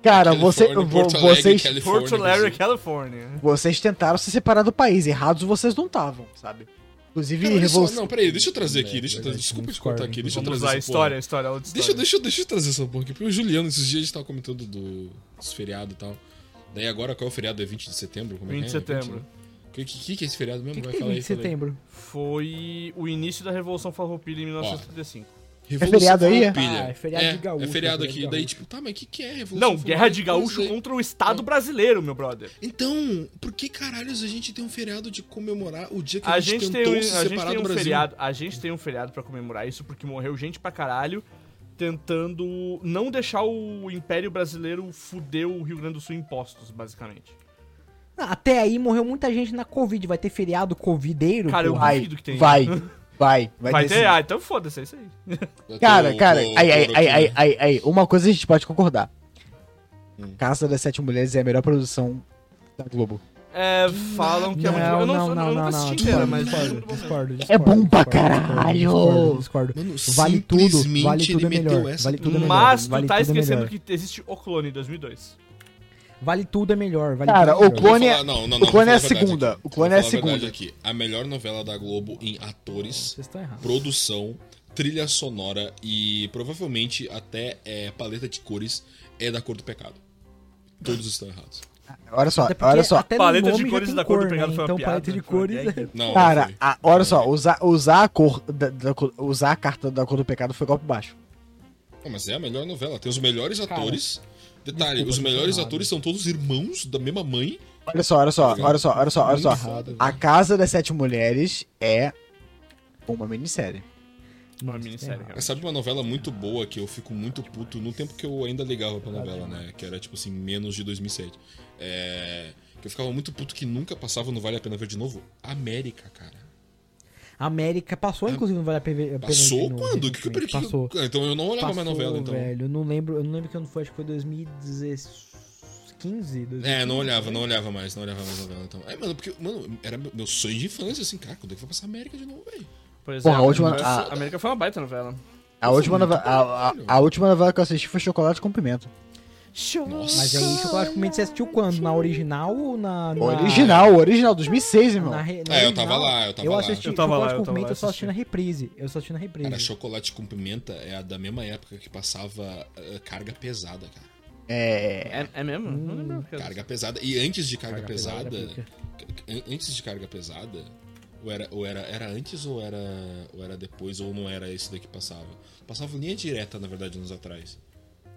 Cara, você,
Califórnia,
vo-
Porto Alegre,
vocês,
Califórnia,
Porto Alegre,
Brasil.
California.
vocês tentaram se separar do país. Errados vocês não estavam, sabe? Inclusive,
Cara, olha só,
revolução.
Não, peraí, deixa eu trazer aqui.
É,
Deixa eu
verdade,
trazer, desculpa te
discordo.
cortar aqui. Deixa eu
Vamos
trazer
lá,
essa porra.
história, história, outra
Deixa,
história.
deixa, deixa eu trazer essa porra aqui, porque o Juliano, esses dias a gente tava comentando do- dos feriados e tal. Daí agora qual é o feriado? É 20 de setembro? Como é
20
que
de
é? É
setembro.
O que, que, que é esse feriado
O que,
mesmo?
que
Vai
tem
falar
20
aí,
de
fala aí.
setembro?
Foi o início da Revolução Farroupilha em 1935.
Revolução
feriado aí, é?
Farroupilha.
Ah, é feriado de gaúcho,
É feriado
é feriado
aqui.
de
Daí,
gaúcho.
tipo, tá, mas o que, que é Revolução
Não, guerra
Farroupilha?
de gaúcho
Pois é.
contra o Estado brasileiro, meu brother.
Então, por que caralhos a gente tem um feriado de comemorar o dia que a,
A gente, tem
tentou
um,
se
a gente
separar
tem
do
um
Brasil?
feriado, a gente tem um feriado para comemorar isso porque morreu gente pra caralho tentando não deixar o Império Brasileiro fuder o Rio Grande do Sul em impostos, basicamente.
Não, até aí morreu muita gente na Covid. Vai ter feriado covideiro?
Cara, eu
porra?
Vai,
duvido que tenha.
vai,
[LAUGHS]
vai, vai,
Vai
ter.
ter,
sim.
ah, então foda-se, é isso aí.
Eu tô-
Cara, cara,
tô- né?
aí, aí,
tô-
aí, aí, aí, aí, uma coisa a gente pode concordar.
Hum.
Casa das Sete Mulheres é a melhor produção da Globo.
É, falam que é muito bom. Eu não, eu não, eu nunca assisti inteira, mas.
discordo, discordo, discordo,
É bom pra
discordo, discordo,
caralho!
Discordo, discordo.
Mano,
Vale tudo,
simplesmente
vale
ele
tudo é
meteu
melhor.
essa.
Vale tudo é melhor.
Mas tu
vale
tá
tudo é
esquecendo
melhor.
que existe O Clone em 2002.
Vale tudo é melhor. Vale
Cara,
tudo
o
é melhor.
Eu vou
Clone é-
falar- não, não,
o
não, vou
Clone é a
falar verdade
segunda,
aqui.
o Clone
Vou
é a
falar verdade
segunda.
Aqui. A melhor novela da Globo em atores,
Vocês estão errados.
produção, trilha sonora e provavelmente até é, paleta de cores é da cor do pecado. Todos estão errados.
Olha só,
Até porque
olha só.
até no
Paleta de
nome já
cores
tem
da cor do
né?
pegado foi uma
Então,
piada,
paleta de
foi uma
cores.
gag.
é-
Não,
Cara,
foi.
a- olha só, usar, usar a cor da, da cor- usar a carta da cor do pecado foi golpe baixo.
Não, mas é a melhor novela. Tem os melhores
Cara,
atores. Detalhe,
desculpa,
os
eu tô
melhores
errado.
atores são todos irmãos da mesma mãe.
Olha só, olha só, olha só, olha só, olha só.
Muito tá errado, né?
A Casa das Sete Mulheres é uma minissérie.
Uma
Nossa,
minissérie,
tá
Mas sabe uma novela muito boa que eu fico muito puto no tempo que eu ainda ligava pra novela, né? Que era tipo assim, menos de 2007. É. Que eu ficava muito puto que nunca passava no Vale a Pena Ver de novo. América, cara.
A América
É.
passou, inclusive, não vale a pena.
Passou
no-
quando? Que que eu perdi?
Passou.
Então eu não olhava
Passou,
mais novela, então.
velho. Eu não lembro, eu não lembro que ano foi, acho que foi 2015, 2015.
É, não olhava, não olhava mais, não olhava mais novela, então. É, mano, porque, mano, era meu meu sonho de infância, assim, cara, quando é que vai passar América de novo, velho?
Pois
Porra,
é,
a última-
América,
a-
América foi uma baita novela.
A
é
última, novela, a, a- a última novela que eu assisti foi Chocolate com Pimenta.
Nossa.
Mas é aí, Chocolate com Mente, você assistiu quando? Na original ou na...
Ah.
na...
Original, original, 2006, irmão.
Na re... na
É, eu
original,
tava lá, eu tava
eu
lá.
assisti
Eu tava lá,
Chocolate
eu
com
tava
Pimenta,
lá,
eu só assisti
assisti.
na reprise. Eu só assisti na reprise.
Cara, Chocolate com Pimenta é a da mesma época que passava eh, Carga Pesada, cara.
É.
É, é mesmo? Não lembro.
Carga Pesada. E antes de Carga,
Carga Pesada
Pesada...
pica.
an- antes de Carga Pesada... Ou era, ou era, era antes ou era, ou era depois, ou não era esse daqui que passava. Passava linha direta, na verdade, anos atrás.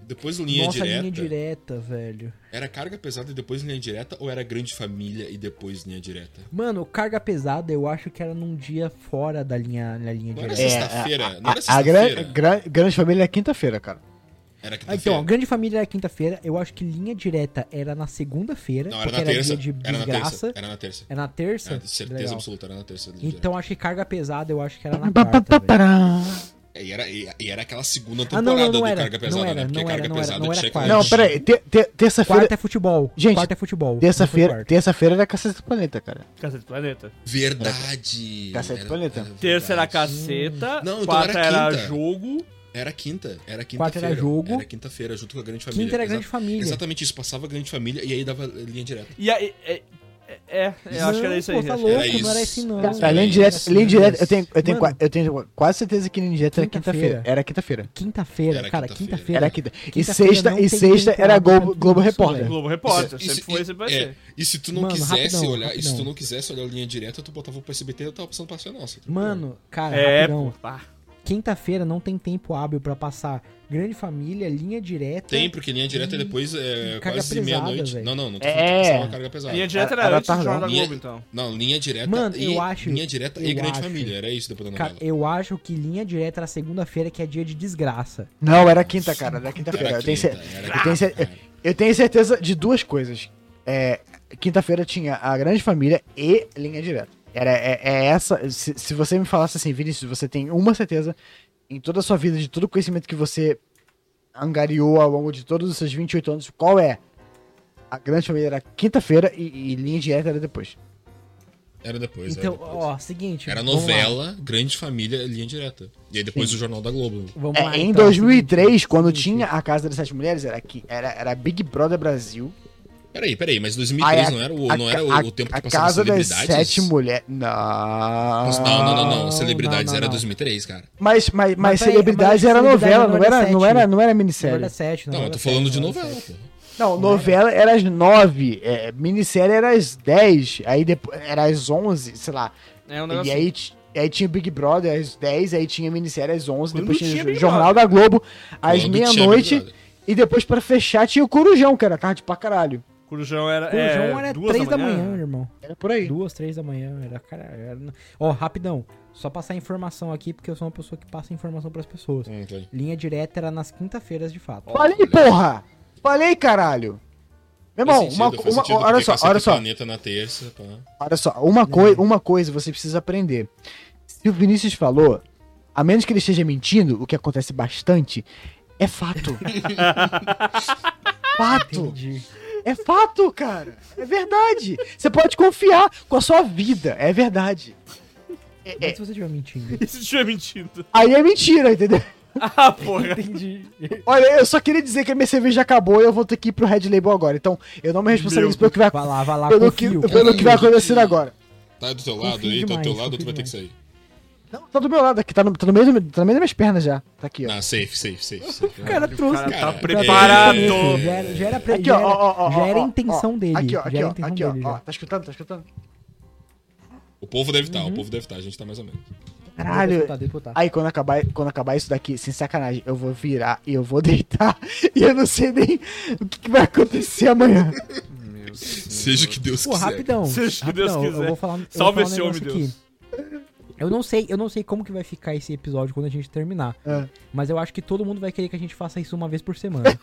Depois linha
Nossa,
direta.
linha direta, velho.
Era carga pesada e depois linha direta ou era grande família e depois linha direta?
Mano, carga pesada, eu acho que era num dia fora da linha, na linha
Não era
direta.
É,
sexta-feira.
a-
não era
a, a
sexta-feira.
gran- gran- Grande Família é quinta-feira, cara.
Era
Ah, Então, ó,
quinta-feira.
Grande Família era quinta-feira. Eu acho que linha direta era na segunda-feira.
Não, era
É, porque
na terça.
dia de
Era na terça.
desgraça.
Era na terça.
Era na terça?
Era de certeza
Legal.
absoluta, era na terça. linha direta.
Então acho que carga pesada eu acho que era na quarta. velho.
É, E era, e, e era aquela segunda
Ah,
temporada
não, não, não
do
era.
carga pesada,
Não era,
né? Porque
não era,
carga
não era,
pesada
não era
tinha
quarta.
Não, peraí, te- te- terça-feira.
Quarta é futebol.
Gente,
quarta é futebol. Não
Terça-feira
foi quarta.
terça-feira era Cacete do Planeta, cara.
Casa do Planeta.
Verdade.
Cacete
Era-
Planeta.
era
Terça era
verdade.
caceta,
Não, então
quarta
era
era,
quinta.
jogo.
Era quinta. Era quinta.
Quarta era jogo.
Era quinta-feira, junto com a grande família.
Quinta era
Exa-
grande família.
Exatamente isso. Passava grande família e aí dava linha direta.
E aí. É, é, é, eu acho que era isso aí.
Pô, tá
acho.
louco,
era isso.
não era esse não.
Cara,
Além
isso,
É, direto, além direto, eu tenho, eu tenho,
Mano.
qua- eu tenho quase certeza que Linha direta era quinta-feira.
Quinta-feira.
Era quinta-feira.
Quinta-feira,
Era
cara,
quinta-feira.
quinta-feira.
Era quinta. E
Quinta-feira não
sexta,
tem
e sexta
temporada
era Globo,
pra
Globo
tudo isso,
Repórter.
velho.
Globo Repórter,
Isso-
sempre foi e
isso-
sempre vai
é,
ser.
E se tu não
Mano,
quisesse
rapidão,
olhar, e se tu
rapidão.
não quisesse olhar a linha direta, tu botava pro SBT e eu tava passando pra ser nossa. tranquilo.
Mano, cara,
É,
rapidão.
pô, pá.
Quinta-feira não tem tempo hábil pra passar Grande Família, linha direta.
Tem, porque linha direta é depois é
hum, Carga
quase
pesada,
meia-noite.
velho.
Não, não, não tô
É.
falando que passava carga pesada.
Linha direta era,
Era- era
antes do
tardão.
Jornal da
Linha-
Globo, então.
Não, linha direta
Mano,
e
eu acho-
linha direta
eu
e grande
acho.
família, era isso depois da
Cara,
novela.
eu acho que linha direta era segunda-feira, que é dia de desgraça.
Não, era quinta, cara. Era quinta-feira.
Era
Eu tenho
quinta,
cer-
era
eu tenho cer-
quinta,
eu tenho certeza de duas coisas. É, quinta-feira tinha a Grande Família e Linha Direta. Era, é, é essa. Se, se você me falasse assim, Vinícius, você tem uma certeza em toda a sua vida, de todo o conhecimento que você angariou ao longo de todos os seus 28 anos, qual é? A Grande Família era quinta-feira e, e Linha Direta era depois.
Era depois,
então,
era é, depois.
ó, seguinte.
Era
vamos lá.
novela, grande família, linha direta. E aí depois o Jornal da Globo.
Vamos
É,
lá,
em
então,
2003,
seguinte,
quando
seguinte.
tinha a Casa das Sete Mulheres, era, aqui, era, era Big Brother Brasil.
Peraí, peraí, mas 2003
Aí
não era o,
a-
não era o,
a-
o tempo
a
que passava
Casa das
celebridades?
Sete Mulheres. Não.
Não, não, não, não.
Não,
Celebridades
não, não,
era
não.
2003, cara.
Mas, mas, mas,
Mas peraí,
celebridades
mas
era
celebridade
novela,
não
não era,
era
não
sete.
era, não era
Não era
minissérie.
sete,
Não,
era
eu tô
sete,
falando
não
de
era
novela,
sete.
pô.
Não, novela era às nove, é, minissérie era às dez, aí depois era às onze, sei lá.
É um
E
negócio.
aí,
assim.
ti- aí tinha Big Brother às dez, aí tinha minissérie às onze,
Quando
depois
tinha
tinha,
Big
Jornal da Globo às
Quando tinha Big
meia-noite.
Brother.
E depois pra fechar tinha o Corujão, que era tarde pra caralho.
Corujão era.
Corujão
é,
era
duas
três da manhã, né? irmão.
Era É por aí.
Duas, três da manhã. Era, cara, era... Ó, rapidão. Só passar informação aqui, porque eu sou uma pessoa que passa informação pras pessoas.
Hum, tá aí.
Linha direta era nas quintas-feiras, de fato.
Falei, porra! Falei, caralho! Meu irmão,
Faz
uma,
sentido, faz
uma-
sentido,
olha
porque tá
só,
Cacete
olha só.
Planeta na terça, pá.
Olha só,
Hum.
uma, coi uma coisa você precisa aprender. Se o Vinícius falou, a menos
[LAUGHS]
que ele esteja mentindo, o que acontece bastante, é fato. fato.
Entendi.
É fato, cara. É verdade. Você pode confiar com a sua vida. É verdade. É,
Mas
é.
se você estiver
[LAUGHS]
mentindo.
Isso estiver mentindo.
Aí é mentira, entendeu?
Ah, porra.
Entendi.
Olha, eu só queria dizer que a minha cerveja acabou e eu vou ter que ir pro Red Label agora. Então, eu não me responsabilizo pelo que vai,
Vai lá, vai lá,
pelo que,
confio.
pelo que vai acontecer agora.
Tá do teu lado
Confio
aí, tá do teu
demais,
lado, tu vai ter que
confio
sair.
Não, tá do meu lado aqui, tá no, tá no meio, do, tá no meio das minhas pernas já. Tá aqui, ó.
Ah, safe, safe, safe.
[LAUGHS]
safe.
O cara
O
trouxe.
cara
Cara,
tá
é-
preparado.
é-
Já era, já era, pra,
Aqui,
já
ó,
era,
ó, ó, ó,
já era
ó,
a intenção
ó,
dele.
Aqui, ó,
já
aqui,
era a
ó,
intenção
aqui, ó,
dele.
ó.
já.
Tá escutando? Tá escutando?
O povo deve estar, o povo deve estar, a gente tá mais ou menos.
Caralho.
Deputado, deputado.
Aí quando acabar, quando acabar isso daqui, sem sacanagem, eu vou virar e eu vou [LAUGHS] deitar. E eu não sei nem o que, que vai acontecer amanhã.
Meu Deus.
Seja o que Deus
Pô,
quiser.
rapidão.
Seja o que Deus
rapidão, Eu
quiser.
vou falar, eu vou
Salve
falar um
esse homem,
negócio aqui. Eu não sei, eu não sei como que vai ficar esse episódio quando a gente terminar.
É.
Mas eu acho que todo mundo vai querer que a gente faça isso uma vez por
[LAUGHS]
semana.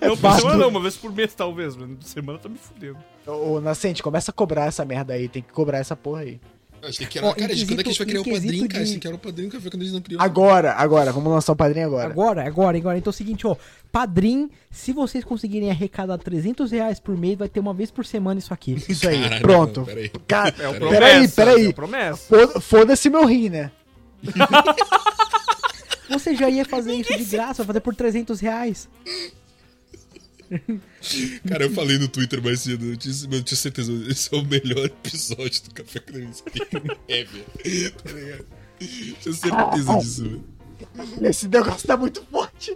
Não, por
Basta.
semana não, uma vez por mês talvez, mas semana tá me fudendo.
[LAUGHS] Ô, ô, Nascente, começa a cobrar essa merda aí, tem que cobrar essa porra aí.
A gente tem que criar,
Ó,
cara, de
em
quando é que a gente vai criar
quesito-
o padrinho,
em quesito
cara? A
de-
gente quer o padrinho, que foi quando a gente não criou.
Agora, agora, vamos lançar o padrinho agora.
Agora, agora, agora. Então é o seguinte, ó. Padrim, se vocês conseguirem arrecadar 300 reais por mês, vai ter uma vez por semana isso aqui.
Isso aí,
Caralho,
pronto.
não, peraí.
Cara,
É o
peraí,
promessa. É
peraí.
o promessa.
Foda- Foda-se meu rim, né?
Você já
[LAUGHS]
ia fazer isso de graça, vai fazer por 300 reais.
Cara, eu falei no Twitter mais cedo, eu tinha, eu tinha certeza, esse é o melhor episódio do Café com Leite [LAUGHS] Ever. Tá ligado?
Ah,
Tinha certeza disso, velho.
Esse negócio tá muito forte.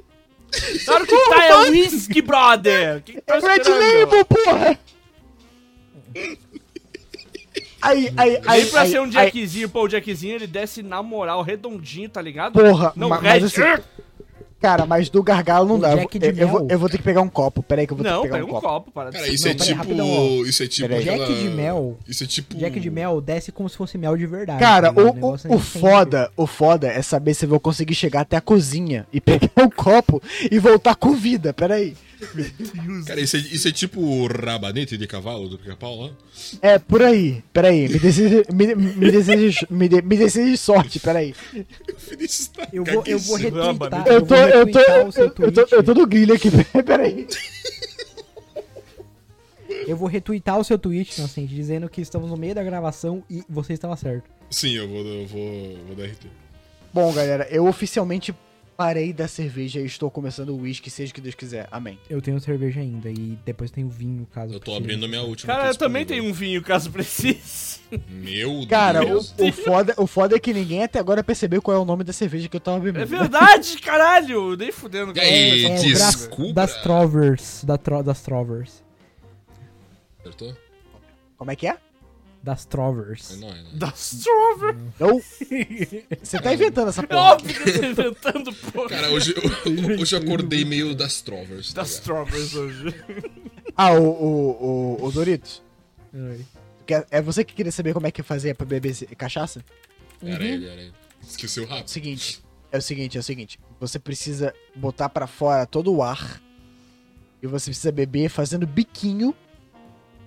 Claro que tá, é whisky, brother. O que que tá
É Red
esperando?
Label, porra! Aí, aí, aí.
Nem pra
aí,
ser um
aí,
Jackzinho, pô, o Jackzinho ele desce na moral, redondinho, tá ligado?
Porra,
não, tipo,
ma-
Red.
mas assim- Cara, mas do gargalo não
Um
dá. Eu,
Jack de
eu- eu vou,
mel.
eu vou ter que pegar um copo. Peraí que eu vou
não,
ter que
pega
pegar
um
um
copo,
copo.
para de
Cara,
ser-
isso
Não,
é
peraí,
tipo.
rapidão, ó.
Isso é tipo.
Peraí.
aquela-
Jack de mel.
Isso é tipo.
Jack de mel desce como se fosse mel de verdade.
Cara,
tá ligado?
o, o,
negócio é
o
insensível.
foda, o foda é saber se eu vou conseguir chegar até a cozinha e pegar um copo e voltar com vida. Peraí.
Cara, isso é, isso é tipo o rabanete de cavalo do pica-pau lá.
É, por aí. Peraí. Me deseja, me, me deseja, me de- me deseja sorte. Peraí.
O Vinícius tá
Eu vou, eu vou
caguejando.
retweetar.
Eu tô,
vou
eu tô,
retweetar o seu
eu tô, eu tô,
tweet.
eu tô no grilho aqui. [LAUGHS] Peraí.
Eu vou retweetar o seu tweet, Nascente, dizendo que estamos no meio da gravação e você estava certo.
Sim, eu vou, eu vou, vou dar RT.
Bom, galera, eu oficialmente parei da cerveja e estou começando o uísque, seja o que Deus quiser. Amém.
Eu tenho cerveja ainda e depois tenho vinho, caso
Eu tô
precise.
abrindo minha última.
Cara,
aqui
eu também tenho
disponível.
um vinho, caso precise. [LAUGHS]
Meu
Cara, o,
Deus.
o, foda, o foda é que ninguém até agora percebeu qual é o nome da cerveja que eu tava
É
bebendo.
verdade, caralho. Nem fudendo.
E aí,
cara.
É,
Diz-
das-
desculpa.
das Trovers, da tro, das Trovers,
Acertou?
Como é que é?
das
É,
Trovers.
Não, é, não.
Das Trover.
Hum.
Não. Você tá inventando essa
É
porra.
óbvio que eu tô inventando, porra.
Cara,
[LAUGHS]
hoje eu, hoje eu acordei meio das trovas. tá
Das
ligado?
Trovers hoje.
Ah, o, o, o, o Doritos.
Ai.
quer- É você que queria saber como é que fazia pra beber ce- cachaça?
Era ele, era ele. Esqueceu
É o
rápido.
seguinte, é o seguinte, é o seguinte. Você precisa botar pra fora todo o ar. E você precisa beber fazendo biquinho.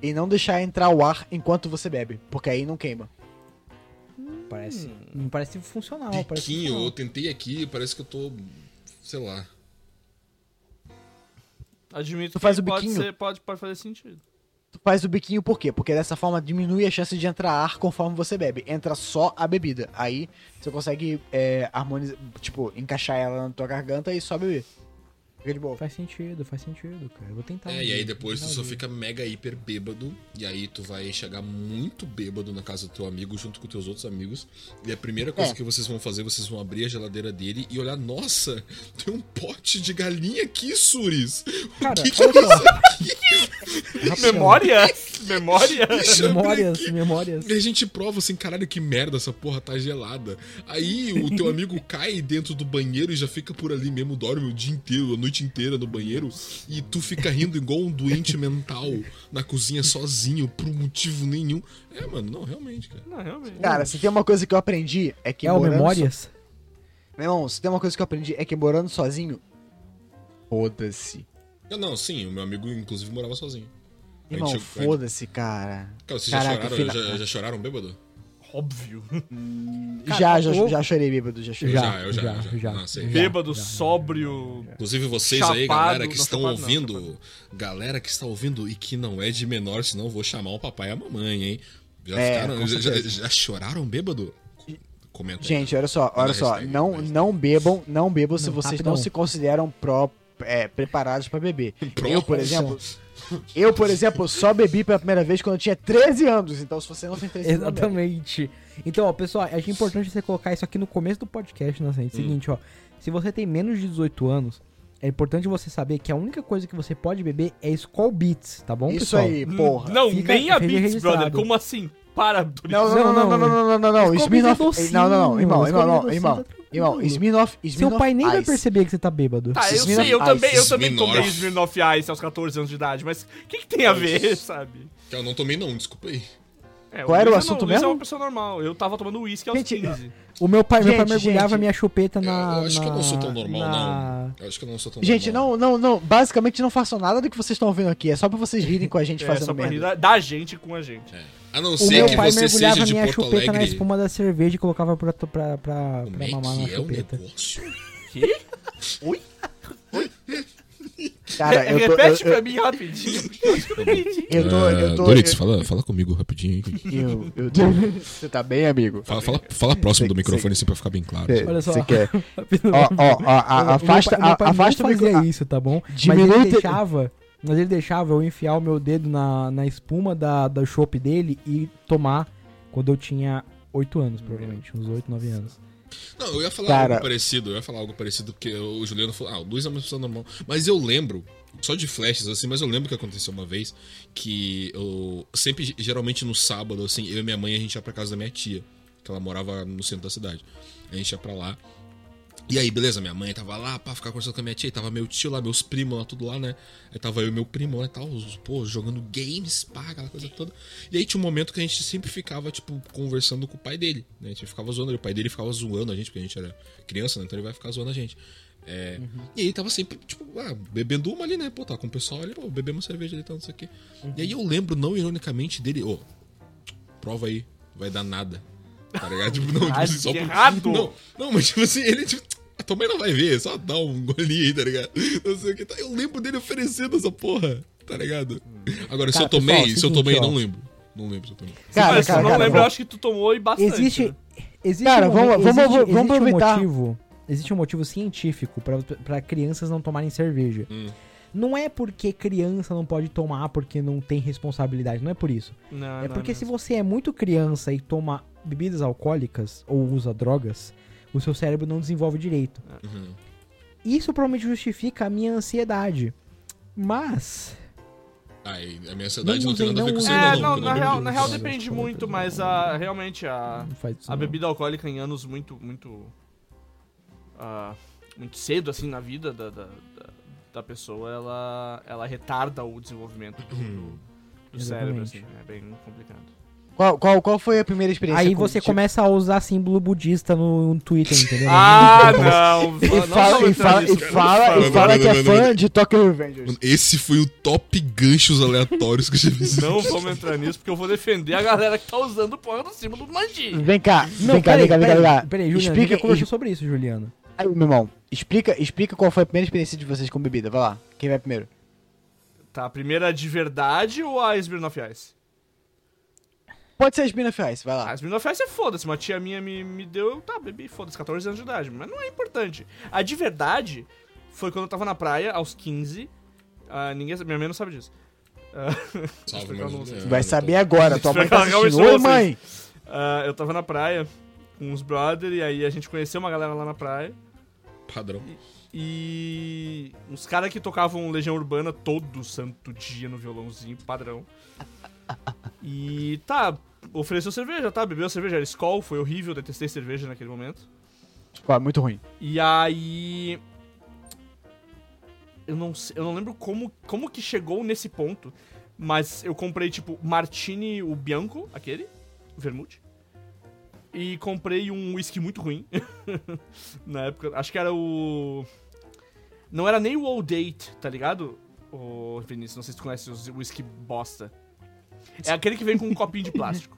E não deixar entrar o ar enquanto você bebe. Porque aí não queima.
Parece,
Hum.
não parece funcional. parece
Piquinho, eu
funcional.
tentei aqui, parece que eu tô. Sei lá.
Admito
Tu
que
faz o
pode,
biquinho?
ser- pode, pode fazer sentido.
Tu faz o biquinho por quê? Porque dessa forma diminui a chance de entrar ar conforme você bebe. Entra só a bebida. Aí você consegue é, harmonizar, tipo, encaixar ela na tua garganta e só beber. Fica de boa.
Faz sentido, faz sentido, cara. Eu vou tentar. um
É, e aí
dia,
depois tu
tentar
só
um dia.
fica mega hiper bêbado. E aí tu vai chegar muito bêbado na casa do teu amigo junto com teus outros amigos. E a primeira coisa
É.
que vocês vão fazer, vocês vão abrir a geladeira dele e olhar, nossa, tem um pote de galinha aqui, Suris!
Cara,
que é que
olha só. [LAUGHS] Rapidão.
Memória? Memória?
Deixa eu abrir
Memórias,
aqui. [LAUGHS]
memórias.
E a gente prova assim, caralho, que merda, essa porra tá gelada. Aí o [LAUGHS] teu amigo cai dentro do banheiro e já fica por ali mesmo, dorme o dia inteiro, a noite inteira no banheiro, e tu fica rindo igual um [LAUGHS] doente mental na cozinha sozinho, por motivo nenhum. É, mano, não, realmente, cara.
Não, realmente.
Cara, se tem uma coisa que eu aprendi é que.
é o
morando
Memórias?
so- Meu irmão, se tem uma coisa que eu aprendi é que morando sozinho. Foda-se.
Eu, não, sim, o meu amigo inclusive morava sozinho. A
Irmão,
gente- a gente-
foda-se, cara.
Cara, vocês
Caraca,
já, choraram,
fila-
já, já choraram bêbado?
óbvio.
Cara,
já, já,
eu-
já chorei bêbado, já chorei.
já, eu já, eu já. Não, sei.
Bêbado, sóbrio.
Inclusive vocês aí,
Chapado,
galera que
não,
estão
chapado não,
ouvindo, galera que está ouvindo e que não é de menor, senão eu vou chamar o papai e a mamãe, hein? Já,
É,
ficaram-
com
já- já-
certeza.
já choraram bêbado? Comenta aí.
Gente, olha só, olha
Manda
só.
hashtag,
Não,
hashtag.
não bebam, não bebam se
Não,
vocês
rapidão.
não se consideram pró, é, preparados pra beber.
Pró.
Eu, por exemplo. Eu, por exemplo, só bebi pela primeira vez quando eu tinha 13 anos. Então, se você não tem 13 anos. não bebe.
Exatamente. Então, ó, pessoal, acho importante você colocar isso aqui no começo do podcast, né?
Hum.
Assim, Seguinte, ó. Se você tem menos de 18 anos, é importante você saber que a única coisa que você pode beber é Skol Beats, tá bom,
Isso
pessoal?
aí, porra.
não,
fica-
nem a
fica
Beats,
registrado.
brother. Como assim? Para, Doritos.
Não, não, não, não, não, não, não, não, não.
Skol
Smirnoff.
Beats é docinho,
Não, não, não, irmão,
Skol Beats é
irmão, irmão,
docinho,
irmão.
tá tranquilo.
Irmão, Smirnoff,
Seu
Smirnoff.
pai nem vai
Ice.
perceber que você tá bêbado.
Tá, eu
Smirnoff
sei, eu
Ice.
também, eu também tomei
Smirnoff.
Smirnoff Ice aos 14 anos de idade, mas o que, que tem a ver, sabe?
Eu não tomei não, desculpa aí.
É,
Qual era o
Luiz é no-
assunto
Luiz é
mesmo?
uma pessoa normal. Eu tava tomando uísque aos
Gente,
15.
O meu pai, meu pai
Gente,
mergulhava
gente.
minha chupeta na.
eu acho que eu não sou tão
na-
normal,
na-
não. Eu acho que eu não sou tão
Gente,
normal.
não, não, não. Basicamente, não façam nada do que vocês estão ouvindo aqui. É só pra vocês rirem com a gente
É,
fazendo
só pra rir
merda.
da, da gente com a gente.
É. A não
O
ser
meu
que
pai
você
mergulhava
seja de
minha
Porto
chupeta na
Alegre.
espuma da cerveja e colocava pra, pra, pra, pra
Como é
mamar na
que é o
[LAUGHS] chupeta.
negócio?
Que?
Cara, eu tô.
É Repete
eu- eu-
pra mim
[LAUGHS]
rapidinho. porque eu acho que eu não entendi.
Eu tô, eu tô.
Doritos, Ah, fala, fala comigo rapidinho. aí.
Eu, eu tô... Você tá bem, amigo?
Fala, fala, fala próximo
Sei-
do microfone assim pra ficar bem claro.
Cê-
Olha só.
cê quer. [LAUGHS] Ó, ó, ó, a-
O meu
afasta,
pai- meu
a-
pai não
afasta o
fazia
micro... a-
isso, tá bom?
Diminui
mas
o
ele
te-
deixava, mas ele deixava eu enfiar o meu dedo na, na espuma da da chopp dele e tomar quando eu tinha 8 anos, provavelmente, uns 8, 9 anos.
Não, eu ia falar
Cara-
algo parecido, eu ia falar algo parecido, porque o Juliano falou, ah, o Luiz é uma pessoa normal. Mas eu lembro, só de flashes, assim, mas eu lembro que aconteceu uma vez que eu. Sempre, geralmente no sábado, assim, eu e minha mãe a gente ia pra casa da minha tia, que ela morava no centro da cidade. A gente ia pra lá. E aí, beleza, minha mãe tava lá, pá, ficar conversando com a minha tia, e tava meu tio lá, meus primos lá, tudo lá, né? Aí tava eu e meu primo lá e tal, os- pô, jogando games, pá, aquela coisa toda. E aí tinha um momento que a gente sempre ficava, tipo, conversando com o pai dele, né? A gente ficava zoando ele, o pai dele ficava zoando a gente, porque a gente era criança, né? Então ele vai ficar zoando a gente. É, E aí tava sempre, tipo, ah, bebendo uma ali, né? Pô, tá com o pessoal ali, pô, bebemos cerveja ali, tal, não sei o quê. E aí eu lembro, não ironicamente, dele, ô, prova aí, vai dar nada. Tá ligado? [LAUGHS] Tipo, não, tipo,
Ah,
assim, só
que
por- [LAUGHS]
errado!
Não, não, mas tipo assim, ele tipo, "Ah, também não vai ver, só dá um golinho aí, tá ligado? Não sei o que. tá. Eu lembro dele oferecendo essa porra, tá ligado? Agora, se
Cara,
eu tomei,
pessoal,
se eu
seguinte,
tomei,
ó.
não lembro. Não lembro se eu tomei.
Cara,
mas se eu
cara,
não
cara,
lembro, eu
vamos-
acho que tu tomou e bastante.
Existe.
né?
existe
Cara, vamos-
momento-
vamos- vamos
Um
aproveitar.
motivo, existe um motivo científico pra- pra crianças não tomarem cerveja.
Hum.
Não é porque criança não pode tomar porque não tem responsabilidade, não é por isso.
Ah, Não,
É
não,
porque
não.
se você é muito criança e toma bebidas alcoólicas ou usa drogas, o seu cérebro não desenvolve direito.
Uhum.
Isso provavelmente justifica a minha ansiedade. Mas.
Ai, a minha ansiedade
Não
não, tem
usem,
nada a ver
não
com isso,
usem.
É,
não.
não,
porque eu
na
não
real,
bebo.
na real
Não,
depende
não,
muito,
não,
mas
não.
a, realmente a,
Não faz isso.
a
não.
bebida alcoólica em anos muito, muito. ah, muito cedo, assim, na vida da, da, da- da pessoa, ela, ela retarda o desenvolvimento do, do-
Uhum.
do cérebro, assim.
Exatamente.
É bem complicado.
Qual, qual, qual foi a primeira experiência?
Aí
com-
você
tipo,
começa a usar símbolo budista no, no Twitter,
[LAUGHS]
entendeu?
Ah, não!
E fala, e fala, e fala,
fala.
e fala que é
Mano, mano,
fã
mano.
de Tokyo Revengers.
Mano, Esse foi o top ganchos aleatórios que eu já vi.
Não vamos entrar nisso, porque eu vou defender a galera que tá usando o porra no símbolo do Manji.
Vem cá,
Não,
vem cá,
peraí,
vem cá, vem cá,
peraí,
vem cá.
peraí, Juliano, a gente
explica,
já conversou sobre isso, Juliano.
aí, meu irmão, explica, explica qual foi a primeira experiência de vocês com bebida. Vai lá, quem vai primeiro?
Tá, a primeira de verdade ou a Smirnoff Ice?
Pode ser a Spina Fies, vai
A
lá.
Smirnoff Ice é foda-se, uma tia minha me, me deu, eu, tá, bebi, foda-se, 14 anos de idade, mas não é importante. A de verdade foi quando eu tava na praia, aos 15, ah, ninguém, minha mãe não sabe disso. Ah,
[LAUGHS] Salve,
Explicar
mano.
não sei.
É,
Vai
não,
saber
tá.
agora, tua mãe tá
Explica,
assistindo.
calma,
Oi,
isso é
mãe!
ah, eu tava na praia com uns brother e aí a gente conheceu uma galera lá na praia
Padrão.
e uns caras que tocavam Legião Urbana todo santo dia no violãozinho, padrão. E tá, ofereceu cerveja, tá, bebeu cerveja, era Skol, foi horrível, detestei cerveja naquele momento.
Pô, muito ruim.
E aí. Eu não, sei- eu não lembro como, como que chegou nesse ponto, mas eu comprei, tipo, Martini, o Bianco, aquele, o Vermute. E comprei um whisky muito ruim. [LAUGHS] Na época, acho que era o. Não era nem o Old Date, tá ligado? Ô, Vinícius, não sei se tu conhece os whisky bosta. É aquele que vem com um copinho de plástico.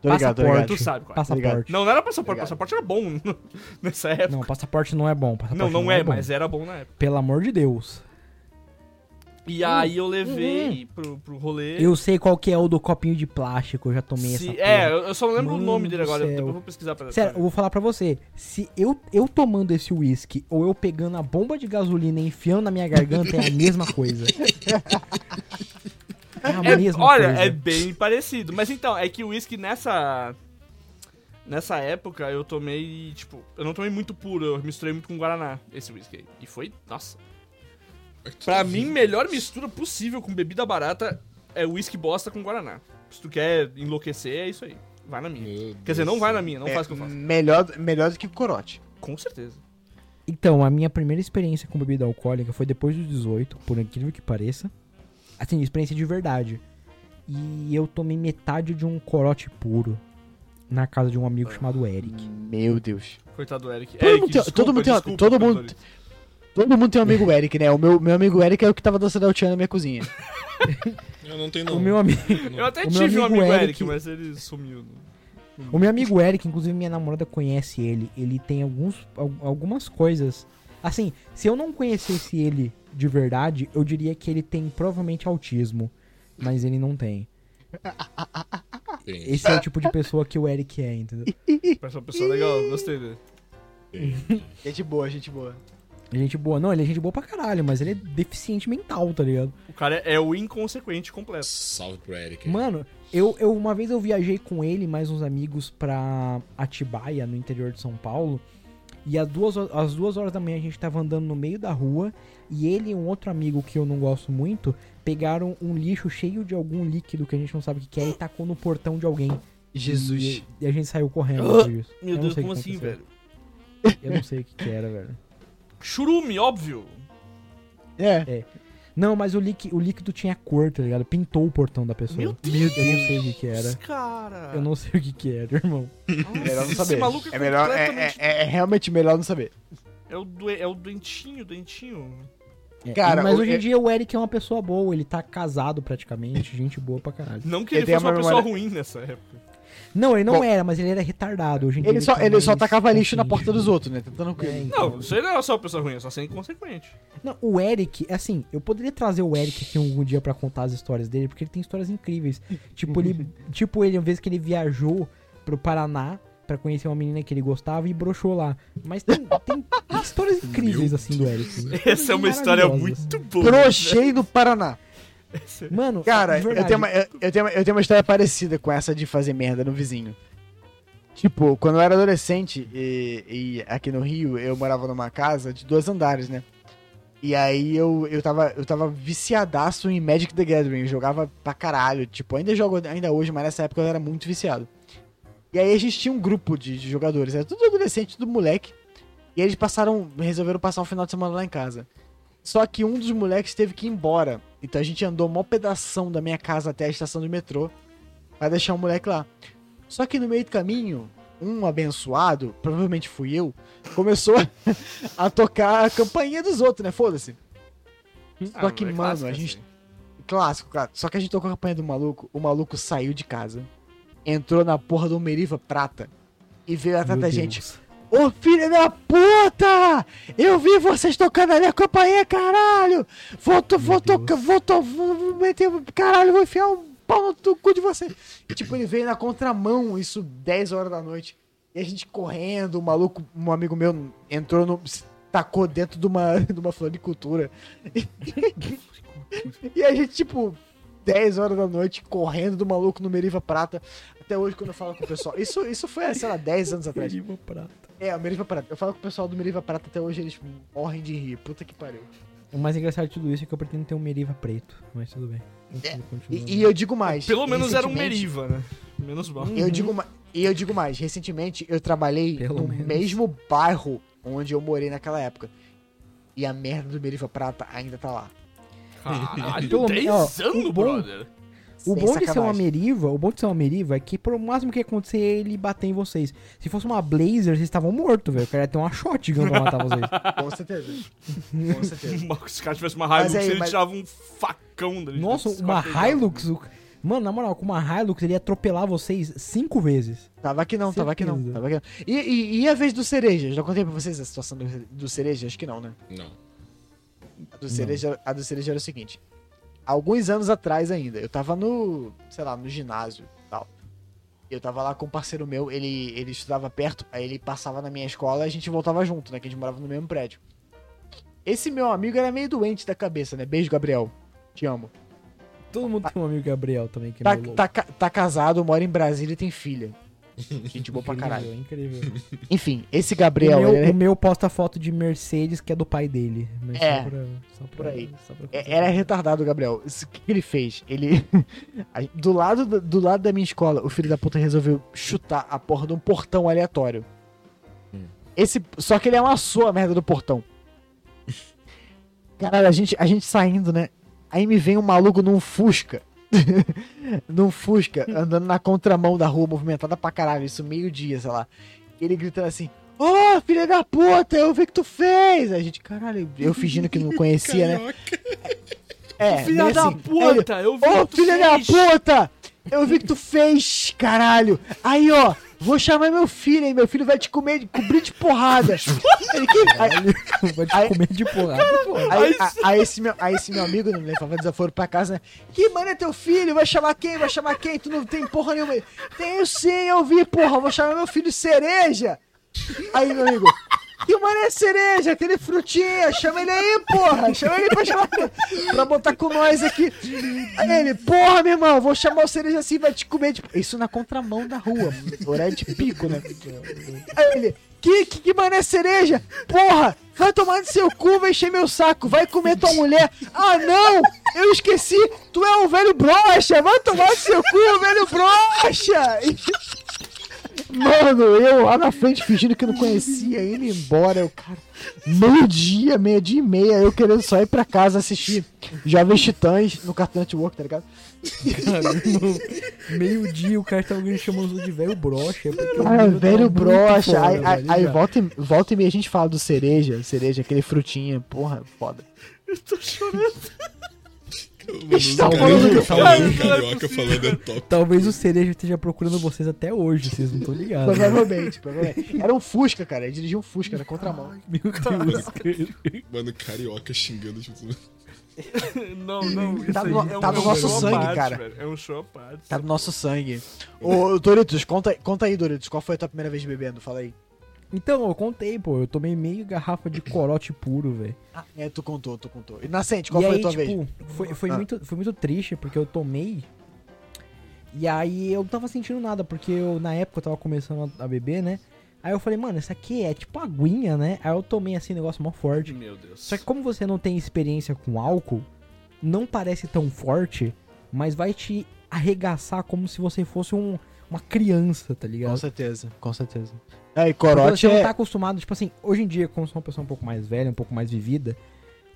Tô ligado, tô ligado.
Tu sabe qual é.
Passaporte.
Não, não era passaporte.
Obrigado.
Passaporte era bom [LAUGHS] nessa época.
Não, passaporte não é bom.
Não,
passaporte
não é,
bom.
mas era bom na época.
Pelo amor de Deus.
E aí eu levei pro, pro rolê.
Eu sei qual que é o do copinho de plástico, eu já tomei
Se-
essa porra.
é, eu eu só não lembro
Mano
o nome dele
do
agora,
céu.
depois eu vou pesquisar pra
Sério, eu vou falar pra você. Se eu, eu tomando esse uísque ou eu pegando a bomba de gasolina e enfiando na minha garganta, é a mesma coisa. É a
É,
mesma
olha,
coisa.
é bem parecido. Mas então, é que o uísque nessa. Nessa época eu tomei, tipo, eu não tomei muito puro, eu misturei muito com Guaraná, esse whisky aí. E foi, nossa. Pra mim, melhor mistura possível com bebida barata é whisky bosta com Guaraná. Se tu quer enlouquecer, é isso aí. Vai na minha.
Meu
Quer dizer,
Deus.
não vai na minha, não
É,
faz o que
hum.
eu faço.
Melhor, melhor do que corote.
Com certeza.
Então, a minha primeira experiência com bebida alcoólica foi depois dos 18, por incrível que pareça. Assim, experiência de verdade. E eu tomei metade de um corote puro na casa de um
Ah.
amigo chamado Eric.
Meu Deus.
Coitado do Eric.
Todo
Eric,
mundo tem-
É, desculpa,
todo mundo tem-
desculpa,
todo mundo-
Eric.
Todo mundo tem um amigo Eric, né? O meu, meu amigo Eric é o que tava dançando El Tchan na minha cozinha.
Eu não tenho
O
não.
meu amigo,
Eu até
O meu
tive um
amigo
amigo Eric,
Eric-
mas ele sumiu. né?
o meu amigo Eric, inclusive minha namorada conhece ele. Ele tem alguns al- algumas coisas. Assim, se eu não conhecesse ele de verdade, eu diria que ele tem provavelmente autismo, mas ele não tem.
Tem,
Esse é o tipo de pessoa que o Eric é, entendeu?
Essa pessoa legal, gostei dele.
tem.
Gente É boa, gente boa.
Gente boa. Não, ele é gente boa pra caralho, mas ele é deficiente mental, tá ligado?
O cara é é o inconsequente completo.
Salve pro Eric.
Mano, eu, eu uma vez eu viajei com ele e mais uns amigos pra Atibaia, no interior de São Paulo. E às duas, ho- às duas horas da manhã a gente tava andando no meio da rua e ele e um outro amigo que eu não gosto muito pegaram um lixo cheio de algum líquido que a gente não sabe o que que é e tacou no portão de alguém.
Jesus.
E, e a gente saiu correndo. por isso. Eu
Ah, Meu
não
Deus,
sei o
como
que
assim,
aconteceu.
velho?
Eu não sei o que, que era, velho.
Churume, óbvio.
É.
Não, mas o, líqui- o líquido tinha cor, tá ligado? Pintou o portão da pessoa.
Meu
Eu não sei o que, que era.
Esse Cara.
Eu não sei o que que era, irmão.
É melhor não
Esse
saber.
maluco é
É, melhor, é, é,
completamente-
é- é realmente melhor não saber.
É o, doe- é o doentinho, doentinho.
É,
Cara,
mas
o-
hoje em
é-
dia o Eric é uma pessoa boa, ele tá casado praticamente, gente boa pra caralho.
Não que
Ele
ele,
tem
fosse
uma
uma pessoa
memória-
ruim nessa época.
Não, ele não
Hum. Bom,
era, mas ele era retardado. Hoje em dia
Ele só,
tá
ele só
mais
tacava lixo na
consciente.
porta dos outros, né? Tentando.
É, então.
Não, isso aí não é só uma pessoa ruim, é só ser inconsequente.
Não, o Eric, assim, eu poderia trazer o Eric aqui algum dia pra contar as histórias dele, porque ele tem histórias incríveis. Tipo, ele,
[LAUGHS]
tipo ele, uma vez que ele viajou pro Paraná pra conhecer uma menina que ele gostava e broxou lá. Mas tem,
[LAUGHS]
tem histórias incríveis,
Meu
assim, do Eric.
Essa é uma história
Maravilhosas.
muito boa. Ah,
Crochê do Paraná.
Mano,
Cara,
de
eu
verdade,
tenho, uma, eu, eu tenho uma, eu tenho uma história parecida com essa de fazer merda no vizinho. Tipo, quando eu era adolescente e, e aqui no Rio, eu morava numa casa de dois andares, né? E aí eu, eu, tava, eu tava viciadaço em Magic the Gathering, eu jogava pra caralho. Tipo, ainda jogo ainda hoje, mas nessa época eu era muito viciado. E aí a gente tinha um grupo de, de jogadores, era tudo adolescente, tudo moleque. E eles passaram, resolveram passar um final de semana lá em casa. Só que um dos moleques teve que ir embora. Então a gente andou mó pedação da minha casa até a estação do metrô pra deixar o moleque lá. Só que no meio do caminho, um abençoado, provavelmente fui eu, começou [LAUGHS] a tocar a campainha dos outros, né? Foda-se. Só que,
é
mano,
clássico
a
essa
gente-
aí.
Clássico, cara. Só que a gente tocou a campanha do maluco, o maluco saiu de casa, entrou na porra do Meriva Prata e veio atrás
meu
da
Deus.
gente. Ô filho da puta! Eu vi vocês tocando ali a campainha, caralho! Vou, to, vou
Deus.
tocar, vou, to, vou vou meter, caralho, vou enfiar um pau no tu- cu de você. E, tipo, ele veio na contramão, isso 10 horas da noite. E a gente correndo, o maluco, um amigo meu entrou no. se tacou dentro de uma, [LAUGHS] de uma floricultura. e a gente, tipo, 10 horas da noite, correndo do maluco no Meriva Prata. Até hoje, quando eu falo com o pessoal. Isso, isso foi, sei lá, 10 anos atrás.
Perigo prata.
É, o Meriva Prata. Eu falo com o pessoal do Meriva Prata até hoje, eles morrem de rir. Puta que pariu.
O mais engraçado de tudo isso é que eu pretendo ter um Meriva preto, mas tudo bem.
E, e eu digo mais.
Pelo menos era um
recentemente-
Meriva, né? Menos mal.
Eu digo ma- E eu digo mais. Recentemente, eu trabalhei
Pelo
no
menos.
mesmo bairro onde eu morei naquela época. E a merda do Meriva Prata ainda tá lá.
Caralho,
Pelo-
10
ó,
anos,
o bom-
brother.
[LAUGHS] O
Sem
bom de ser uma
sacanagem.
Meriva, o bom de ser uma Meriva é que por o máximo que ia acontecer é ele bater em vocês. Se fosse uma Blazer, vocês estavam mortos, velho. O cara ia ter uma shotgun pra matar [LAUGHS] vocês.
Com certeza. Com certeza.
Se o cara tivesse uma Hilux,
Mas aí,
ele
mas-
tirava um facão dali. de dentro
Nossa,
desse
uma
quarto aí,
Hilux? O, Mano, na moral, com uma Hilux ele ia atropelar vocês cinco vezes.
Tava que não, tava que não,
Certeza.
tava que não. E, e, e a vez do Cereja? Já contei pra vocês a situação do, do Cereja? Acho que não, né?
Não.
A do, cereja, a do cereja era o seguinte. Alguns anos atrás ainda, eu tava no, sei lá, no ginásio e tal. Eu tava lá com um parceiro meu, ele, ele estudava perto, aí ele passava na minha escola e a gente voltava junto, né? Que a gente morava no mesmo prédio. Esse meu amigo era meio doente da cabeça, né? Beijo, Gabriel. Te amo.
Todo mundo tem um amigo Gabriel também que é
Tá,
meio louco.
tá, ca- tá casado, mora em Brasília e tem filha. Gente
[LAUGHS]
boa pra
Incrível,
caralho.
Incrível. [LAUGHS]
Enfim, esse Gabriel.
o, meu,
ele-
o meu posta foto de Mercedes, que é do pai dele. Mas
É,
só pra, só pra-
por aí.
só pra-
É- Era retardado, Gabriel. Isso- O que que ele fez? Ele. [LAUGHS] a gente- do, lado, do, do lado da minha escola, o filho da puta resolveu chutar a porra de um portão aleatório. Esse, só que ele amassou a merda do portão. Caralho, a gente, a gente saindo, né? Aí me vem um maluco num Fusca. [LAUGHS] num Fusca, andando na contramão da rua, movimentada pra caralho, isso meio-dia, sei lá. Ele gritando assim: Ô, filha da puta, eu vi que tu fez! Aí A gente, caralho, eu fingindo que não conhecia, né? É,
Filha
meio
da
assim.
puta, eu vi.
Ô,
que tu
filha da
fez.
puta! Eu vi que tu fez, caralho! Aí, ó, vou chamar meu filho, hein? Meu filho vai te comer, cobrir de porrada.
[LAUGHS]
Ele, que... aí,
[LAUGHS] Vai te
Aí-
comer de porrada, pô.
aí- a- aí esse meu, aí esse meu amigo não levava desaforo pra casa, né? Que mano é teu filho? Vai chamar quem? Vai chamar quem? Tu não tem porra nenhuma. Ele, Tenho sim, eu vi, porra. Vou chamar meu filho cereja. Aí, meu amigo. Que mano é cereja, aquele frutinha, chama ele aí, porra! Chama ele pra chamar pra botar com nós aqui. Aí ele, porra, meu irmão, vou chamar o cereja assim, vai te comer. Tipo, isso na contramão da rua, horário de pico, né? Aí ele, que, que, que mané é cereja? Porra, vai tomar no seu cu, vai encher meu saco, vai comer tua mulher. Ah, não, eu esqueci, tu é um velho brocha, vai tomar no seu cu, velho brocha! Mano, eu lá na frente fingindo que eu não conhecia, indo embora, eu, cara. Meio dia, meio dia e meia, eu querendo só ir pra casa assistir Jovens Titãs no Cartoon Network, tá ligado?
[LAUGHS] Meio dia o cara tá alguém chamando de velho brocha. é porque o
Ah,
menino tá
velho
muito
brocha.
fora,
Aí, aí-
velho,
aí
já.
volta, e, volta e meia a gente fala do cereja, cereja, aquele frutinha, porra, foda.
Eu tô chorando.
Mano, os
Tá falando
carioca
que eu falei.
falando, os carioca falando é top.
Talvez o cereja esteja procurando vocês até hoje, vocês não estão ligados.
é Provavelmente, provavelmente. Era um Fusca, cara, ele dirigia um Fusca na contramão.
[LAUGHS] Meu
[LAUGHS]
Deus, cara.
Mano, carioca xingando, tipo.
[LAUGHS] Não, não. Isso
Tá
aí
no-
é
tá
um,
no
é um
nosso
show à
sangue,
parte,
cara.
velho. É um show à parte.
Tá no nosso sangue. Ô, Doritos, conta, conta aí, Doritos, qual foi a tua primeira vez bebendo? Fala aí.
Então, eu contei, pô. Eu tomei meio garrafa de corote puro, velho.
Ah, é, tu contou, tu contou. E Nascente, qual
e
foi
aí,
a tua vez?
tipo, Foi, foi
Ah.
muito, foi muito triste, porque eu tomei. E aí eu não tava sentindo nada, porque eu, na época eu tava começando a, a beber, né? Aí eu falei, mano, isso aqui é tipo aguinha, né? Aí eu tomei assim, um negócio mó forte.
Meu Deus.
Só que como você não tem experiência com álcool, não parece tão forte, mas vai te arregaçar como se você fosse um, uma criança, tá ligado?
Com certeza, com certeza. É, e
Porque
corote
você não
é...
tá acostumado, tipo assim, hoje em dia, como sou uma pessoa um pouco mais velha, um pouco mais vivida,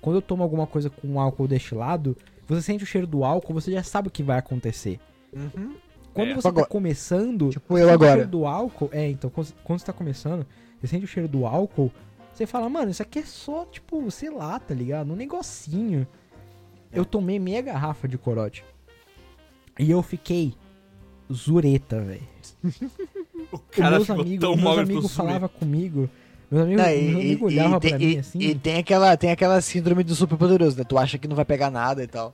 quando eu tomo alguma coisa com álcool destilado, você sente o cheiro do álcool, você já sabe o que vai acontecer.
Uhum.
Quando
É.
você
Agora-
tá começando,
Tipo
você
eu
sente o
agora.
cheiro do álcool, é, então, quando quando você tá começando, você sente o cheiro do álcool, você fala, mano, isso aqui é só, tipo, sei lá, tá ligado? Um negocinho. Eu tomei meia garrafa de corote. E eu fiquei zureta, velho
o
os
cara
meus
ficou
amigos,
tão
meus
mal
amigos falavam comigo. Meus amigos,
Não, e,
meus
e-
amigos
e
olhavam
tem-
pra
e-
mim assim.
e tem aquela, tem aquela síndrome do super poderoso, né? Tu acha que não vai pegar nada e tal.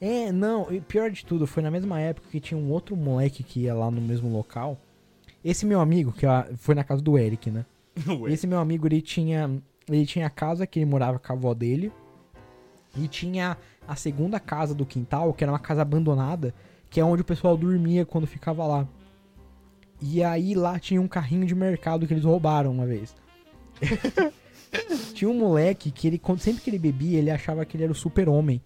É, não, e pior de tudo, foi na mesma época que tinha um outro moleque que ia lá no mesmo local. Esse meu amigo, que ah, foi na casa do Eric, né?
Ué.
Esse meu amigo, ele tinha, ele tinha a casa que ele morava com a avó dele. E tinha a segunda casa do quintal, que era uma casa abandonada, que é onde o pessoal dormia quando ficava lá. E aí lá tinha um carrinho de mercado que eles roubaram uma vez. tinha um moleque que ele, quando- sempre que ele bebia, ele achava que ele era o super-homem.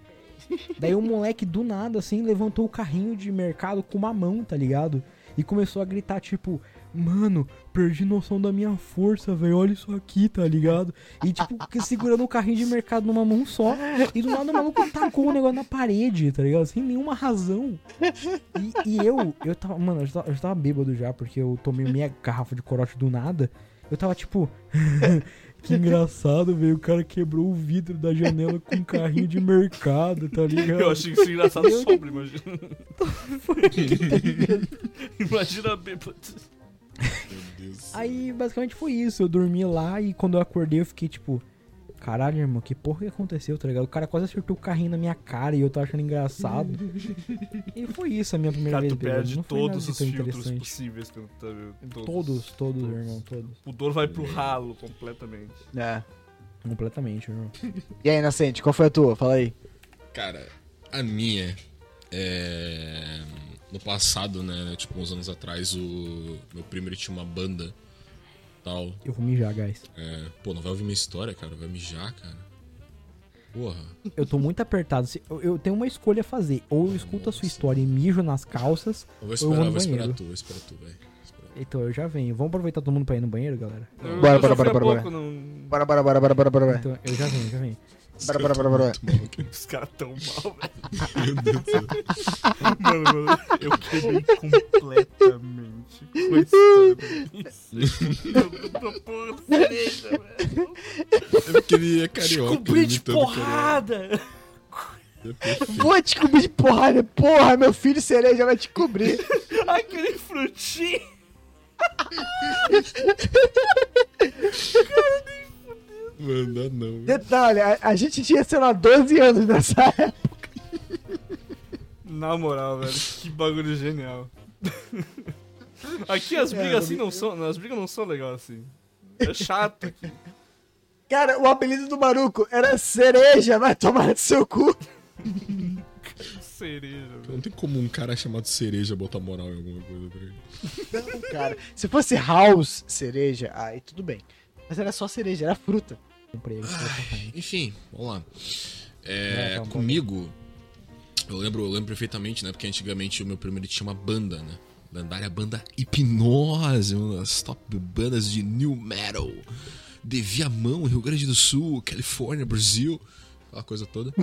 Daí o moleque, do nada, assim, levantou o carrinho de mercado com uma mão, tá ligado? E começou a gritar, tipo, mano, perdi noção da minha força, velho, olha isso aqui, tá ligado? E, tipo, que- segurando o carrinho de mercado numa mão só, e do nada o maluco tacou o negócio na parede, tá ligado? Sem nenhuma razão. E, e eu, eu tava, mano, eu já tava, eu já tava bêbado já, porque eu tomei meia garrafa de corote do nada. Eu tava tipo. [LAUGHS] que engraçado, velho. O cara quebrou o vidro da janela com um carrinho de mercado, tá ligado?
Eu achei isso engraçado sobre, imagina.
[LAUGHS]
imagina bêbado.
Meu Deus.
Aí basicamente foi isso. Eu dormi lá e quando eu acordei eu fiquei tipo. Caralho, irmão, que porra que aconteceu, tá ligado? O cara quase acertou o carrinho na minha cara e eu tava achando [LAUGHS] engraçado. e foi isso a minha primeira
Cara,
vez
tu
bêbado.
perde
Não foi nada
todos
de
os
tão
filtros
interessante.
possíveis quando tu tá bêbado.
Todos, todos, irmão, todos.
O dor vai pro ralo completamente.
É.
Completamente, irmão.
E aí, Nascente, qual foi a tua? Fala aí.
Cara, a minha. É... No passado, né? Tipo, uns anos atrás, o meu primo ele tinha uma banda. Tal.
Eu vou mijar, guys.
É... Pô, não vai ouvir minha história, cara. Vai mijar, cara. Porra.
Eu tô muito apertado. Se- Eu, eu tenho uma escolha a fazer. Ou eu escuto a sua história e mijo nas calças.
Eu vou
Eu vou
esperar,
no
eu vou esperar
banheiro.
tu, vou esperar tu, velho. Vou esperar.
Então eu já venho. Vamos aproveitar todo mundo pra ir no banheiro, galera?
Eu-
Bora,
eu já
bora,
fui
bora,
há
bora,
pouco, não-
Bora, bora, bora, bora, bora, bora. bora.
Então eu já venho, já venho.
Bora, bora, bora, bora.
Muito maluco.
Os caras tão mal, velho.
Meu Deus do céu.
Mano, mano, eu quebrei completamente com a história do [LAUGHS] Vinícius. Eu tô porra de cereja, velho.
É porque ele é carioca.
Descobri de
imitando
porrada.
carioca. É perfeito.
Vou te cobrir de porrada, porra, meu filho cereja vai te [LAUGHS] cobrir.
Aquele frutinho.
Mano, dá não.
[LAUGHS]
velho.
Detalhe, a, a gente tinha, sei lá, 12 anos nessa época.
Na moral, velho, que bagulho genial. Aqui as brigas assim não são. As brigas não são legais assim. É chato aqui.
Cara, o apelido do maruco era cereja, vai tomar no seu cu.
Cereja, velho.
Não tem como um cara chamado cereja botar moral em alguma coisa tá pra ele.
Não, cara. Se fosse house cereja, aí tudo bem. Mas era só cereja, era fruta.
Comprei aqui. pra tocar.
Enfim, vamos lá. É,
Vai, calma.
comigo, eu lembro, eu lembro perfeitamente, né? Porque antigamente o meu primo ele tinha uma banda, né? Lendária banda Hipnose, uma das top bandas de New Metal. De Viamão, Rio Grande do Sul, Califórnia, Brasil, aquela coisa toda.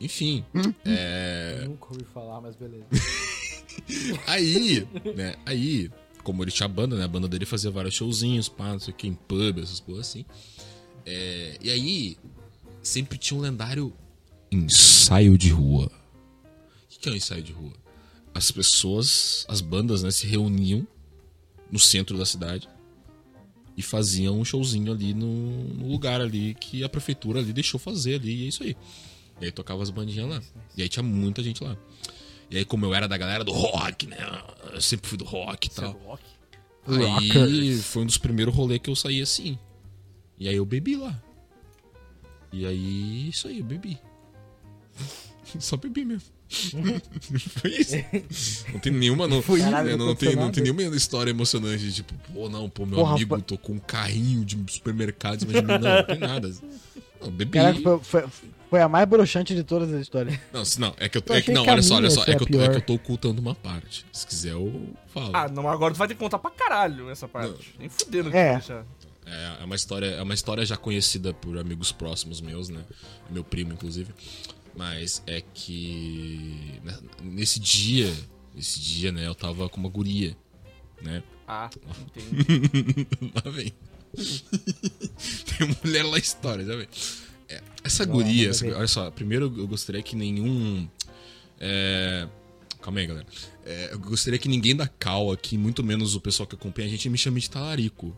Enfim, é,
Nunca ouvi falar, mas beleza.
Aí, né, aí, como ele tinha banda, né, a banda dele fazia vários showzinhos, pá, não sei o que, em pub, essas coisas assim. É, e aí, sempre tinha um lendário ensaio de rua. O que que é um ensaio de rua? As pessoas, as bandas, né, se reuniam no centro da cidade e faziam um showzinho ali no, no lugar ali que a prefeitura ali deixou fazer ali, e é isso aí. E aí tocava as bandinhas lá. E aí tinha muita gente lá. E aí, como eu era da galera do rock, né? Eu sempre fui do rock e
Isso é
tal.
rock?
Aí
Rockers.
foi um dos primeiros rolês que eu saí assim. E aí eu bebi lá. E aí, isso aí, eu bebi. [LAUGHS] Só bebi mesmo. [LAUGHS] foi isso. Não tem nenhuma, não.
Foi isso,
né,
não
não,
aconteceu
tem, não tem
nada.
nenhuma história emocionante de tipo, pô, não, pô, meu
Porra,
amigo
foi-
tocou um carrinho de supermercado. em cima de mim. Não, não tem nada. Não, bebi.
Caraca, foi, foi- foi a mais broxante de todas as histórias.
Não, se- não, é que eu,
Eu
é que,
achei
não,
que a
olha só, olha
minha
só, é
foi
que, eu
a
tô, é
pior.
que eu tô ocultando uma parte. Se quiser, eu falo.
Ah, não, agora tu vai ter que contar pra caralho essa parte. Nem fudendo que
É.
tu deixa.
É, é uma história, é uma história já conhecida por amigos próximos meus, né? Meu primo, inclusive. Mas é que né, nesse dia, esse dia, né, eu tava com uma guria, né? [LAUGHS]
Ah, entendi.
lá vem. [LAUGHS] Tem mulher lá história, já vem. É, essa guria, essa gu- olha só, primeiro eu gostaria que nenhum. é, Calma aí, galera. É, eu gostaria que ninguém da Cal aqui, muito menos o pessoal que acompanha a gente, me chame de talarico.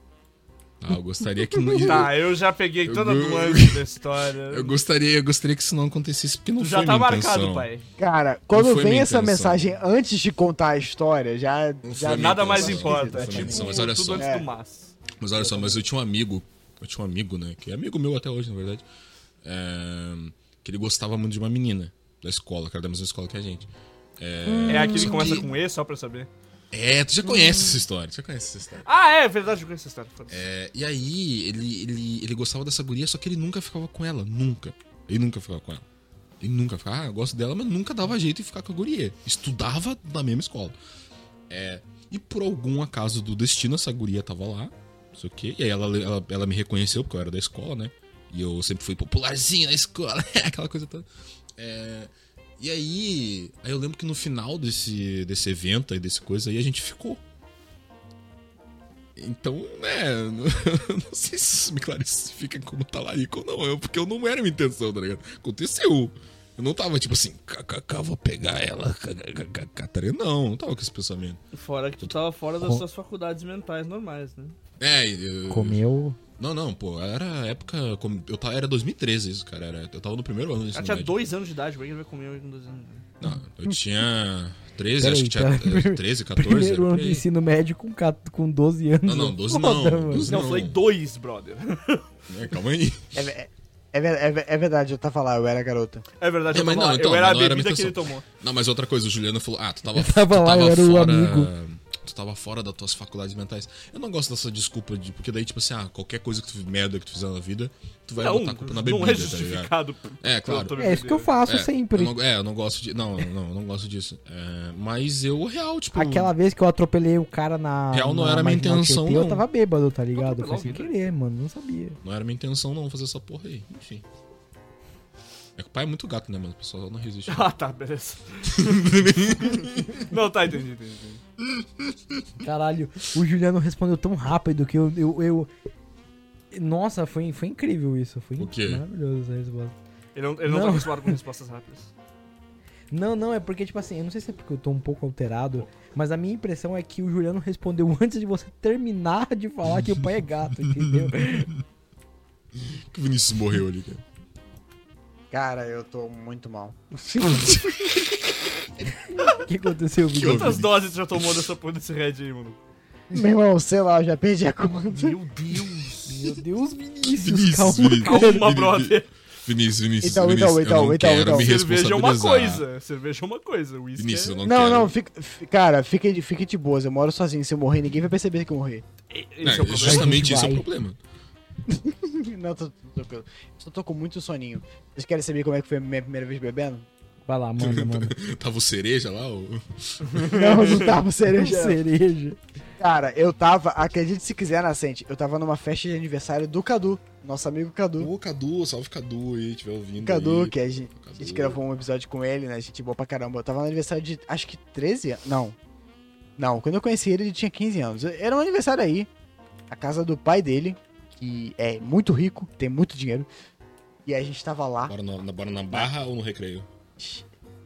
Tá, eu gostaria que. não-
Tá, eu já peguei toda a
Eu-
nuance da história.
[LAUGHS] Eu gostaria, eu gostaria que isso não acontecesse, porque não
Tu
foi
já
minha
tá marcado,
intenção.
pai.
Cara, quando
foi
vem
minha
essa
intenção.
mensagem antes de contar a história, já.
Não
já
foi minha
Nada mais
intenção.
importa.
Não
É
foi minha
tipo,
intenção, mas olha
tudo
só.
antes
É.
do mas.
Mas olha só, mas eu tinha um amigo, eu tinha um amigo, né, que é amigo meu até hoje, na verdade, é, que ele gostava muito de uma menina da escola, que era da mesma escola que a gente. É,
É aquele
só
que começa
que-
com E, só pra eu saber.
É, tu já conhece
Hum.
essa história, tu já conhece essa história.
Ah, é, verdade, eu conheço essa história. foda-se.
É, e aí, ele, ele, ele gostava dessa guria, só que ele nunca ficava com ela, nunca. Ele nunca ficava com ela. Ele nunca ficava, ah, eu gosto dela, mas nunca dava jeito em ficar com a guria. Estudava na mesma escola. É, e por algum acaso do destino, essa guria tava lá, não sei o quê. E aí ela, ela, ela me reconheceu, porque eu era da escola, né? E eu sempre fui popularzinho na escola, [LAUGHS] aquela coisa toda. É, e aí, aí eu lembro que no final desse, desse evento aí, desse coisa aí, a gente ficou. Então, né, [LAUGHS] não sei se isso me clarifica como talarico ou não, eu, porque eu não era minha intenção, tá ligado? Aconteceu. Eu não tava tipo assim, kkk, vou pegar ela, kkk, Catarina. Não, não tava com esse pensamento.
Fora que tu tava fora das suas faculdades mentais normais, né?
É, eu,
Comeu.
Não, não, pô, era época. como- Eu tava, era 2013 isso, cara. Era, eu tava no primeiro ano do
Ela
ensino
Ah, tinha
médio.
dois anos de idade, como é que ele vai comer alguém com dois anos de idade?
Não, eu tinha 13,
Peraí,
acho que tinha
tá.
eh, 13, 14. era
Primeiro
por
ano de
aí.
ensino médio com, cat- com 12 anos.
Não, não, 12
Foda,
não.
mano.
12
Não,
não,
eu falei dois, brother. [LAUGHS]
É, calma aí.
É, ve- é, é ve- é ve- é verdade, eu tava lá, eu era garota.
É verdade,
É,
eu,
mas
tava
não,
lá.
então,
eu era a
não era
bebida que
minha
ele tomou.
Não, mas outra coisa, o Juliano falou: Ah, tu tava,
Eu tava
tu
lá, eu era o
fora-
amigo.
Tu tava fora das tuas faculdades mentais. Eu não gosto dessa desculpa de. Porque daí, tipo assim, ah, qualquer coisa que tu merda que tu fizer na vida, tu vai
não,
botar a culpa na bebida,
não é
tá ligado?
justificado.
É, claro.
pela tua
É isso que eu
bebida.
faço
É,
sempre.
Eu não, é, eu não gosto de. Não, não, eu não gosto disso. É, mas eu, real, tipo.
Aquela vez que eu atropelei o cara na.
Real não
na
era minha
Marginal
intenção,
Tietê, Eu
não.
tava bêbado, tá ligado? Foi
Atropelou
sem
alguém,
querer, mano. Não sabia.
Não era minha intenção não fazer essa porra aí. Enfim. É que o pai é muito gato, né, mano? O pessoal não resiste.
[LAUGHS] Ah, tá, beleza. não, tá, entendi, entendi. entendi.
Caralho, o Juliano respondeu tão rápido que eu. eu, eu- Nossa, foi, foi incrível isso. Foi
O quê?
maravilhoso essa resposta.
Ele não, ele não,
Não.
tá acostumado com respostas rápidas.
Não, não, é porque, tipo assim, eu não sei se é porque eu tô um pouco alterado, mas a minha impressão é que o Juliano respondeu antes de você terminar de falar que o pai é
[LAUGHS]
gato, entendeu?
que o Vinícius morreu ali, cara.
Cara, eu tô muito mal.
O que aconteceu, Vitor?
Quantas doses tu já tomou dessa porra desse Red
[LAUGHS]
aí, mano?
Meu irmão, sei lá, eu já perdi a conta.
Meu Deus.
Meu Deus, Vinícius,
Vinícius,
[LAUGHS] calma.
Vinícius.
Calma,
Vi-
brother.
Vinícius, Vinícius,
Então,
Vinícius,
então, então,
eu não
então,
quero
então.
[LAUGHS] me
Cerveja é uma
responsabilizar. né?
coisa. Cerveja é uma coisa. Whisky
Vinícius, eu
é...
não,
Não,
quero.
não, fica, fi- cara, fica, de- fica de boas, eu moro sozinho, se eu morrer ninguém vai perceber que eu morri. [LAUGHS]
É,
É,
Esse é o problema.
justamente
A
isso é o
gente
problema.
Não, tô, tô tranquilo. Só tô com muito soninho. Vocês querem saber como é que foi a minha primeira vez bebendo?
Vai lá, manda, manda.
Tava o Tá cereja lá, o...
Não, não tava cereja.
um Cereja.
Cara, eu tava, acredite se quiser, nascente, eu tava numa festa de aniversário do Cadu, nosso amigo Cadu.
Ô, Cadu, salve Cadu aí, tiver ouvindo
Cadu,
aí.
que a gente,
Cadu.
a gente gravou um episódio com ele, né? Gente boa pra caramba. Eu tava no aniversário de, acho que 13 anos. Não. Não, quando eu conheci ele, ele tinha 15 anos. Era um aniversário aí. A casa do pai dele, que é muito rico, tem muito dinheiro. E a gente tava lá.
Bora na, na- bora na barra ou no recreio?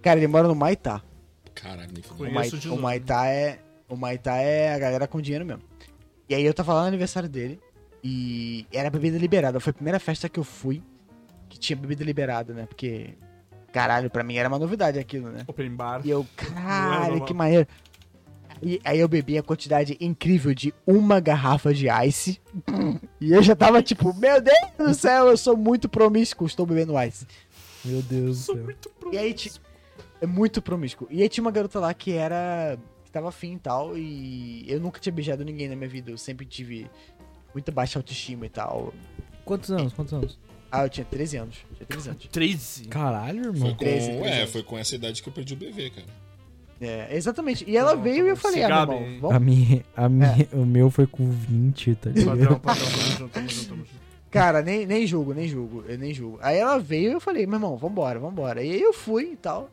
Cara, ele mora no Maitá.
Caralho, nem
O,
falei.
Conheço
Mai,
de
o
nome.
Maitá é. O Maitá é a galera com dinheiro mesmo. E aí eu tava lá no aniversário dele e era bebida liberada. Foi a primeira festa que eu fui que tinha bebida liberada, né? Porque, caralho, pra mim era uma novidade aquilo, né?
Open bar.
E eu, caralho,
normal.
que maneiro. E aí eu bebi a quantidade incrível de uma garrafa de ice. E eu já tava tipo, meu Deus do céu, eu sou muito promíscuo, estou bebendo ice.
Meu Deus do
Sou [LAUGHS]
céu.
é muito
E aí, ti- é muito promíscuo. E aí tinha uma garota lá que era. que tava afim e tal. E eu nunca tinha beijado ninguém na minha vida. Eu sempre tive muita baixa autoestima e tal.
Quantos anos? Quantos anos?
Ah, eu tinha 13 anos. Tinha 13 anos.
13.
Caralho,
Foi
irmão.
com,
13, 13.
é, foi com essa idade que eu perdi o BV, cara.
É, exatamente. E ela
Não,
veio e eu
se
falei, ah, meu
gabe,
irmão,
hein?
A
vamos.
minha, a minha, O meu foi com 20, tá ligado?
Padrão, padrão, tamo junto, tamo junto, tamo junto.
Cara, nem, nem julgo, nem julgo, eu nem julgo. Aí ela veio e eu falei, meu irmão, vambora, vambora. E aí eu fui e tal.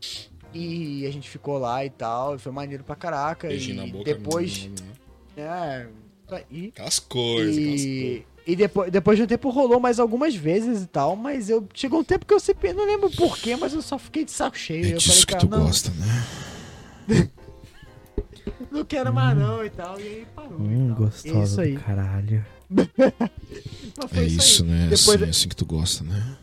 E a gente ficou lá e tal. E foi maneiro pra caraca.
Beijinho
e
na boca.
depois.
hum, hum, hum.
É, isso aí.
Aquelas coisas, aquelas coisas.
E, e depois, depois de um tempo rolou mais algumas vezes e tal, mas eu chegou um tempo que eu sempre não lembro porquê, mas eu só fiquei de saco cheio. eu falei, cara, não,
né?
[LAUGHS] não quero mais não e tal. E aí parou. e
Hum,
tal.
gostosa
Isso
do
aí.
caralho.
Mas foi isso, aí.
né?
Depois- assim-
que tu gosta, né?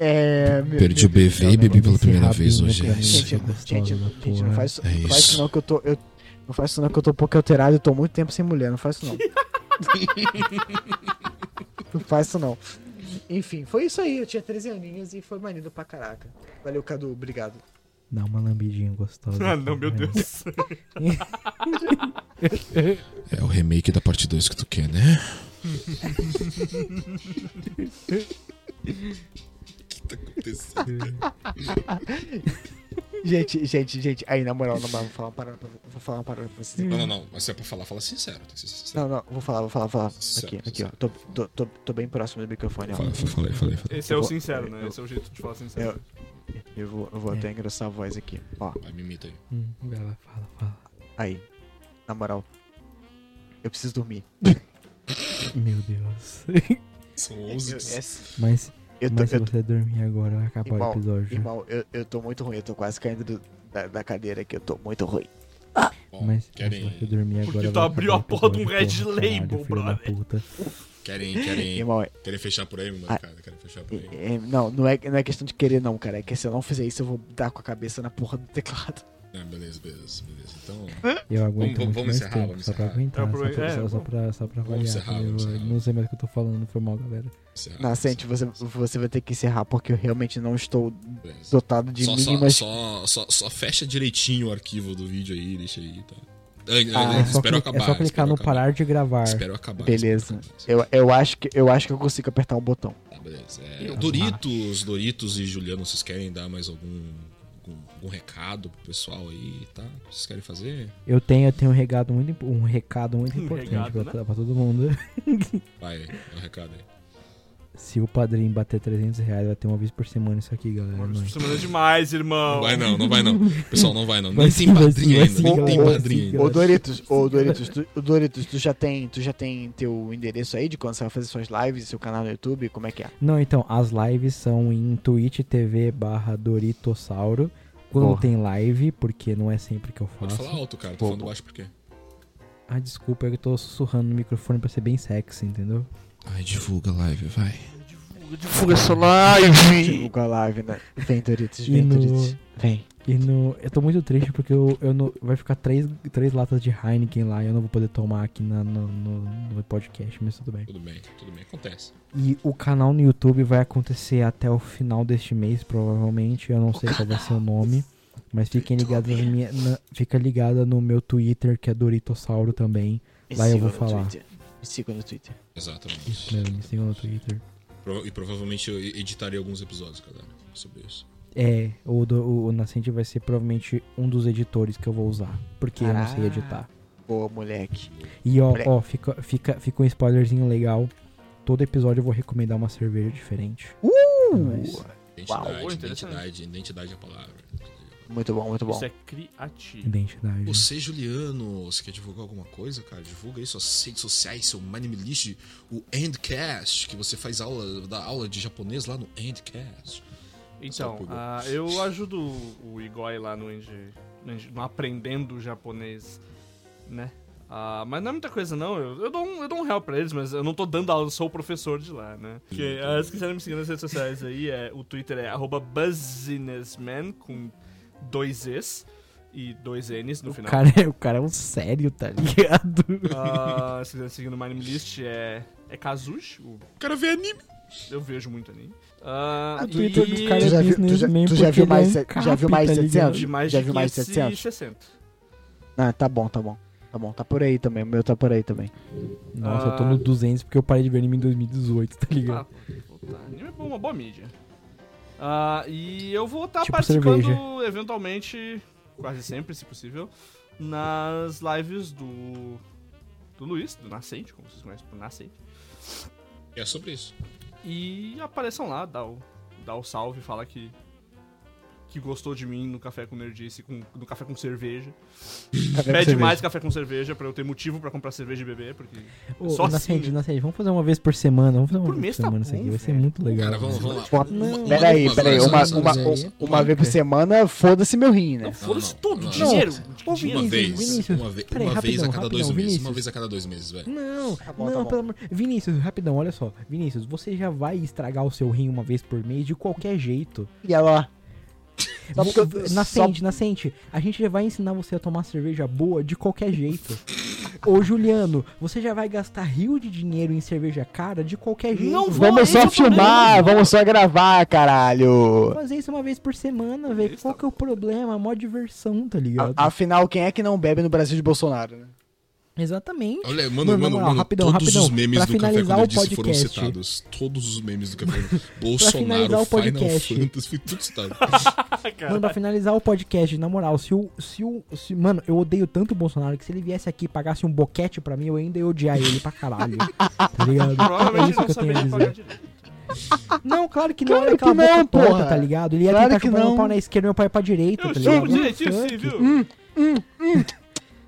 É, meu
o BV
e bebi pela primeira vez hoje,
né?
é isso.
Gente,
Gostosa
gente,
da
gente, não
porra.
faz isso,
É
não faz isso
isso.
não que eu tô. Eu, não faz isso não que eu tô um pouco alterado, eu tô muito tempo sem mulher, não faz [LAUGHS] isso não. não faz isso não. Enfim, foi isso aí. Eu tinha 13 aninhos e foi maneiro pra caraca. Valeu, Cadu, obrigado.
Dá uma lambidinha gostosa.
Ah, não, meu
cara.
Deus.
É o remake da parte 2 que tu quer,
[LAUGHS]
né? [LAUGHS] O que tá acontecendo?
Gente, gente, gente, aí, na moral, na moral, vou falar uma parada pra, vou falar uma parada pra vocês.
Não, não, não. Mas se é pra falar, fala sincero. Tem que ser sincero.
Não, não, vou falar, vou falar, vou falar. Aqui,
Certo,
aqui, ó. Tô, tô, tô, tô bem próximo do microfone, ó.
Fala, falei, falei, falei.
Esse é o
vou-
sincero, né?
eu-
Esse é o jeito de falar
Eu,
sincero.
eu vou, eu vou até engrossar a voz aqui, ó.
Vai, me imita aí.
Hum, vai lá, fala, fala.
Aí, na moral, eu preciso dormir.
Meu Deus. [LAUGHS]
São
Eu,
11 de-
eu,
Mas,
eu tô,
mas se
eu,
você dormir agora, vai acabar
Irmão,
o episódio.
irmão, eu, eu tô muito ruim, eu tô quase caindo do- da, da cadeira aqui, eu tô muito ruim.
Bom,
Mas
querem,
se você dormir agora.
Porque tu
vai
abriu a
acabar o
porra de um
episódio,
Red
porra, caralho,
Label,
filho da
brother.
puta.
querem, querem,
Irmão, é-
querem fechar por aí, mano,
Ah.
cara. Querem fechar por aí.
é- não, não é, não é questão de querer, não, cara. É que se eu não fizer isso, eu vou dar com a cabeça na porra do teclado. [LAUGHS]
é.
Ah, beleza, beleza, beleza. Então,
Eu
vamos-
aguento muito
vamos
mais
encerrar,
tempo,
vamos
só pra
encerrar.
aguentar,
É,
só pra,
é,
só, só
vamos-
pra, só pra
vamos
avaliar.
encerrar,
entendeu?
vamos encerrar.
Não sei mais o que eu tô falando, foi mal, galera.
encerrar.
Nascente, você, você vai ter que encerrar, porque eu realmente não estou
um
Beleza.
dotado de
Só, só,
mínimas.
só, só, só fecha direitinho o arquivo do vídeo aí, deixa aí, tá? Ah,
Ah,
ah,
é, só
espero
clica- é
acabar.
só clicar
espero
no
acabar.
parar de gravar.
Espero acabar.
Beleza.
espero acabar.
Eu, eu, acho que, eu acho que eu consigo apertar um botão.
Tá, beleza. É, Doritos, Doritos e Juliano, vocês querem dar mais algum, algum, algum recado pro pessoal aí, tá? Vocês querem fazer?
Eu tenho, eu tenho um regado muito, impo- um recado muito
Um
importante
regado,
pra,
né?
to- pra todo mundo. [LAUGHS]
Vai, dá um recado aí.
Se o padrinho bater 300 reais, vai ter uma vez por semana isso aqui, galera.
Uma vez
Não.
por semana é demais, irmão.
Não vai né? não, não vai não. Pessoal, não vai não.
Vai
Nem
sim,
tem
vai
padrinho
sim, vai
ainda,
sim,
nem
galera,
tem
vai
padrinho
sim,
ainda.
Eu
Ô
acho
Doritos,
que-
ô Doritos, tu, ô, Doritos, tu já tem, tu já tem teu endereço aí de quando você vai fazer suas lives, seu canal no YouTube, como é que é?
Não, então, as lives são em twitch.tv barra Doritossauro. Quando
Porra.
tem live, porque não é sempre que eu
Pode falar
faço.
alto, cara. Tô falando baixo por quê?
Ah, desculpa, é que eu tô sussurrando no microfone pra ser bem sexy, entendeu?
Ai, divulga a live, vai.
Divulga, divulga essa live.
Divulga a live, né? Vem, Doritos,
E
vem,
no-
Doritos. Vem.
E no, eu tô muito triste porque eu, eu não, vai ficar três, três latas de Heineken lá e eu não vou poder tomar aqui na- no, no, no podcast, mas tudo bem.
Tudo bem, tudo bem, acontece.
E o canal no YouTube vai acontecer até o final deste mês, provavelmente. Eu não sei qual vai ser o nome. Mas fiquem ligados na minha, na- fica ligada no meu Twitter, que é Doritossauro também.
Me
Lá eu
siga
vou
no
falar.
Twitter. Me siga no Twitter.
Isso
Exatamente.
mesmo, me sigam é no Twitter.
Pro- e provavelmente eu editarei alguns episódios, galera, sobre isso.
É, o, do- o, o Nascente vai ser provavelmente um dos editores que eu vou usar. Porque eu não sei
Caraca.
editar.
Boa, moleque.
E ó,
Moleque.
ó, fica, fica, fica um spoilerzinho legal. Todo episódio eu vou recomendar uma cerveja diferente. Uh!
Identidade,
Uau,
interessante.
identidade, identidade é a palavra.
Muito bom, muito bom.
Isso é criativo.
identidade.
Você, Juliano, você quer divulgar alguma coisa, cara? Divulga aí suas redes sociais, seu Manimelist, o Endcast, que você faz aula, dá aula de japonês lá no Endcast. Só
Então,
pegou.
ah, eu ajudo o o Igor lá no, Inge- no Inge- no Aprendendo Japonês, né? Ah, mas não é muita coisa, não. Eu, eu dou um, eu dou um real pra eles, mas eu não tô dando aula, eu sou o professor de lá, né? Porque, ah, se quiserem me seguir nas redes sociais aí, é, o Twitter é arroba buzzinessman, com dois Es e dois Ns no
O
final.
cara, é- o cara é um sério, tá ligado?
Ah, se quiserem seguir no My Name List é, é Kazush, o-
O cara vê anime.
eu vejo muito anime. Ah,
Ah,
O Twitter do
e-
cara
Tu já
é
viu- tu já-
businessman
tu já
porque
viu
ele
mais
é um
se-
cap,
já viu mais
tá ligado?
700?
de mais
Já
de
viu mais
560.
Ah, tá bom, tá bom. Tá bom, tá por aí também. O meu tá por aí também.
Nossa, eu tô no 200 porque eu parei de ver anime em 2018, tá
Ah,
ligado?
pô, tá. Anime é bom, uma boa mídia. Ah, e eu vou estar
Tipo
participando,
cerveja.
eventualmente, quase sempre, se possível, nas lives do. do Luiz, do Nascente, como vocês conhecem por Nascente.
É sobre isso.
E apareçam lá, dá o, dá o salve, fala que. que gostou de mim no café com nerdice, com, no café com cerveja. Pede mais café com cerveja pra eu ter motivo pra comprar cerveja e beber, porque.
Ah,
Ô,
só assim,
Nascente,
né?
Nascente, vamos fazer uma vez por semana, vamos fazer uma
Por
vez
mês
por
tá
semana isso
bom,
aqui, vai ser
velho.
muito legal.
Cara,
Tipo,
vamos, vamos lá.
Pô,
Uma- uma-
Peraí,
é
uma-
peraí.
uma-
Uma,
uma-
uma,
uma-
uma vez por semana, foda-se meu rim, né?
Não, foda-se
não,
todo,
não.
dinheiro!
Ô,
dinheiro.
Uma vez,
Vinícius,
uma, ve-
peraí,
uma vez a
rapidão,
cada dois
rapidão,
meses. Uma
Vinícius. Hum?
vez a cada dois meses, velho.
Não,
bom,
não,
tá bom.
pelo amor. Vinícius, rapidão, olha só. Vinícius, você já vai estragar o seu rim uma vez por mês de qualquer jeito.
E ela
É
lá. Só
Vo-
porque eu-
Nascente, nascente, a gente já vai ensinar você a tomar cerveja boa de qualquer jeito. Ô Juliano, você já vai gastar rio de dinheiro em cerveja cara de qualquer jeito.
Não vou,
Vamos
Isso
só
eu
filmar,
também.
vamos só gravar, caralho.
fazer isso uma vez por semana, velho.
Isso
Qual
tá
que é o problema? Mó diversão, tá ligado?
A- afinal, quem é que não bebe no Brasil de Bolsonaro, né?
Exatamente.
Olha, mano,
na
mano,
moral,
mano,
rapidão,
todos
rapidão,
os memes
pra
do Café
finalizar
com
o
Nerdice foram
podcast.
citados. Todos os memes do Café com
[LAUGHS]
Nerdice.
finalizar
Bolsonaro, Final
o podcast.
Fantasy, foi tudo
[LAUGHS]
citado.
Mano, pra finalizar o podcast, na moral, se o. Se o se, mano, eu odeio tanto o Bolsonaro que se ele viesse aqui e pagasse um boquete pra mim, eu ainda ia odiar ele
[LAUGHS]
pra caralho. tá ligado? É
Provavelmente
isso
não
que eu tenho
saberia
a
pagar
dizer.
direito.
Não, claro que não,
Claro
era aquela
que não,
boca torta,
porra.
tá ligado? Ele ia
Claro
tentar
que
chupar
não.
tá meu pau na esquerda e meu pai pra direita,
Eu
tá
chupo
ligado?
direitinho
Fuck.
sim, viu?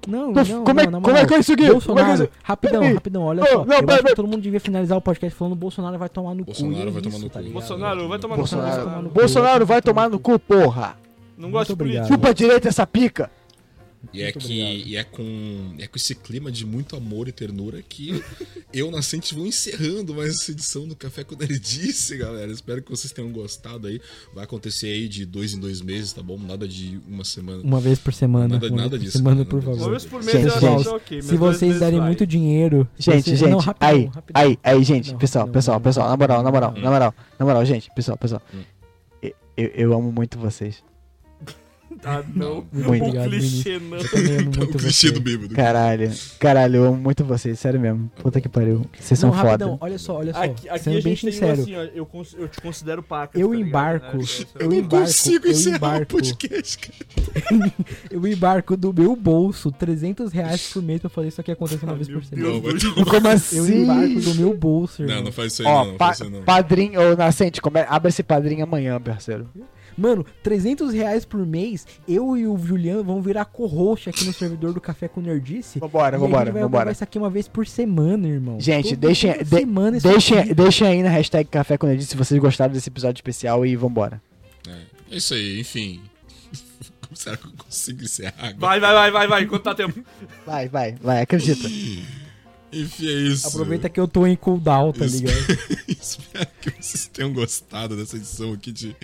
Não,
Tô-
não,
como é-
não, na
como
moral.
é que eu consegui? Como é que eu
Bolsonaro,
consegui?
rapidão,
Peraí.
rapidão, olha
Não,
só.
não,
eu
peraí,
acho que
peraí.
todo mundo devia finalizar o podcast falando Bolsonaro vai tomar no cu.
Bolsonaro
e é
vai tomar no
tá
cu.
ligado?
Bolsonaro, vai tomar
Bolsonaro.
no cu. Bolsonaro.
Bolsonaro vai tomar no cu, porra.
Não gosto de
Muito obrigado.
político.
Chupa direita essa pica.
E é, que, e é, com, é com esse clima de muito amor e ternura que eu, Nascente, vou encerrando mais essa edição do Café com Nerdice, galera. Espero que vocês tenham gostado aí. Vai acontecer aí de dois em dois meses, tá bom? Nada de uma semana.
Uma vez por semana.
Nada-
uma
nada
vez por
disso,
Semana,
cara,
por
nada disso.
Uma
favor.
vez por mês
Gente,
eu acho é
gente,
ok. mas
Se
duas
vocês
vezes
derem
vai.
muito dinheiro.
Tipo
Gente,
assim,
vocês-
gente,
Não, rapidão,
aí,
rapidão.
aí, aí, gente,
Não,
pessoal,
rapidão,
pessoal,
rapidão.
pessoal, na moral, na moral,
Hum.
na moral, na moral, gente, pessoal, pessoal.
Hum.
E- Eu, eu amo muito vocês.
Hum.
Ah,
[LAUGHS]
não.
Muito
O
obrigado,
clichê não.
Eu também amo
o
tá muito
É um clichê
você.
do bêbado.
Caralho, caralho, eu amo muito vocês, sério mesmo. Puta que pariu, vocês são
não, rapidão,
foda.
olha só, olha só.
Aqui, aqui
sendo
a
bem
gente tem um
sincero,
assim, ó, eu, cons- eu te considero paca.
eu
tá ligado?
embarco,
É, isso é-
eu
Não
embarco,
consigo
eu
encerrar o
embarco,
podcast, cara.
eu embarco do meu bolso 300 reais por mês pra fazer isso aqui acontecer
Ah,
uma vez por semana.
Não, vai
Como
Eu
assim?
embarco do meu bolso, irmão.
Não, não faz isso aí,
Ó,
não.
pa-
faz isso aí, não.
padrinho, ô Nascente, come... abre esse padrinho amanhã, parceiro.
Mano, 300 reais por mês, eu e o Juliano vamos virar co-host aqui no servidor do Café com Nerdice.
Vambora,
E a
vambora,
gente vai
vambora.
gravar isso aqui uma vez por semana, irmão.
Gente,
Todo-
deixem-
toda
de-
semana isso
Deixem,
aqui.
deixem aí na hashtag Café com Nerdice se vocês gostaram desse episódio especial e vambora.
É, é isso aí, enfim. [LAUGHS] Será que eu consigo encerrar agora?
Vai, vai, vai, vai, vai, enquanto tá tempo.
Vai, vai, vai, acredita.
Enfim, é isso.
Aproveita que eu tô em cooldown, tá
Isso.
ligado?
[LAUGHS] Espero que vocês tenham gostado dessa edição aqui de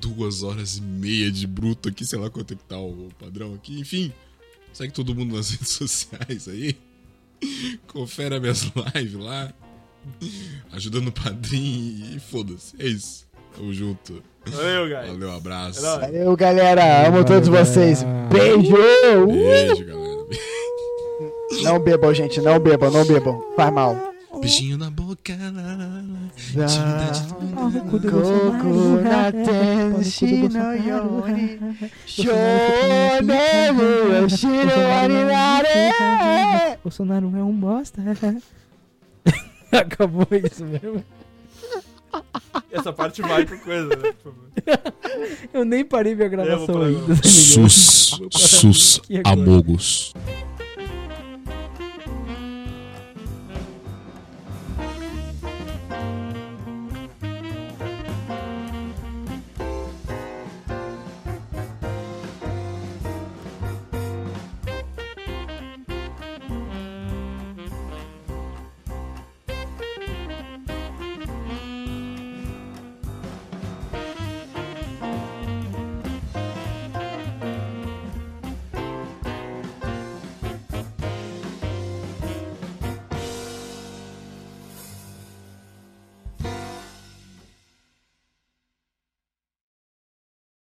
duas horas e meia de bruto aqui, sei lá quanto é que tá o padrão aqui. Enfim, segue todo mundo nas [LAUGHS] redes sociais aí. Confere minhas [LAUGHS] lives lá. Ajuda no padrinho e foda-se. É isso. Tamo junto.
Valeu, guys.
Valeu, abraço.
É nóis.
Valeu, galera. Amo
Valeu,
todos
galera.
vocês. Beijo!
Beijo, galera.
Não bebam, gente. Não bebam, não bebam. Faz mal.
Beijinho na boca. lá, lá, lá.
Pau no cu do
Coco
Bolsonaro.
na
Pau no cu do
tenshi no
Bolsonaro.
yori. Shonen no shinorinare.
[LAUGHS] Bolsonaro é um bosta. [LAUGHS] Acabou isso mesmo.
Essa parte vai por coisa, né? Por favor.
Eu nem parei minha
Eu vou
gravação
pra-
ainda. tá ligado?
[LAUGHS] Sus, sus,
Que agora?
amogos.